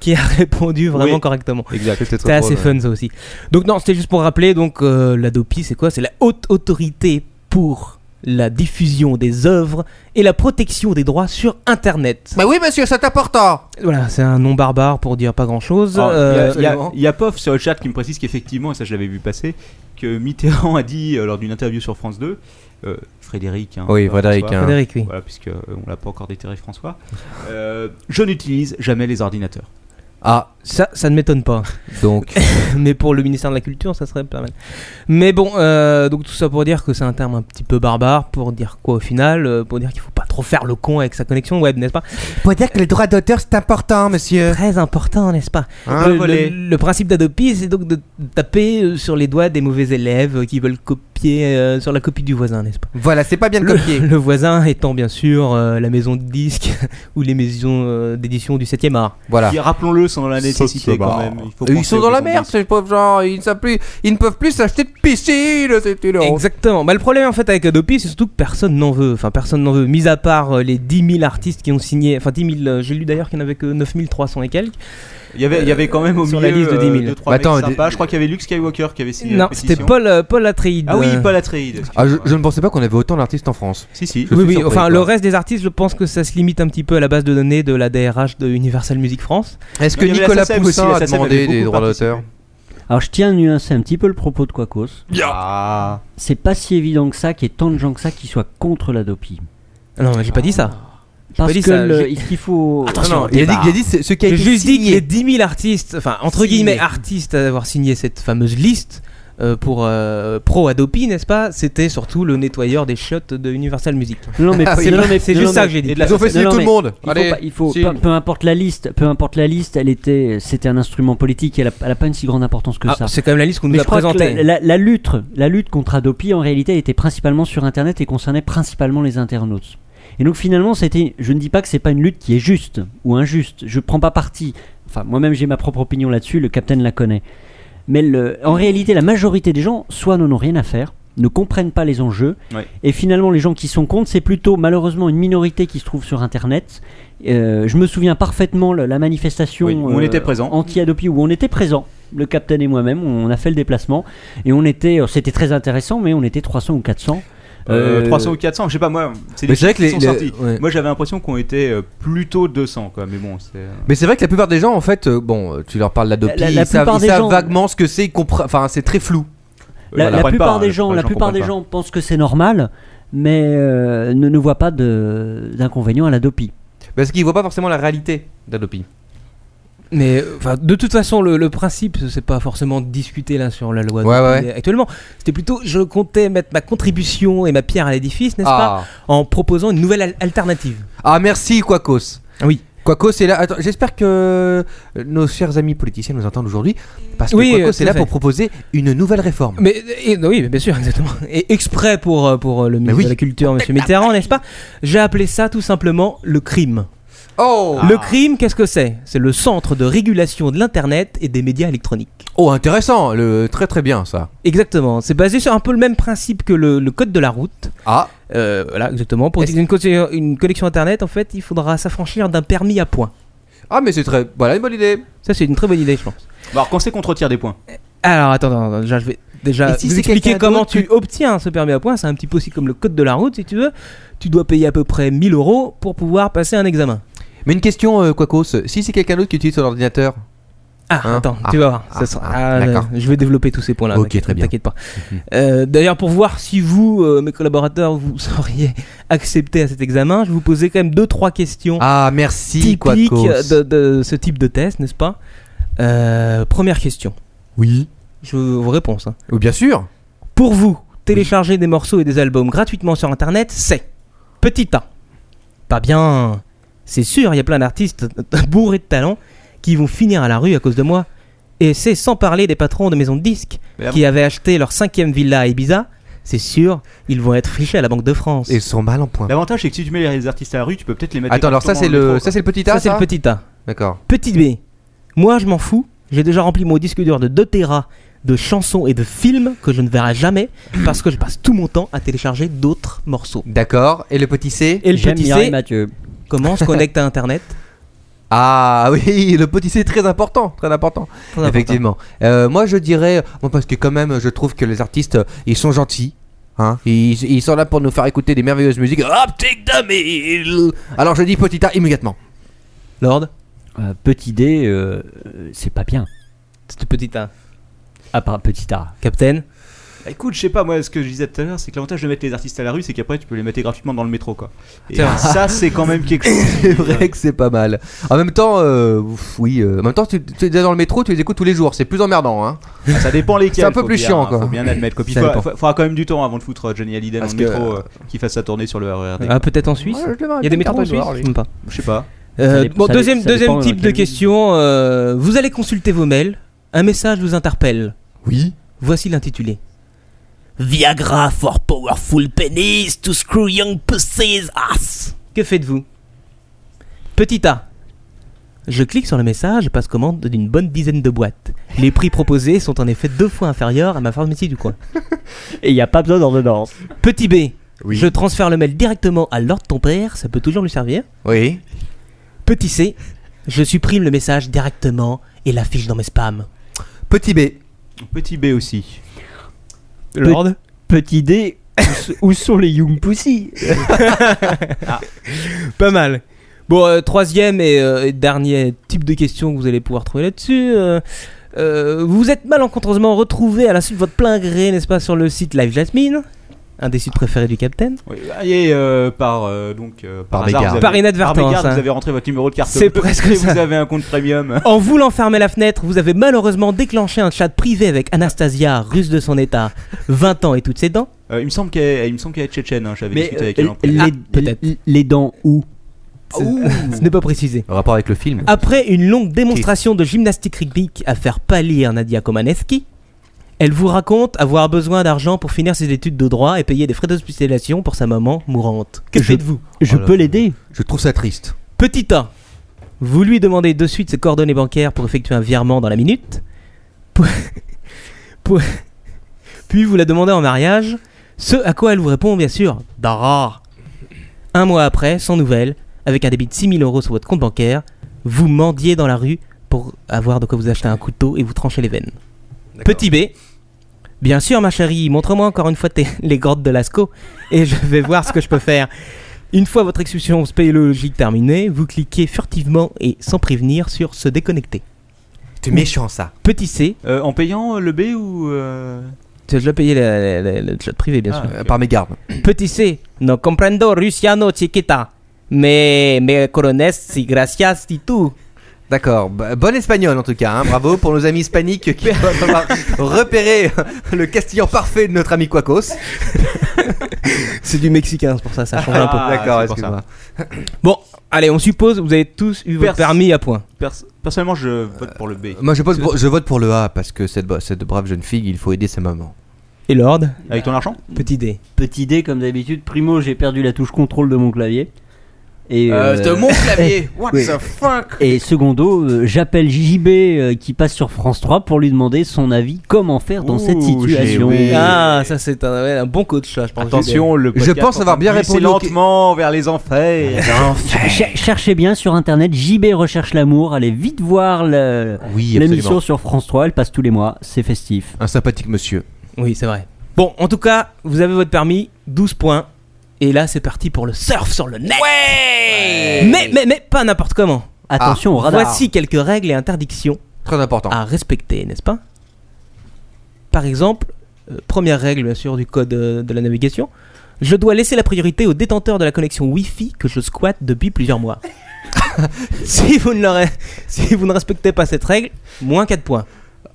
E: qui a répondu vraiment
D: Oui.
E: correctement.
G: Exact. C'était
E: C'était assez fun ça aussi. Donc non, c'était juste pour rappeler donc euh, l'Adopi, c'est quoi C'est la haute autorité pour la diffusion des œuvres et la protection des droits sur Internet.
G: Bah oui, monsieur, c'est important.
E: Voilà, c'est un nom barbare pour dire pas grand-chose.
D: Alors,
E: Euh,
D: Ah, il y a- il y, a-
G: absolument.
D: il y a Pof sur le chat qui me précise qu'effectivement, et ça je l'avais vu passer, que Mitterrand a dit euh, lors d'une interview sur France 2, euh, Frédéric. hein,
G: Oui,
D: euh,
G: Frédéric,
D: François,
G: hein.
E: Frédéric, oui.
D: Voilà, puisque euh, on l'a pas encore déterré François. Euh, je n'utilise jamais les ordinateurs.
G: Ah,
E: Ça, ça ne m'étonne pas. *laughs*
G: donc.
E: Mais pour le ministère de la Culture, ça serait pas mal. Mais bon, euh, donc tout ça pour dire que c'est un terme un petit peu barbare, pour dire quoi au final Euh, Pour dire qu'il faut pas trop faire le con avec sa connexion web, n'est-ce pas
G: Pour dire que les droits d'auteur, c'est important, monsieur.
E: Très important, n'est-ce pas
G: Hein,
E: le,
G: volet.
E: le- le principe d'Adopi, c'est donc de taper euh, sur les doigts des mauvais élèves euh, qui veulent copier euh, sur la copie du voisin, n'est-ce pas
G: Voilà, c'est pas bien de *laughs* copier.
E: Le voisin étant bien sûr euh, la maison de disques *laughs* ou les maisons euh, d'édition du 7 e art.
G: Voilà.
D: Qui, rappelons-le, sont dans la
G: Ah. Saute
D: nécessité
G: ce
D: quand
G: bar.
D: même. Il faut
G: Et Ils
D: penser
G: sont
D: aux
G: dans
D: maisons
G: la
D: de
G: merde,
D: disques.
G: ces pauvres gens. Ils ne, savent plus- ils ne peuvent plus s'acheter de piscine. C'est une honte.
E: Exactement. Bah, le problème en fait avec Adopi, c'est surtout que personne n'en veut. Enfin, personne n'en veut. Mis à part euh, les 10 000 artistes qui ont signé. Enfin, 10 000. euh, J'ai lu d'ailleurs qu'il n'y en avait que 9 300 et quelques.
D: Il y avait, il y avait quand même au
E: Sur
D: milieu euh,
E: la liste de 10 000.
D: 2
G: Bah, attends, des-
D: Je crois qu'il y avait Luke Skywalker qui avait signé la
E: non, c'était
D: pétition.
E: Paul, euh, Paul Atreides.
D: Ah oui,
E: euh,
D: Paul Atreides. excuse-moi.
G: Ah, je, je ne pensais pas qu'on avait autant d'artistes en France.
D: Si, si.
E: Oui,
G: je suis
E: oui,
G: surpris,
E: enfin
G: quoi.
E: le reste des artistes, je pense que ça se limite un petit peu à la base de données de la DRH de Universal Music France.
G: Est-ce
D: Non,
G: que
D: il y avait la
G: Nicolas
D: SACEM aussi,
G: Poussin
D: la
G: a
D: SACEM avait
G: demandé des
D: beaucoup
G: droits d'auteur
F: Alors je tiens à nuancer un petit peu le propos de Quacos.
D: Ah.
F: C'est pas si évident que ça qu'il y ait tant de gens que ça qui soient contre la dopie.
E: Non, mais j'ai pas dit ça.
F: Parce
E: dit
F: que
E: ça,
F: le-
E: j'ai-
F: il il faut.
G: Non, non, il a dit, il a dit ce ce qui a
E: J'ai
G: été
E: juste dit que les
G: signé.
E: 10 000 artistes, enfin entre
F: Signé.
E: guillemets artistes à avoir signé cette fameuse liste euh, pour euh, pro Adopi, n'est-ce pas C'était surtout le nettoyeur des shots de Universal Music.
F: Non mais
G: Ah oui,
F: non,
E: c'est-
F: mais-
E: c'est
F: non,
E: juste
F: mais-
E: ça que j'ai dit.
D: Et de la-
G: Ils ont fait signer
F: Non,
G: tout le
F: mais
G: monde.
F: Il
G: Allez,
F: faut, pas- il faut
G: si.
F: peu, peu importe la liste, peu importe la liste, elle était, c'était un instrument politique. Elle a, elle a pas une si grande importance que
E: Ah,
F: ça.
E: c'est quand même la liste qu'on
F: Mais
E: nous a
F: je crois que
E: présentée.
F: la, la- la lutte, la lutte contre Adopi en réalité était principalement sur Internet et concernait principalement les internautes. Et donc finalement, c'était, je ne dis pas que c'est pas une lutte qui est juste ou injuste. Je prends pas parti. Enfin, moi-même j'ai ma propre opinion là-dessus. Le capitaine la connaît. Mais le- en réalité, la majorité des gens, soit n'en ont rien à faire, ne comprennent pas les enjeux,
D: Ouais.
F: et finalement les gens qui sont contre, c'est plutôt malheureusement une minorité qui se trouve sur Internet. Euh, je me souviens parfaitement le- la manifestation euh,
D: Oui, où on était présent.
F: anti-Adopi où on était présent, le capitaine et moi-même, on a fait le déplacement et on était, euh, c'était très intéressant, mais on était 300 ou 400. Euh,
D: Euh, 300 ou 400, je sais pas moi. C'est
G: Mais
D: des
G: c'est vrai
D: chiffres
G: que les-
D: qui sont
G: les-
D: sortis.
G: ouais.
D: Moi j'avais l'impression qu'on était euh, plutôt 200 quoi, mais bon, c'est. euh,
G: Mais c'est vrai que la plupart des gens, en fait, euh, bon, tu leur parles d'Adopi,
F: La- la-
G: ils
F: la
G: savent,
F: plupart
G: ils
F: des
G: savent
F: gens-
G: vaguement ce que c'est, ils compre- enfin, c'est très flou.
F: La,
D: ils
F: la
D: comprennent
F: plupart
D: pas, hein,
F: des gens,
D: les
F: la plupart des
D: comprennent
F: gens pensent que c'est normal, mais euh, ne, ne voient pas de- d'inconvénient à l'Adopi.
G: Parce qu'ils voient pas forcément la réalité d'Adopi.
E: Mais euh, enfin, de toute façon, le, le principe, c'est pas forcément de discuter là sur la loi
G: Ouais,
E: de-
G: ouais.
E: actuellement. C'était plutôt, je comptais mettre ma contribution et ma pierre à l'édifice, n'est-ce pas En proposant une nouvelle al- alternative.
G: Ah, merci, Quacos.
E: Oui.
G: Quacos est là. Attends, j'espère que euh, nos chers amis politiciens nous entendent aujourd'hui. Parce que
E: Oui,
G: Quacos
E: euh,
G: est
E: tout à
G: là
E: fait.
G: pour proposer une nouvelle réforme.
E: Mais et- oui, bien sûr, exactement. Et exprès pour, euh, pour euh, le ministre
G: oui.
E: de la Culture, Monsieur Mitterrand, n'est-ce pas J'ai appelé ça tout simplement le crime.
G: Oh
E: Le crime, qu'est-ce que c'est C'est le centre de régulation de l'internet et des médias électroniques.
G: Oh, intéressant. Le... Très très bien, ça.
E: Exactement. C'est basé sur un peu le même principe que le- le code de la route.
G: Ah,
E: Euh, voilà, exactement. Pour
G: Est-ce-
E: utiliser une, connexion- une connexion internet, en fait, il faudra s'affranchir d'un permis à points.
G: ah mais c'est très. Voilà une bonne idée.
E: Ça, c'est une très bonne idée, je pense.
D: pas. Bon, alors quand c'est qu'on te retire des points
E: Alors, attends, attends, attends, déjà, je vais déjà
G: Et si
E: vous
G: c'est
E: expliquer
G: quelqu'un
E: comment
G: d'autre
E: tu obtiens ce permis à points. C'est un petit peu aussi comme le code de la route, si tu veux. Tu dois payer à peu près 1000 euros pour pouvoir passer un examen.
G: Mais une question, euh, Quacos. Si c'est quelqu'un d'autre qui utilise son ordinateur,
E: Ah,
G: Hein
E: attends,
G: Ah,
E: tu vas voir.
G: ah,
E: ça sera-
G: ah,
E: ah,
G: d'accord.
E: je je vais développer tous ces points-là.
G: Ok,
E: t'inquiète-
G: très bien. Mhm.
E: T'inquiète pas. Euh, D'ailleurs, pour voir si vous, euh, mes collaborateurs, vous *laughs* seriez accepté à cet examen, je vous posais quand même deux, trois questions
G: Ah, merci,
E: typique
G: Ah, Quacos.
E: de, de ce type de test, n'est-ce pas Euh, première question.
G: Oui.
E: Je veux vos réponses. hein.
G: Oui, Oh, bien sûr.
E: Pour vous, télécharger des morceaux et des albums gratuitement sur internet, c'est petit A. Pas bien. C'est sûr, il y a plein d'artistes *laughs* bourrés de talent qui vont finir à la rue à cause de moi. Et c'est sans parler des patrons de maisons de disques
G: Mais là-
E: qui avaient acheté leur cinquième villa à Ibiza. C'est sûr, ils vont être fichés à la Banque de France.
G: Et ils sont mal en point.
D: L'avantage, c'est que si tu mets les artistes à la rue, tu peux peut-être les mettre.
G: Attends, alors ça c'est le, ça c'est le petit A.
E: ça, c'est le petit A.
G: D'accord.
E: Petit B. Moi, je m'en fous. J'ai déjà rempli mon disque dur de 2 Tera de chansons et de films que je ne verrai jamais parce que je passe tout mon temps à télécharger d'autres morceaux.
G: D'accord. Et le petit C.
E: Et le
F: J'aime
E: petit
F: Mireille
E: C,
F: Mathieu.
E: comment on se connecte à Internet
G: Ah *laughs* oui, le petit C est très important, très important.
E: Très important.
G: Effectivement. Euh, moi je dirais, bon, parce que quand même je trouve que les artistes euh, ils sont gentils. Hein, ils, ils sont là pour nous faire écouter des merveilleuses musiques. Optique 2000 Alors je dis petit A immédiatement.
E: *laughs* Lord,
F: Euh, petit D, euh, euh, c'est pas bien.
E: c'est hein. petit A.
F: À part petit A.
E: Captain,
D: Bah, écoute, je sais pas, moi, ce que je disais tout à l'heure, c'est que l'avantage de mettre les artistes à la rue, c'est qu'après, tu peux les mettre gratuitement dans le métro, quoi. Et ça, c'est quand même
G: *laughs*
D: quelque chose.
G: C'est vrai que c'est pas mal. En même temps, euh, ouf, oui, euh, en même temps, tu, tu es dans le métro, tu les écoutes tous les jours, c'est plus emmerdant. Hein.
D: Ça dépend lesquels.
G: C'est un peu
D: faut
G: plus
D: bien-
G: chiant, quoi.
D: Faut bien admettre. Quoi. Puis
G: Ça
D: faut-
G: dépend.
D: faut- faudra quand même du temps avant de foutre Johnny Hallyday dans
G: Parce
D: le
G: que-
D: métro, euh, qui fasse sa tournée sur le RERD.
E: ah, peut-être en Suisse Il y a des métros en Suisse Je sais pas.
D: Je sais pas.
E: Euh,
F: dépend-
E: bon,
F: ça dé-
E: deuxième,
F: ça
E: deuxième
F: dépend dans
E: type de
F: quel-
E: question. euh, vous allez consulter vos mails. Un message vous interpelle.
G: Oui.
E: Voici l'intitulé.
J: Viagra for powerful penis to screw young pussy's ass.
E: Que faites-vous Petit A. Je clique sur le message et passe commande d'une bonne dizaine de boîtes. Les prix proposés sont en effet deux fois inférieurs à ma pharmacie du coin.
F: Et il n'y a pas besoin d'ordonnance.
E: Petit B. Je transfère le mail directement à Lord ton père, ça peut toujours lui servir.
G: Oui.
E: Petit C. Je supprime le message directement et l'affiche dans mes spams.
G: Petit B.
D: Petit B aussi.
F: Lord Petit D, où s- où sont les Young Pussy
E: Pas mal. Bon, euh, troisième et, euh, et dernier type de question que vous allez pouvoir trouver là-dessus. euh, euh, vous êtes malencontreusement retrouvé à la suite de votre plein gré, n'est-ce pas, sur le site Live Jasmine, un des sites préférés du Captain.
D: Oui, et euh, par euh, donc euh, par,
G: Par
D: hasard,
G: mégarde.
D: vous avez-
E: Par inadvertance,
D: par mégarde,
E: hein.
D: vous avez rentré votre numéro de carte
E: C'est
D: bleue
E: presque
D: et
E: ça.
D: vous avez un compte premium.
E: En voulant fermer la fenêtre, vous avez malheureusement déclenché un chat privé avec Anastasia, russe de son état, 20 ans et toutes ses dents.
D: Euh, il me semble qu'elle il me semble qu'elle est tchétchène. hein, J'avais
F: Mais,
D: discuté avec
F: euh,
D: elle. en privé.
F: les,
E: Ah, peut-être.
F: les- les dents où
E: Ce n'est pas précisé.
G: Rapport avec le film.
E: Après une longue démonstration de gymnastique rythmique à faire pâlir Nadia Komaneski, elle vous raconte avoir besoin d'argent pour finir ses études de droit et payer des frais d'hospitalisation pour sa maman mourante. Que
F: Je-
E: faites-vous
D: Oh
F: Je
G: Voilà.
F: peux l'aider
G: Je trouve ça triste.
E: Petit A. Vous lui demandez de suite ses coordonnées bancaires pour effectuer un virement dans la minute. Pou- *laughs* pou- Puis vous la demandez en mariage, ce à quoi elle vous répond bien sûr « Dara ». Un mois après, sans nouvelles, avec un débit de 6000 euros sur votre compte bancaire, vous mendiez dans la rue pour avoir de quoi vous acheter un couteau et vous trancher les veines. Petit B. Bien sûr, ma chérie, montre-moi encore une fois tes- *laughs* les grottes de Lascaux et je vais voir ce que je peux faire. Une fois votre expulsion spéléologique terminée, vous cliquez furtivement et sans prévenir sur se déconnecter.
G: C'est méchant ça.
E: Petit C,
D: Euh, en payant euh, le B ou euh,
E: tu as déjà payé la- la- la- le chat privé bien
D: Ah,
E: sûr.
G: Euh,
D: ok.
G: Par mégarde.
E: Petit C, non comprendo Russiano chiquita, mais me corones si gracias y tu.
G: D'accord. B- Bon espagnol en tout cas. hein. Bravo pour nos amis hispaniques qui vont avoir repéré le castillan parfait de notre ami Quacos.
E: C'est du mexicain, c'est pour ça, ça change
D: un peu. Ah,
G: D'accord,
D: c'est pour
G: excuse-moi.
E: Bon, allez, on suppose vous avez tous eu votre
D: Perse.
E: permis à point.
D: pers- personnellement, je vote pour le B.
G: Euh, Moi je vote, pour, je vote pour le A parce que cette, bo- cette brave jeune fille, il faut aider sa maman.
E: Et Lord,
D: Avec ton argent
E: petit D.
F: Petit D, comme d'habitude, primo, j'ai perdu la touche contrôle de mon clavier. Et,
D: Ah,
F: euh, *laughs*
G: clavier. What
F: Oui. the
G: fuck
F: et secondo, euh, j'appelle JB euh, qui passe sur France 3 pour lui demander son avis comment faire dans
D: Ouh,
F: cette situation.
D: JB. Et-
E: Ah, ça c'est un, ouais, un bon coach là, je pense.
D: Attention, le podcast
G: pense
D: en train
G: avoir
D: de
G: bien
D: glisser
G: répondu au-
D: lentement vers les enfers.
F: Cher- cherchez bien sur internet JB recherche l'amour, allez vite voir le-
G: Oui,
F: l'émission
G: absolument.
F: sur France 3, elle passe tous les mois, c'est festif.
G: Un sympathique monsieur.
E: Oui, c'est vrai. Bon, en tout cas, vous avez votre permis, 12 points. Et là, c'est parti pour le surf sur le net. mais, mais, mais pas n'importe comment.
D: Ah,
F: Attention au radar.
E: Voici quelques règles et interdictions
G: Très important.
E: à respecter, n'est-ce pas Par exemple, euh, première règle, bien sûr, du code euh, de la navigation. Je dois laisser la priorité au détenteur de la connexion Wi-Fi que je squatte depuis plusieurs mois. *laughs* si, vous ne le re- si vous ne respectez pas cette règle, moins 4 points.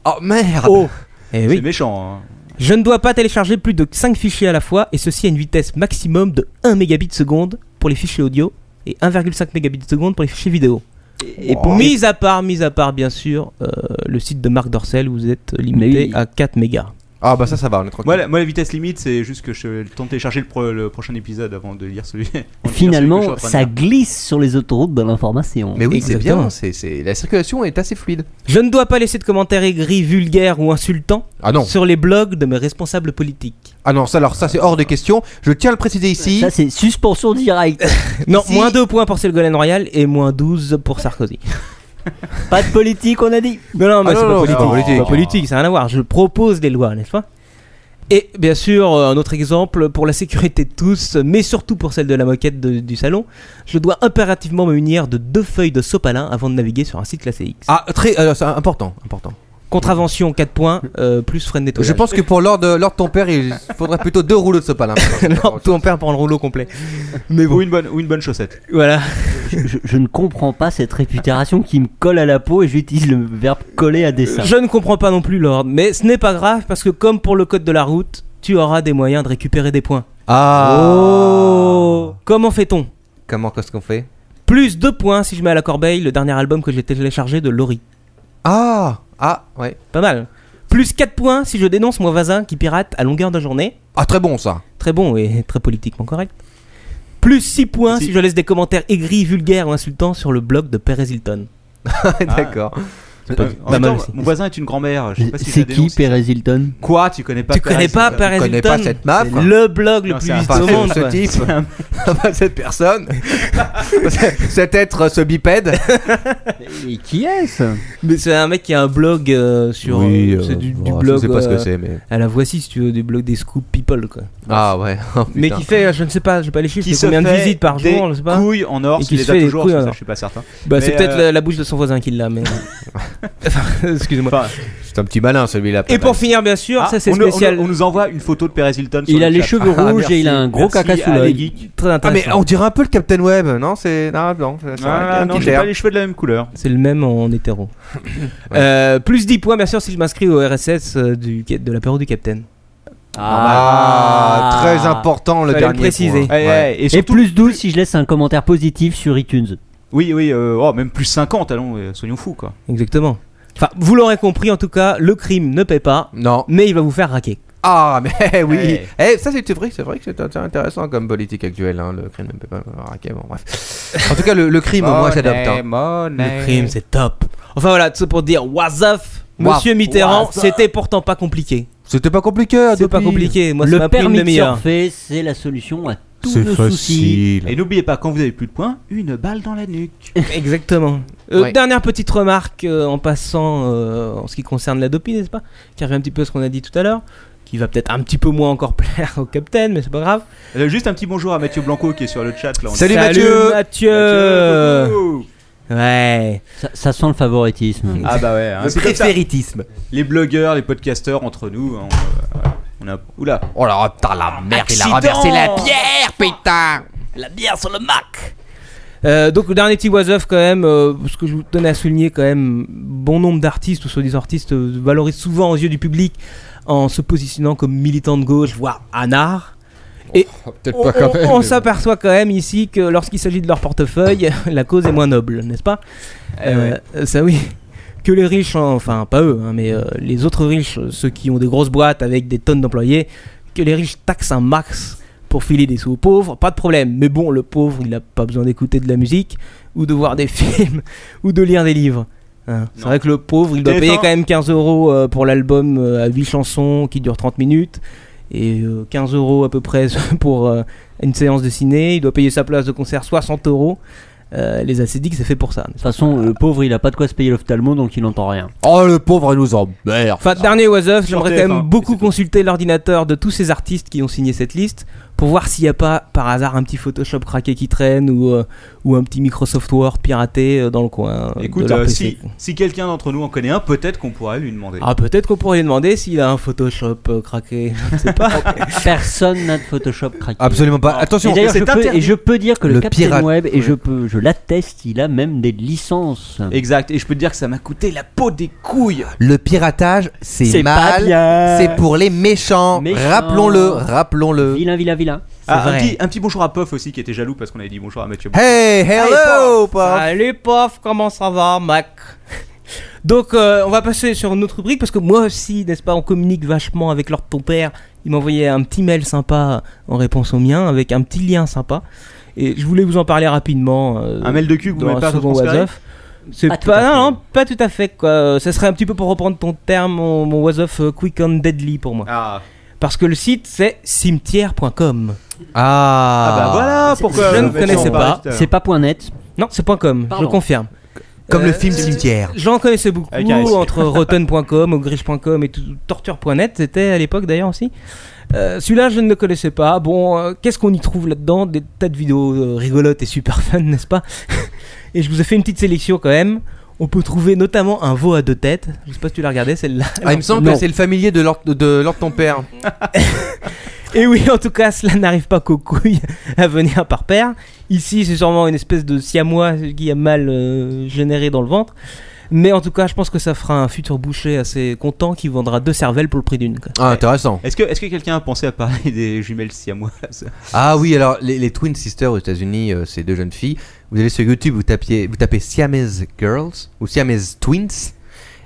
G: Oh merde
E: Oh Eh
D: C'est
E: oui.
D: méchant. hein.
E: Je ne dois pas télécharger plus de 5 fichiers à la fois, et ceci à une vitesse maximum de 1 mégabit seconde pour les fichiers audio et 1,5 mégabit seconde pour les fichiers vidéo. Et pour mise à part, mise à part bien sûr, euh, le site de Marc Dorcel, où vous êtes limité
F: Mais-
E: à 4 mégas.
G: Ah bah ça, ça va, on est tranquille.
D: Moi la, moi, la vitesse limite, c'est juste que je tente de télécharger le, pro- le prochain épisode avant de lire celui. *laughs* avant de lire celui que je suis en
F: Finalement,
D: train de
F: ça
D: lire.
F: glisse sur les autoroutes de l'information.
G: Mais oui, c'est
E: Exactement.
G: bien, c'est, c'est- la circulation est assez fluide.
E: Je ne dois pas laisser de commentaires aigris, vulgaires ou insultants
G: Ah non,
E: sur les blogs de mes responsables
G: *laughs*
E: politiques.
G: ah non, ça alors ça c'est hors de question. Je tiens à le préciser ici.
F: Ça, c'est suspension directe.
D: *laughs*
E: Non,
G: Si.
E: moins 2 points pour Ségolène Royal et moins 12 pour Sarkozy.
F: pas de politique, on a dit.
E: Non, non, mais
G: Ah
E: c'est
G: non,
E: pas
G: non,
E: politique.
G: c'est pas politique.
E: C'est pas politique, ça n'a rien à voir. Je propose des lois, n'est-ce pas Et bien sûr, euh, un autre exemple, pour la sécurité de tous, mais surtout pour celle de la moquette de- du salon, je dois impérativement me munir de deux feuilles de sopalin avant de naviguer sur un site classé X.
G: Ah très, alors c'est important, important.
E: Contravention 4 points, euh, plus frais de nettoyage.
G: Je pense que pour l'ordre de, l'ordre de ton père, il faudrait plutôt deux rouleaux de
E: *laughs*
G: sopalin.
E: Non, tout en perd pour le rouleau complet.
D: Mais bon. ou, une bonne, ou une bonne chaussette.
E: Voilà.
F: Je, je- je ne comprends pas cette réputation qui me colle à la peau et j'utilise le verbe coller à dessein.
E: Je ne comprends pas non plus l'ordre, mais ce n'est pas grave parce que comme pour le code de la route, tu auras des moyens de récupérer des points.
G: Ah.
E: Oh. Comment fait-on
G: Comment qu'est-ce qu'on fait
E: Plus 2 points si je mets à la corbeille le dernier album que j'ai téléchargé de Laurie.
G: Ah ah ouais.
E: Pas mal. Plus 4 points si je dénonce mon voisin qui pirate à longueur de journée.
G: Ah très bon ça. *laughs*
E: Très bon et très politiquement correct. Plus 6 points si,
D: Si.
E: je laisse des commentaires aigris, vulgaires ou insultants sur le blog de Perez Hilton.
G: D'accord.
E: Ah. pas- Bah,
D: Euh, en
E: pas
D: même
E: mal
D: temps,
E: aussi.
D: mon voisin est une grand-mère. Je sais pas si je
F: C'est
D: la
F: qui
D: dénonce.
F: Perez Hilton
D: Quoi Tu connais pas
E: tu connais pas Perez
G: connais
E: Hilton
G: pas cette meuf
E: C'est Le blog le
D: Non,
E: plus
D: c'est un
E: vite
G: Enfin,
E: au
G: ce-
E: monde.
G: ce
E: quoi.
G: type,
D: *laughs* Ah bah,
G: enfin, cette personne,
E: *laughs*
G: *laughs* cet être, euh, ce bipède.
F: Et qui est-ce
E: Mais c'est un mec qui a un blog euh, sur. euh, c'est du, du blog.
G: Je sais pas ce que
E: euh,
G: c'est, mais.
E: À la voici, si tu veux, du blog des Scoop People, quoi.
G: Ah ouais. *laughs* Oh,
E: Mais
G: putain.
E: qui fait, euh, je ne sais pas, je sais pas les chiffres,
D: Qui
E: c'est
D: se
E: combien de
D: fait
E: visites par
D: des
E: jour, je sais pas.
D: Couilles en or,
E: Et
D: s'il
E: qui
D: les
E: se
D: a
E: fait des
D: toujours,
E: couilles
D: ça,
E: en or.
D: je suis pas certain.
E: Bah, c'est
D: Mais,
E: peut-être
D: euh, Eh
E: la, la bouche de son voisin qui
D: *laughs*
E: l'a, mais. Enfin, Excusez-moi.
D: Enfin,
G: C'est un petit malin celui-là.
E: Et
G: pas
E: pour
G: mal.
E: finir, bien sûr,
D: ah,
E: ça c'est
D: on nous-
E: spécial.
D: On, nous- on nous envoie une photo de Perez Hilton. sur
F: Il
D: le
F: a les
D: chat.
F: cheveux
D: Ah,
F: rouges et il a
D: merci.
F: un gros
D: Merci
F: caca sous
D: à
F: l'œil.
D: les geeks.
E: Très
G: Ah mais
E: intéressant.
G: on dirait un peu le Captain Web, non C'est ah, non, c'est- c'est vrai,
D: Ah,
G: un
D: non,
G: petit
D: j'ai
G: air.
D: pas les cheveux de la même couleur.
E: C'est le même en hétéro.
F: *coughs*
E: Euh, plus 10 points, bien sûr, si je m'inscris au RSS euh, du, de l'apéro du Capitaine.
G: Ah, très important le
E: Fallait
G: dernier.
E: le préciser.
G: point.
D: Eh,
G: Ouais.
D: eh, Et
F: Et
D: surtout,
F: plus 12 si je laisse un commentaire positif sur iTunes.
D: oui, oui, euh, oh, même plus 50, allons, euh, soyons fous quoi.
E: Exactement. Enfin, vous l'aurez compris, en tout cas, le crime ne paie pas,
G: Non.
E: mais il va vous faire raquer.
G: Ah *laughs* mais oui.
D: Eh.
G: Eh, ça c'est vrai, c'est vrai que c'est c'est intéressant comme politique actuelle. hein, Le crime ne peut pas. ah, ok, bon, bref. *laughs* En tout cas, le, le crime, moi j'adopte. hein.
E: Le crime, c'est top. Enfin voilà, tout ça pour dire, was up,
G: Waz-
E: Monsieur Mitterrand, c'était pourtant pas compliqué.
G: C'était pas compliqué. hein,
E: C'est pas
G: Adopi.
E: compliqué, moi ça
F: Ah, le
E: m'a pris une
F: permis de
E: demi-heure.
F: surfer, c'est la solution à tous nos soucis.
D: Et n'oubliez pas, quand vous avez plus de points, une balle dans la
F: *laughs*
D: nuque.
E: *laughs* Exactement. Euh,
G: Ouais.
E: Dernière petite remarque euh, en passant euh, en ce qui concerne la dopie, n'est-ce pas Qui revient un petit peu à ce qu'on a dit tout à l'heure, qui va peut-être un petit peu moins encore plaire au Capitaine, mais c'est pas grave.
D: Euh, Juste un petit bonjour à Mathieu Blanco qui est sur le chat là. On-
G: Salut, Mathieu.
E: Mathieu.
D: coucou.
E: Ouais.
F: Ça, ça sent le favoritisme.
D: Ah bah ouais, hein,
G: Le
D: c'est comme ça.
G: préféritisme.
D: Les blogueurs, les podcasteurs entre nous, hein, on, euh, ouais, on a. Oula,
G: Oh là, oh, putain, la merde, il a renversé la bière, putain.
J: La bière sur le Mac.
E: Euh, donc le dernier petit was of quand même, euh, ce que je vous tenais à souligner quand même, bon nombre d'artistes ou soi-disant artistes euh, valorisent souvent aux yeux du public en se positionnant comme militants de gauche, voire anards.
G: Peut-être
E: On, on- on s'aperçoit quand même ici que lorsqu'il s'agit de leur portefeuille, *laughs* la cause est moins noble, n'est-ce pas Euh, Ça oui. *laughs* Que les riches, en- enfin pas eux, hein, mais euh, les autres riches, euh, ceux qui ont des grosses boîtes avec des tonnes d'employés, que les riches taxent un max pour filer des sous aux pauvres, pas de problème. Mais bon, le pauvre, il n'a pas besoin d'écouter de la musique, ou de voir des *laughs* films, ou de lire des livres. Hein, C'est
D: Non.
E: vrai que le pauvre, il doit
D: TF1.
E: payer quand même 15 euros euh, pour l'album euh, à 8 chansons qui dure 30 minutes, et euh, 15 euros à peu près *laughs* pour euh, une séance de ciné, il doit payer sa place de concert 60 euros. Euh, les acédiques, c'est fait pour ça.
F: De toute façon, le pauvre, il a pas de quoi se payer l'ophtalmo, donc il n'entend
D: *laughs*
F: rien.
G: Oh, le pauvre, il nous emmerde.
E: Enfin, dernier was off, j'aimerais
D: TF1,
E: quand même
D: et
E: beaucoup
D: c'est tout.
E: consulter l'ordinateur de tous ces artistes qui ont signé cette liste pour voir s'il n'y a pas par hasard un petit Photoshop craqué qui traîne ou, euh, ou un petit Microsoft Word piraté euh, dans le coin. euh, de
D: écoute,
E: leur
D: euh,
E: PC.
D: si, si quelqu'un d'entre nous en connaît un, peut-être qu'on pourrait lui demander.
E: Ah, peut-être qu'on pourrait lui demander s'il a un Photoshop euh, craqué. Je sais pas.
F: Personne n'a de Photoshop craqué.
G: Absolument pas. Attention,
F: Et d'ailleurs,
D: Ah, c'est
F: je peux,
D: interdit.
F: et je peux dire que le,
G: Le
F: Captain
G: pirate-
F: Web, et
G: oui.
F: je peux, je je l'atteste, il a même des licences.
D: Exact, et je peux te dire que ça m'a coûté la peau des couilles.
E: Ah,
I: Le piratage, c'est
F: C'est pas
I: mal.
F: bien.
I: C'est pour les méchants.
F: Méchants.
I: Rappelons-le, rappelons-le.
F: Vilain, vilain, vilain.
D: Ah, un,
E: vrai.
D: petit, un petit bonjour à Puff aussi qui était jaloux parce qu'on avait dit bonjour à Mathieu.
I: Hey, hello, Pop.
E: Allez, pof, comment ça va, Mac Donc, euh, on va passer sur une autre rubrique parce que moi aussi, n'est-ce pas, on communique vachement avec leur ton père. Il m'envoyait un petit mail sympa en réponse au mien avec un petit lien sympa. Et je voulais vous en parler rapidement. euh,
D: Un mail de cul que vous
E: dans
D: m'avez pas
E: un second
D: transféré
E: Wasoff. C'est
F: Pas
E: pas,
F: tout à fait.
E: non, non, pas tout à fait quoi. Euh, Ça serait un petit peu pour reprendre ton terme, mon, mon was of, euh, quick and deadly pour moi.
D: Ah,
E: Parce que le site c'est cimetière.com.
I: Ah.
D: Ah bah voilà pourquoi
E: je ne
D: on avait
E: connaissais
D: en parler
E: pas.
D: tout à l'heure.
F: C'est pas point net.
E: Non, c'est point .com, je
F: Pardon.
E: le confirme.
I: Comme
E: Euh,
I: le film Cimetière.
E: J'en connaissais beaucoup
D: Avec un S.
E: entre rotten.com, ogriche.com et tout- torture.net, c'était à l'époque d'ailleurs aussi. Euh, Celui-là, je ne le connaissais pas. Bon, euh, qu'est-ce qu'on y trouve là-dedans Des tas de vidéos euh, rigolotes et super fun, n'est-ce pas *laughs* Et je vous ai fait une petite sélection quand même. On peut trouver notamment un veau à deux têtes. Je sais pas si tu l'as regardé celle-là.
G: Ah, il me semble
F: Non.
G: que c'est le familier de l'ordre de l'ordre ton père.
E: Et oui, en tout cas, cela n'arrive pas qu'aux couilles à venir par paire. Ici, c'est sûrement une espèce de siamois qui a mal euh, généré dans le ventre. Mais en tout cas, je pense que ça fera un futur boucher assez content qui vendra deux cervelles pour le prix d'une. quoi.
G: Ah, intéressant.
D: Est-ce que, est que quelqu'un a pensé à parler des jumelles siamoises
G: Ah oui, alors les, les Twin Sisters aux États-Unis, euh, ces deux jeunes filles, vous allez sur YouTube, vous tapez, vous tapez Siamese Girls ou Siamese Twins,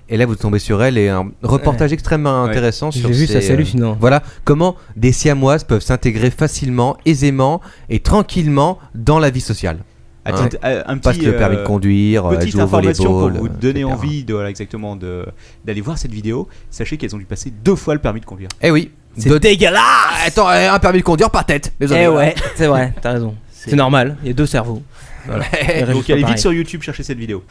G: et là vous tombez sur elles et un reportage extrêmement
D: Ouais.
G: intéressant
E: J'ai
G: sur
E: vu,
G: ces,
E: ça, c'est
G: euh,
E: hallucinant.
G: voilà comment des Siamoises peuvent s'intégrer facilement, aisément et tranquillement dans la vie sociale.
D: Attends,
G: Hein.
D: euh, un petit,
G: Parce que le permis de
D: euh,
G: conduire, elles
D: Petite
G: jouent au
D: information pour
G: volleyball,
D: vous donner
G: euh, etc.
D: envie de, voilà, exactement de- d'aller voir cette vidéo. Sachez qu'elles ont dû passer deux fois le permis de conduire.
G: Eh oui,
E: C'est
G: de-
J: Dégueulasse
G: attends, euh, un permis de conduire par tête. Désolé.
E: Eh ouais, c'est vrai, t'as raison. C'est normal, il y a deux cerveaux.
G: *laughs*
E: Les résultats
D: Donc allez
E: pareils.
D: vite sur YouTube chercher cette vidéo.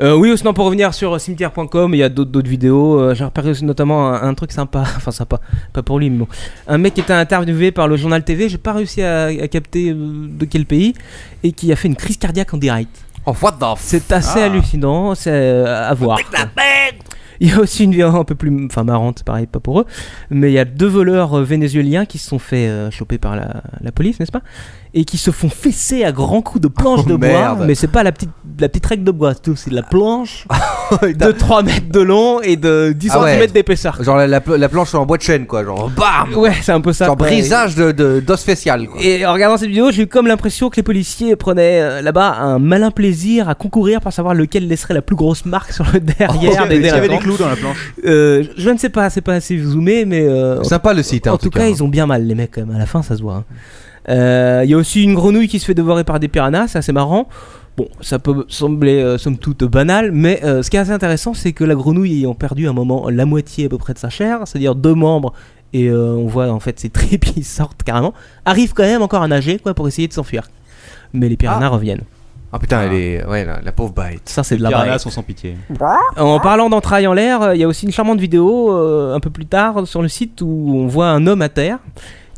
E: Euh, oui, ou sinon pour revenir sur euh, cimetière.com, il y a d'autres d'autres vidéos. Euh, J'ai repéré aussi notamment un, un truc sympa, *laughs* enfin sympa, pas pour lui, mais bon. Un mec qui était interviewé par le journal TV, j'ai pas réussi à, à capter euh, de quel pays, et qui a fait une crise cardiaque en direct.
G: Oh what the f- *laughs*
E: C'est assez
D: Ah.
E: hallucinant, c'est euh, à voir.
J: La merde
E: Il y a aussi une vidéo un peu plus enfin marrante, c'est pareil, pas pour eux, mais il y a deux voleurs euh, vénézuéliens qui se sont fait euh, choper par la, la police, n'est-ce pas Et qui se font fesser à grands coups de planche
G: Oh,
E: de
G: merde.
E: bois, mais c'est pas la petite la petite règle de bois, c'est tout, c'est de la planche de 3 mètres de long et de 10
G: Ah ouais.
E: cm d'épaisseur. Ah
G: Genre la, la- la planche en bois de chêne quoi, genre bam,
E: Ouais, c'est un peu ça.
G: genre
E: quoi.
G: brisage de de- d'os facial. quoi.
E: Et en regardant cette vidéo, j'ai eu comme l'impression que les policiers prenaient euh, là-bas un malin plaisir à concourir pour savoir lequel laisserait la plus grosse marque sur
G: Oh,
E: le
D: Est-ce
E: derrière
D: qu'il y
E: des
D: avait- est-ce qu'il y avait
E: délinquants.
D: des clous dans la planche.
E: Euh, je ne sais pas, c'est pas assez zoomé, mais euh, en,
G: Sympa le site hein,
E: en tout cas, ils ont bien mal les mecs quand même. À la fin, ça se voit. hein. Euh, Il y a aussi une grenouille qui se fait dévorer par des piranhas, c'est assez marrant. Bon, ça peut sembler euh, somme toute banal, mais euh, ce qui est assez intéressant, c'est que la grenouille ayant perdu à un moment la moitié à peu près de sa chair, c'est-à-dire deux membres, et euh, on voit en fait ses tripes qui sortent carrément, arrive quand même encore à nager quoi pour essayer de s'enfuir. Mais les piranhas reviennent.
G: Ah putain, elle est. Ouais, la, la pauvre bite.
E: Ça, c'est de la
D: Piranhas
E: braille.
D: sont sans pitié.
E: En parlant d'entrailles en l'air, euh, il y a aussi une charmante vidéo euh, un peu plus tard sur le site où on voit un homme à terre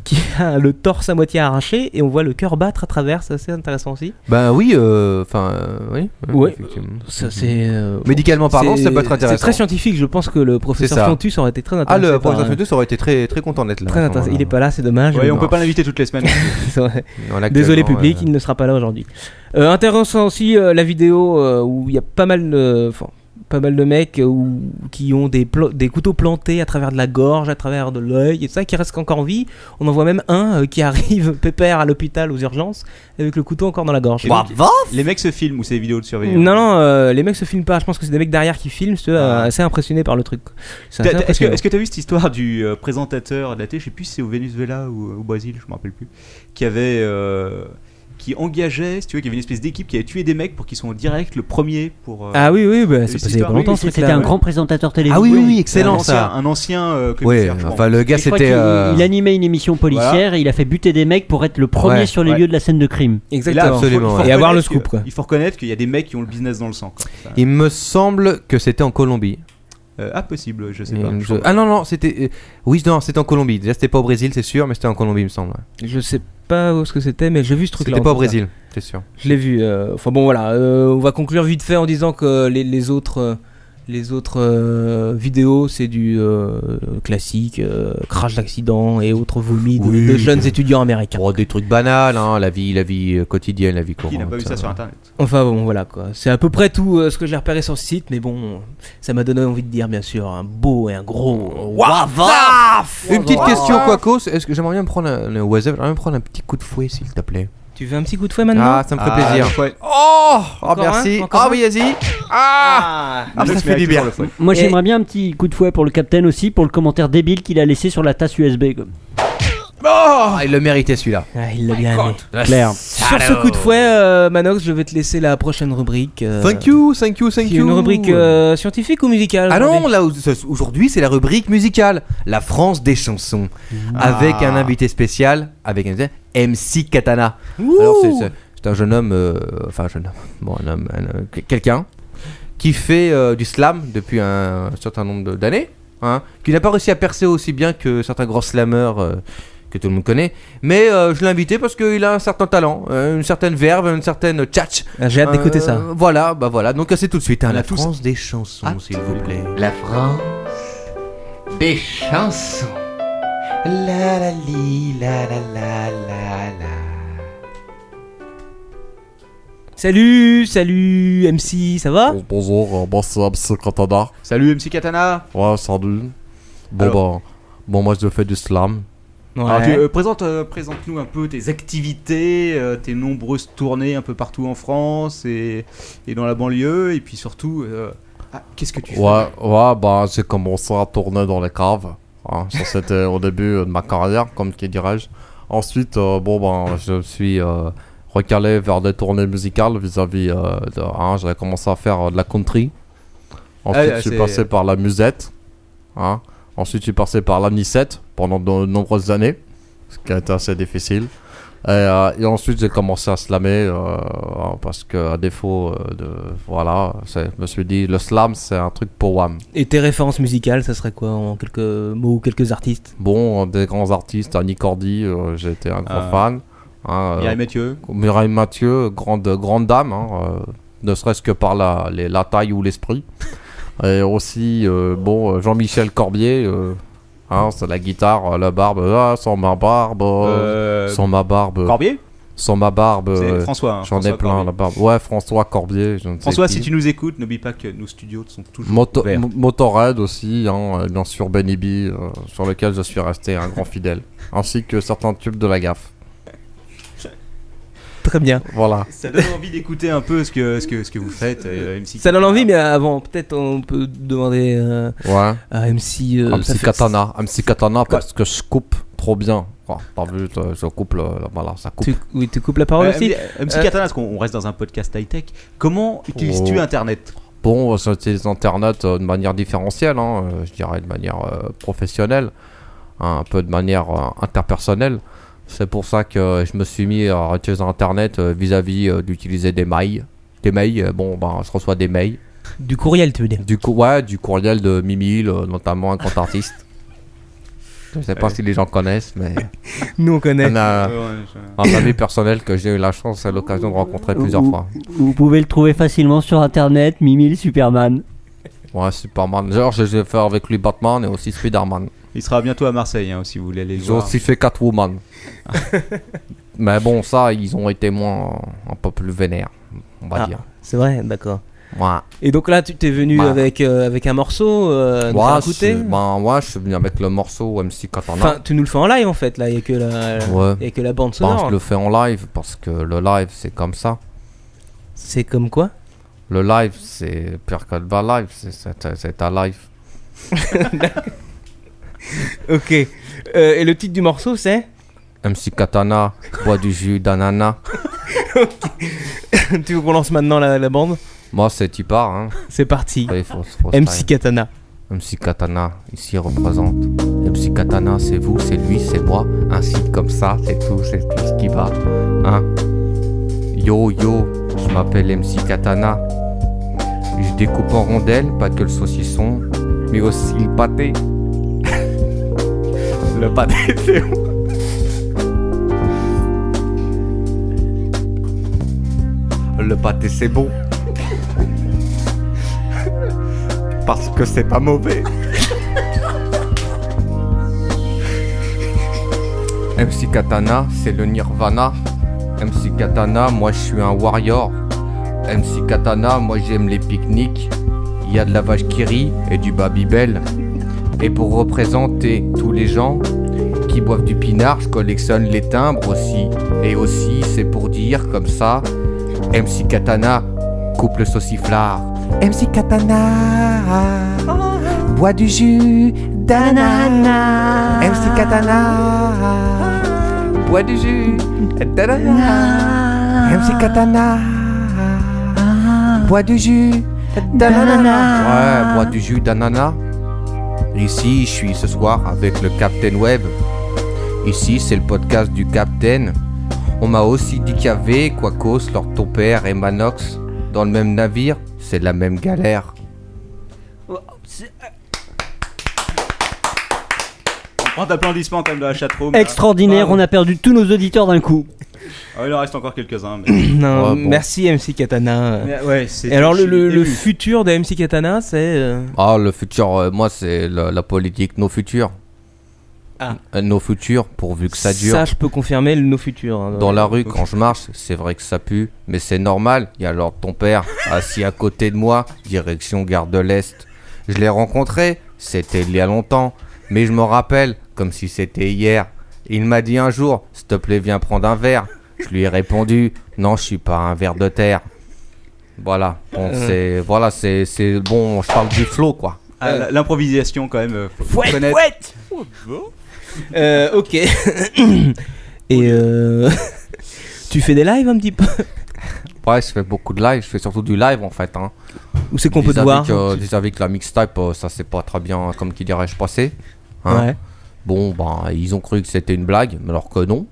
E: qui *laughs* a le torse à moitié arraché et on voit le cœur battre à travers, c'est assez intéressant aussi.
G: Bah oui, euh, enfin, euh, oui.
E: Ouais.
G: effectivement.
E: Ça, c'est, euh,
G: Médicalement parlant, ça peut être intéressant.
E: C'est très scientifique, je pense que le
G: C'est
E: professeur
G: ça.
E: Fontus aurait été très
G: Ah,
E: intéressé.
G: le
E: par- euh,
G: professeur Feutus aurait été très, très content d'être là.
E: hein. Très
G: à ce
E: intéressé. Il
G: moment-là.
E: est pas là, c'est dommage.
D: Ouais, on
G: non.
D: peut pas l'inviter toutes les semaines. *laughs*
E: C'est vrai.
G: Non, là,
E: Désolé
G: actuellement,
E: public,
G: euh,
E: il ne sera pas là aujourd'hui. Euh, intéressant aussi euh, la vidéo euh, où il y a pas mal de, enfin, pas mal de mecs euh, où- qui ont des, pla- des couteaux plantés à travers de la gorge, à travers de l'œil et tout ça, qui restent encore en vie. On en voit même un euh, qui *laughs* arrive pépère à l'hôpital aux urgences avec le couteau encore dans la gorge.
D: Et donc, les mecs se filment ou c'est des vidéos de surveillance
E: Non, non, euh, les mecs se filment pas. Je pense que c'est des mecs derrière qui filment. C'est assez impressionnés par le truc. C'est
D: T'as- Ah.
E: assez
D: t'as- Est-ce que
E: impressionnant.
D: est-ce que t'as vu cette histoire du euh, présentateur de la télé, je sais plus si c'est au Venezuela ou euh, au Brésil, je me rappelle plus, qui avait euh, qui engageait, si tu veux, qui avait une espèce d'équipe qui avait tué des mecs pour qu'ils soient en direct le premier pour. euh,
E: Ah oui, oui, bah,
D: Cette
E: c'est passé il y a
D: histoire,
E: pas
D: oui,
E: longtemps.
D: oui,
E: ce
F: C'était
E: truc-là.
F: un grand présentateur télé.
G: Ah oui, oui, oui,
D: un
G: excellent
D: ancien-
G: ça.
D: Un ancien euh,
G: Ouais,
D: commissaire, je pense.
G: enfin, le gars
F: Je crois
G: c'était.
F: qu'il-
G: euh,
F: Il animait une émission policière et il a fait buter des mecs pour être le premier
G: Ouais,
F: sur les
D: ouais.
F: lieux de la scène de crime.
D: Et là,
E: Exactement.
D: il faut- il faut
G: Absolument,
E: ouais. Et avoir le
D: reconnaître
E: scoop,
D: que-
E: quoi.
D: Il faut reconnaître qu'il y a des mecs qui ont le business dans le sang. quoi. Ça-
G: Il me semble que c'était en Colombie.
D: euh, ah, possible, je sais
G: Il
D: pas.
G: me-
D: je crois.
G: Ah non, non, c'était. euh, Oui, non, c'était en Colombie. Déjà, c'était pas au Brésil, c'est sûr, mais c'était en Colombie, il me semble.
E: Je sais pas où ce que c'était, mais j'ai vu ce truc-là.
G: C'était
E: en
G: pas au
E: tout cas.
G: Brésil, c'est sûr.
E: Je l'ai vu. euh, Enfin bon, voilà. euh, on va conclure vite fait en disant que les, les autres euh, Les autres euh, vidéos, c'est du euh, classique, euh, crash d'accident et autres vomis de-
K: Oui,
E: de jeunes
K: des-
E: étudiants américains.
K: Oh, des trucs banals, hein, la vie, la vie euh, quotidienne, la vie courante.
D: Qui n'a pas vu ça sur internet
E: Enfin bon, voilà quoi. C'est à peu près tout euh, ce que j'ai repéré sur ce site, mais bon, ça m'a donné envie de dire, bien sûr, un beau et un gros. Wazaf
K: Une petite question, Quacos. Est-ce que j'aimerais bien me prendre un, le WhatsApp, j'aimerais bien me prendre un petit coup de fouet, s'il te plaît.
E: Tu veux un petit coup de fouet maintenant
K: Ah, ça me fait
D: Ah,
K: plaisir.
D: le fouet.
K: Oh, oh
E: Encore
K: merci.
E: un, encore
K: Ah
E: un
K: oui, vas-y. Ah, ah, ça
D: L'autre
K: fait du
D: mérite
K: bien.
D: toujours le fouet.
F: Moi,
E: Et-
F: j'aimerais bien un petit coup de fouet pour le capitaine aussi, pour le commentaire débile qu'il a laissé sur la tasse USB. quoi.
K: Ah, il le méritait celui-là.
E: Ah, il l'a bien aimé.
F: Claire.
E: Sur ce coup de fouet, euh, Manox, je vais te laisser la prochaine rubrique. euh,
K: Thank you, thank you, thank
E: qui est
K: you.
E: une rubrique euh, scientifique ou musicale
K: Ah
E: aujourd'hui
K: non, là au- aujourd'hui c'est la rubrique musicale, la France des chansons, avec un invité spécial, avec un invité, MC Katana. Alors c'est- c'est- c'est un jeune homme, euh, enfin un jeune homme, *laughs* bon un homme, un, euh, quelqu'un qui fait euh, du slam depuis un, certain nombre de- d'années, hein, qui n'a pas réussi à percer aussi bien que certains grands slammeurs euh, que tout le monde connaît, mais euh, je l'ai invité parce qu'il a un certain talent, euh, une certaine verve, une certaine tchatch.
E: Ah, J'ai hâte d'écouter ça.
K: Euh, Voilà, bah voilà, donc c'est tout de suite. hein,
D: On a
K: la
D: tous-
K: France des chansons, s'il vous plaît.
L: La France des chansons. La la li, la la la la la.
E: Salut, salut, MC, ça va
G: Bon, bonjour, euh, moi c'est MC Katana.
D: Salut MC Katana
G: Ouais, salut. Bon,
D: Alors.
G: bah, bon, moi je fais du slam. Ah.
D: Alors, tu,
E: Ouais.
D: euh, présente, euh, présente-nous un peu tes activités, euh, tes nombreuses tournées un peu partout en France et, et dans la banlieue, et puis surtout, euh, ah, qu'est-ce que tu
G: Ouais, ouais, bah, j'ai commencé à tourner dans les caves. hein. Ça, c'était au début euh, de ma carrière, comme qui dirais-je. Ensuite, euh, bon, ben, je me suis euh, recalé vers des tournées musicales vis-à-vis euh, de. Hein, J'avais commencé à faire euh, de la country. Ensuite,
D: Ah,
G: je
D: c'est-
G: suis passé par la musette. hein. Ensuite, je suis passé par la nisette pendant de nombreuses années, ce qui a été assez difficile. Et, euh, et ensuite, j'ai commencé à slammer euh, parce que, à défaut euh, de. Voilà, c'est- je me suis dit, le slam, c'est un truc pour WAM.
E: Et tes références musicales, ça serait quoi en quelques mots ou quelques artistes
G: Bon, des grands artistes, Annie Cordy, euh, j'étais un grand
D: Ah.
G: fan. hein,
D: fais
G: euh,
D: Mireille Mathieu
G: Mireille Mathieu, grande, grande dame, hein, euh, ne serait-ce que par la, les- la taille
D: *laughs*
G: ou l'esprit. Et aussi, euh, bon, euh, Jean-Michel Corbier, euh, hein, c'est la guitare, euh, la barbe, ah, sans ma barbe, euh,
D: Euh,
G: sans ma barbe,
D: Corbier
G: sans ma barbe,
D: C'est
G: euh,
D: François. hein,
G: j'en ai
D: François
G: plein
D: Corbier.
G: la barbe. Ouais, François Corbier, je ne sais
D: François,
G: qui.
D: si tu nous écoutes, n'oublie pas que nos studios sont toujours
G: Moto
D: ouverts.
G: Mo- Motorhead aussi, hein, euh, bien sûr Benny B, euh, sur lequel je suis resté un grand fidèle,
D: *laughs*
G: ainsi que certains tubes de la gaffe.
E: Très bien.
G: Voilà.
D: Ça donne
E: *laughs*
D: envie d'écouter un peu ce que, ce que, ce que vous faites, euh, MC
E: Ça donne
D: Katana.
E: envie, mais avant, peut-être on peut demander euh,
G: Ouais.
E: à MC. euh,
G: Un
E: ça
G: petit
E: fait-
G: katana, un petit katana parce que je coupe trop bien. Oh, T'as vu, je je coupe, le, le- voilà, ça coupe.
E: Tu, oui, tu coupes la parole
D: Euh,
E: aussi
D: MC, MC Katana, parce qu'on on reste dans un podcast high-tech, comment utilises-tu
G: Oh.
D: Internet
G: Bon, j'utilise Internet euh, de manière différentielle, hein, euh, je dirais de manière euh, professionnelle, hein, un peu de manière euh, interpersonnelle. C'est pour ça que je me suis mis à utiliser Internet euh, vis-à-vis euh, d'utiliser des mails. Des mails, euh, bon, ben, je reçois des mails.
E: Du courriel, tu veux dire
G: Du, cou- ouais, du courriel de Mimi, le- notamment un
E: *laughs*
G: compte artiste. je sais pas si les gens connaissent, mais
E: Nous on connaît.
G: on a
D: Euh, Ouais, je-
G: un ami personnel que j'ai eu la chance et l'occasion de rencontrer plusieurs
F: Ouh.
G: fois.
F: Vous pouvez le trouver facilement sur internet, Mimi le Superman.
G: Ouais, Superman. Genre, j'ai j'ai fait avec lui Batman et aussi Spider-Man.
D: Il sera bientôt à Marseille, hein, si vous voulez aller le
G: Ils ont
D: voir.
G: aussi
E: *laughs*
G: fait Catwoman. Mais bon, ça, ils ont été moins. un peu plus vénères, on va
E: Ah.
G: dire.
E: C'est vrai, d'accord.
G: Ouais.
E: Et donc là, tu t'es venu
G: Bah.
E: avec, euh, avec un morceau euh, nous
G: Ouais,
E: faire
G: je,
E: écouter
G: ben, ouais, je suis venu avec le morceau MC
E: Enfin,
G: Katana.
E: tu nous le fais en live en fait, là, il n'y a, que la-
G: ouais.
E: y a que la bande
G: Ben,
E: sonore.
G: je le fais en live parce que le live, c'est comme ça.
E: C'est comme quoi
G: Le live, c'est pire que le bas live, c'est- c'est c'est ta live.
E: Ok. Euh, et le titre du morceau c'est *laughs*
G: MC Katana, bois du jus d'ananas.
E: Tu veux qu'on lance maintenant la, la bande
G: Moi, c'est Tipar, hein.
E: C'est parti.
G: Après, faut- faut-
E: MC Katana. *clears throat*
G: MC Katana, ici représente. MC Katana, c'est vous, c'est lui, c'est moi. Un site comme ça, c'est tout, c'est tout ce qui va. Hein Yo yo, je m'appelle MC Katana. Je découpe en rondelles, pas que le saucisson, mais aussi le pâté. *laughs* le pâté, c'est où Le pâté, c'est bon. parce que c'est pas mauvais. MC Katana, c'est le Nirvana. MC Katana, moi je suis un warrior. MC Katana, moi j'aime les pique-niques. Il y a de la vache qui rit et du Babybel. Et pour représenter tous les gens qui boivent du pinard, je collectionne les timbres aussi. Et aussi, c'est pour dire comme ça MC Katana, couple sauciflard.
I: MC Katana Bois du jus d'ananas MC Katana
G: Bois du jus
I: d'ananas MC Katana Bois du jus d'ananas
G: Ouais, bois du jus d'ananas. Ici, je suis ce soir avec le Captain Web. Ici, c'est le podcast du Captain. On m'a aussi dit qu'il y avait Quacos, leur ton père et Manox dans le même navire. C'est la même galère.
D: Grand applaudissement quand même de la chatroom. là.
F: Extraordinaire, on a perdu tous nos auditeurs d'un coup.
D: Ah, il en reste encore quelques-uns. Mais...
E: *coughs*
D: Ouais,
E: Non,
D: bon.
E: Merci MC Katana.
D: Mais, ouais, c'est-
E: Et alors le,
D: je
E: le-
D: l'ai
E: le
D: vu.
E: futur de MC Katana, c'est euh,
G: Ah, le futur, euh, moi, c'est la, la politique, nos futurs.
E: Ah.
G: Euh, Nos futurs, pourvu que ça dure.
E: Ça, je peux confirmer le nos futurs. hein.
G: Dans la rue, quand je marche, c'est vrai que ça pue, mais c'est normal. Il y a alors ton
E: *laughs*
G: père assis à côté de moi, direction gare de l'Est. Je l'ai rencontré, c'était il y a longtemps, mais je me rappelle comme si c'était hier. Il m'a dit un jour, s'il te plaît, viens prendre un verre. Je lui ai répondu, non, je suis pas un verre de terre. Voilà, bon,
D: Euh.
G: c'est voilà, c'est c'est- bon, je parle du flow quoi.
D: Ah, l- L'improvisation quand même. euh, Faut faut
E: euh, Fouette,
D: connaître.
E: fouette Euh,
G: *coughs*
E: ok. Et euh, *laughs* tu fais des lives un petit peu
G: Ouais, je fais beaucoup de live, je fais surtout du live en fait. Hein.
E: Où c'est qu'on peut te
G: Déjà
E: voir
G: avec, euh, Déjà avec la mixtape, euh, ça s'est pas très bien, comme qui dirais-je, passé. hein.
E: Ouais.
G: Bon, ben, ils ont cru que c'était une blague, mais alors que non,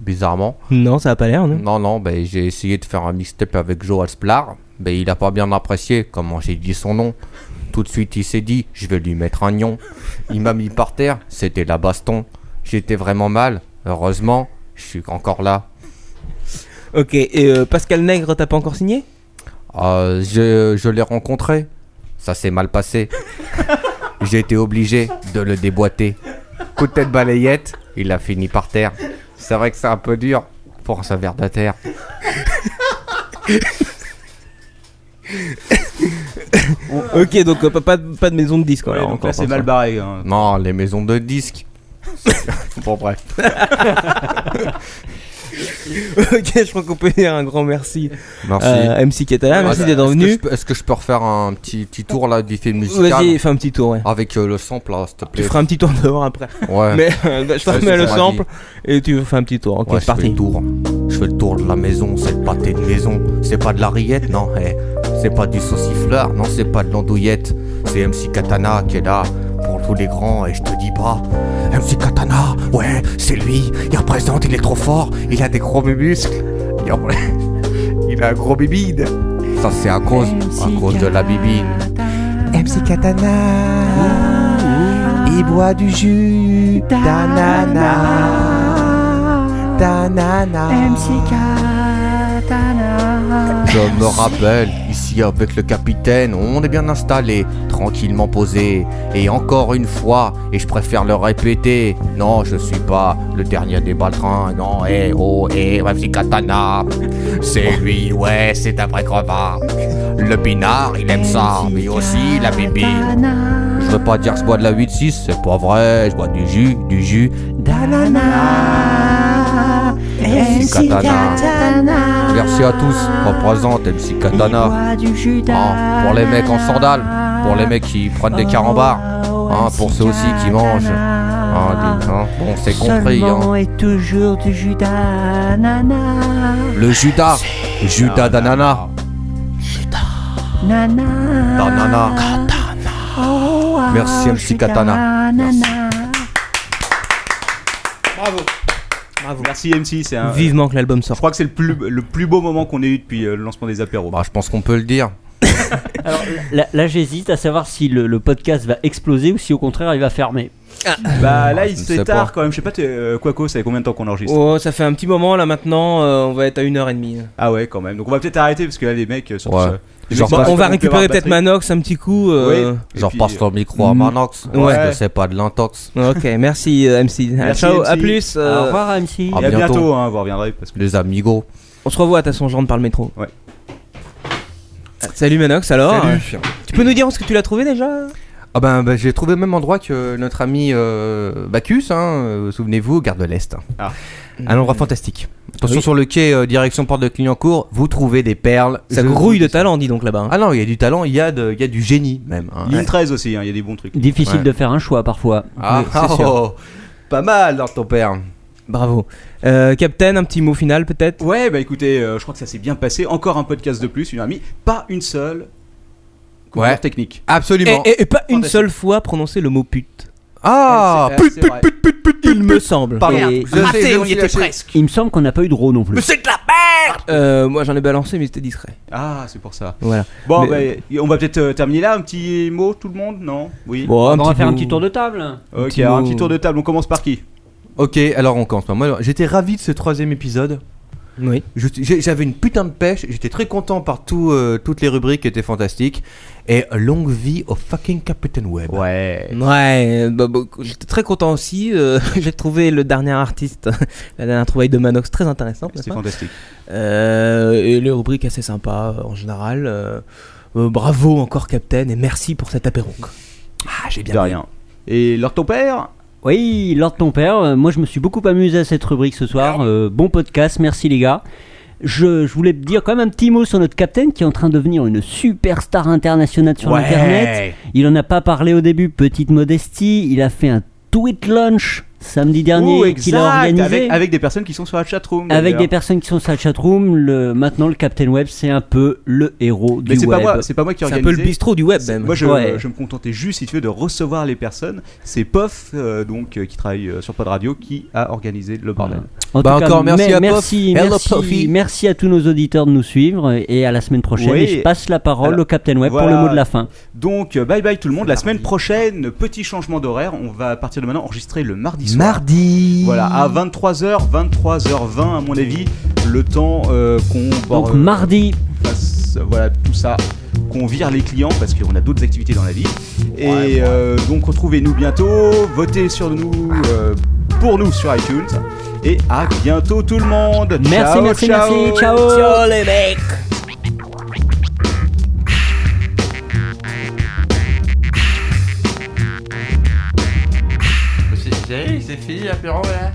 G: bizarrement.
E: Non, ça a pas l'air, non
G: Non, non, ben, j'ai essayé de faire un mixtape avec Joe Alsplar, mais il a pas bien apprécié comment j'ai dit son nom. Tout de suite, il s'est dit, je vais lui mettre un nion. Il m'a mis par terre, c'était la baston. J'étais vraiment mal, heureusement, je suis encore là.
E: Ok, et euh, Pascal Nègre, t'as pas encore signé
G: Euh, je je l'ai rencontré. Ça s'est mal passé. J'ai été obligé de le déboîter. Coup de tête balayette, il a fini par terre. C'est vrai que c'est un peu dur pour un verre de terre.
E: Ok, donc euh, pas, pas de- pas de maison de disque alors,
G: donc
E: encore,
G: là, c'est
E: pas
G: mal
E: ça.
G: barré,
E: *laughs*
G: hein. Non, les maisons de disques. bon, bref.
E: *laughs* ok, je crois qu'on peut dire un grand merci.
G: Merci.
E: Euh, MC Katana, merci
G: Voilà.
E: d'être
G: Est-ce que
E: venu.
G: je peux- Est-ce que je peux refaire un petit, petit tour là du film musical
E: Vas-y, fais un petit tour, ouais.
G: Avec euh, le sample là, s'il te plaît.
E: Tu feras un petit tour dehors après.
G: Ouais.
E: Mais euh, je te
G: Ouais,
E: remets
G: c'est
E: le
G: ça.
E: sample et tu fais un petit tour. Ok,
G: Ouais,
E: c'est
G: je fais
E: parti.
G: le tour. Je fais le tour de la maison, c'est le pâté de maison. C'est pas de la rillette, non, eh. c'est pas du saucifleur, non, c'est pas de l'andouillette. C'est MC Katana qui est là pour tous les grands et je te dis pas. MC Katana, ouais, c'est lui. Il représente, il est trop fort. Il a des gros muscles. Il a, *laughs* il a un gros bibide. Ça, c'est à cause, à cause de la bibine.
I: MC Katana Il boit du jus d'ananas D'ananas MC Katana
G: Je me rappelle, ici avec le capitaine, on est bien installé, tranquillement posé. Et encore une fois, et je préfère le répéter, non, je suis pas le dernier des baltrins, non, eh oh, eh, ma petite katana. C'est lui, ouais, c'est un vrai crevard. Le pinard, il aime ça, mais aussi la bibine. Je veux pas dire que je bois de la 8-6, c'est pas vrai, je bois du jus, du jus.
I: D'ananas MC Katana
G: Merci à tous, représente MC Katana.
I: Bois du jus
G: Hein, pour les mecs en sandales, pour les mecs qui prennent
I: Oh,
G: des carambars, hein, pour ceux aussi qui mangent. Hein, dis- hein, bon, c'est compris.
I: Seulement
G: hein.
I: et toujours du jus d'ananas
G: Le Judas, Judas d'ananas,
I: Nana
G: d'ananas.
I: Oh, ah,
G: Merci, MC
I: jus
G: Katana.
I: d'ananas.
D: Merci MC, c'est un.
E: Vivement que l'album
D: Je crois que c'est le plus, le plus beau moment qu'on ait eu depuis euh, le lancement des apéros.
G: Bah, je pense qu'on peut le dire.
F: Alors là, là, j'hésite à savoir si le, le podcast va exploser ou si au contraire il va fermer.
D: Bah là, il
F: je ne
D: c'est
F: sais
D: tard
F: pas.
D: quand même. Je sais pas, t'es, euh, Quaco, ça fait combien de temps qu'on enregistre
E: Oh, ça fait un petit moment là maintenant, euh, on va être à 1h30.
D: Ah ouais, quand même. Donc on va peut-être arrêter parce que là, les mecs, euh, surtout,
G: Ouais.
D: euh, les
G: Genre
D: mecs,
G: pas-
D: ils
E: on va
D: vont plus avoir
E: récupérer
D: de
E: peut-être
D: batterie.
E: Manox un petit coup. euh,
D: Oui.
G: Genre
D: Et puis, euh,
G: passe ton micro à
E: Mm.
G: Manox.
E: Ouais.
G: Parce que c'est pas de l'intox.
E: Ok, merci euh, MC. Ah,
D: Merci,
E: Ciao,
D: MC.
E: à plus. euh,
F: Au revoir MC.
G: Ah,
D: Et à bientôt,
G: bientôt,
D: hein, vous reviendrez parce que
G: Les amigos.
E: On se revoit, t'as son genre par le métro.
D: Ouais.
E: Salut Manox alors. euh,
G: Salut.
E: Tu peux nous dire où est-ce que tu l'as trouvé déjà
G: Ah ben, ben, j'ai trouvé le même endroit que notre ami euh, Bacchus, hein, euh, souvenez-vous, garde de l'Est.
D: Ah.
G: Un endroit fantastique. Attention
E: Oui.
G: sur le quai euh, direction porte de Clignancourt, vous trouvez des perles.
E: Ça
G: Je-
E: grouille de talent, dis donc là-bas. hein.
G: Ah non, il y a du talent, il y, a de- il y a du génie même. hein.
D: Ligne 13 aussi, hein, il y a des bons trucs.
F: Difficile
G: Ouais.
F: de faire un choix parfois.
G: Ah,
E: Oui, c'est
G: oh, pas mal dans ton père.
E: Bravo. Euh, Captain, un petit mot final peut-être
D: Ouais, bah écoutez, euh, je crois que ça s'est bien passé. Encore un podcast de plus, une amie. Pas une seule. coupure
G: Ouais.
D: Technique.
E: et,
G: Absolument.
E: et- et pas une
D: Fantastique.
E: seule fois prononcer le mot pute.
G: Ah,
D: Ouais, c'est-
G: pute,
D: c'est
G: pute,
D: vrai.
G: pute, pute, pute, pute,
E: Il me semble.
G: Pardon,
F: Et-
G: je sais, je me
J: on y
G: suis
J: était
G: lâché.
J: presque.
F: Il me semble qu'on n'a pas eu de Ro non plus.
J: Mais c'est de la merde
E: Euh, moi j'en ai balancé mais c'était discret.
D: Ah, c'est pour ça.
E: Voilà.
D: Bon,
E: Mais-
D: bah, on va peut-être euh, terminer là. Un petit mot, tout le monde Non Oui.
E: Bon,
F: on va faire un
E: mot.
F: petit tour de table.
D: ok,
E: petit
D: alors, un
E: mot.
D: petit tour de table. On commence par qui
G: Ok, alors on commence. Moi, alors, j'étais ravi de ce troisième épisode.
E: Oui.
G: Je- j'ai- J'avais une putain de pêche, j'étais très content par tout, euh, toutes les rubriques qui étaient fantastiques. Et longue vie au fucking Captain Web.
D: Ouais.
E: Ouais, bah, bah, j'étais très content aussi. euh, *laughs* J'ai trouvé le dernier artiste, *laughs* la dernière trouvaille de Manox très intéressante. n'est-ce
D: C'est
E: pas
D: fantastique.
E: Euh, et les rubriques assez sympas euh, en général. euh, euh, bravo encore Captain et merci pour cet apéro. Ah j'ai
D: De rien. Et Lord ton père
F: Oui, Lord ton père, euh, moi je me suis beaucoup amusé à cette rubrique ce soir. Euh, bon podcast, merci les gars. Je, je voulais dire quand même un petit mot sur notre capitaine qui est en train de devenir une superstar internationale sur
D: Ouais.
F: internet. Il en a pas parlé au début, petite modestie. Il a fait un tweet lunch samedi
D: Ouh,
F: dernier qu'il a
D: exact,
F: organisé.
D: Avec, avec des personnes qui sont sur la chatroom.
F: Avec des
D: d'ailleurs.
F: personnes qui sont sur la chatroom, le, maintenant le Captain Web c'est un peu le héros du
D: Mais c'est pas
F: web.
D: moi, c'est pas moi qui
E: C'est un
D: organise.
E: peu le bistrot du web même.
D: Moi, je,
F: Ouais.
D: je me contentais juste, si tu veux, de recevoir les personnes. C'est Pof, euh, donc, euh, qui travaille euh, sur Pod Radio, qui a organisé le bordel.
F: En
G: Bah,
F: tout cas,
G: encore
F: me-
G: merci à Pof.
F: merci,
G: Hello,
F: merci,
G: Pofi.
F: merci à tous nos auditeurs de nous suivre et à la semaine prochaine.
D: Oui.
F: Et je passe la parole
D: Alors,
F: au Captain Web pour
D: voilà.
F: le mot de la fin.
D: Donc, euh, bye bye tout le monde. La semaine prochaine, petit changement d'horaire. On va, à partir de maintenant, enregistrer le mardi soir.
G: Mardi
D: Voilà, à 23h, 23h20, à mon avis, le temps euh, qu'on
F: Donc
D: borde-
F: mardi,
D: fasse, euh, voilà, tout ça, qu'on vire les clients parce qu'on a d'autres activités dans la vie. Et euh, donc retrouvez-nous bientôt, votez sur nous, euh, pour nous sur iTunes. Et à bientôt tout le monde.
F: merci,
D: Ciao,
F: merci,
D: ciao.
F: merci, ciao.
J: Oh les mecs
M: C'est fini l'apéro là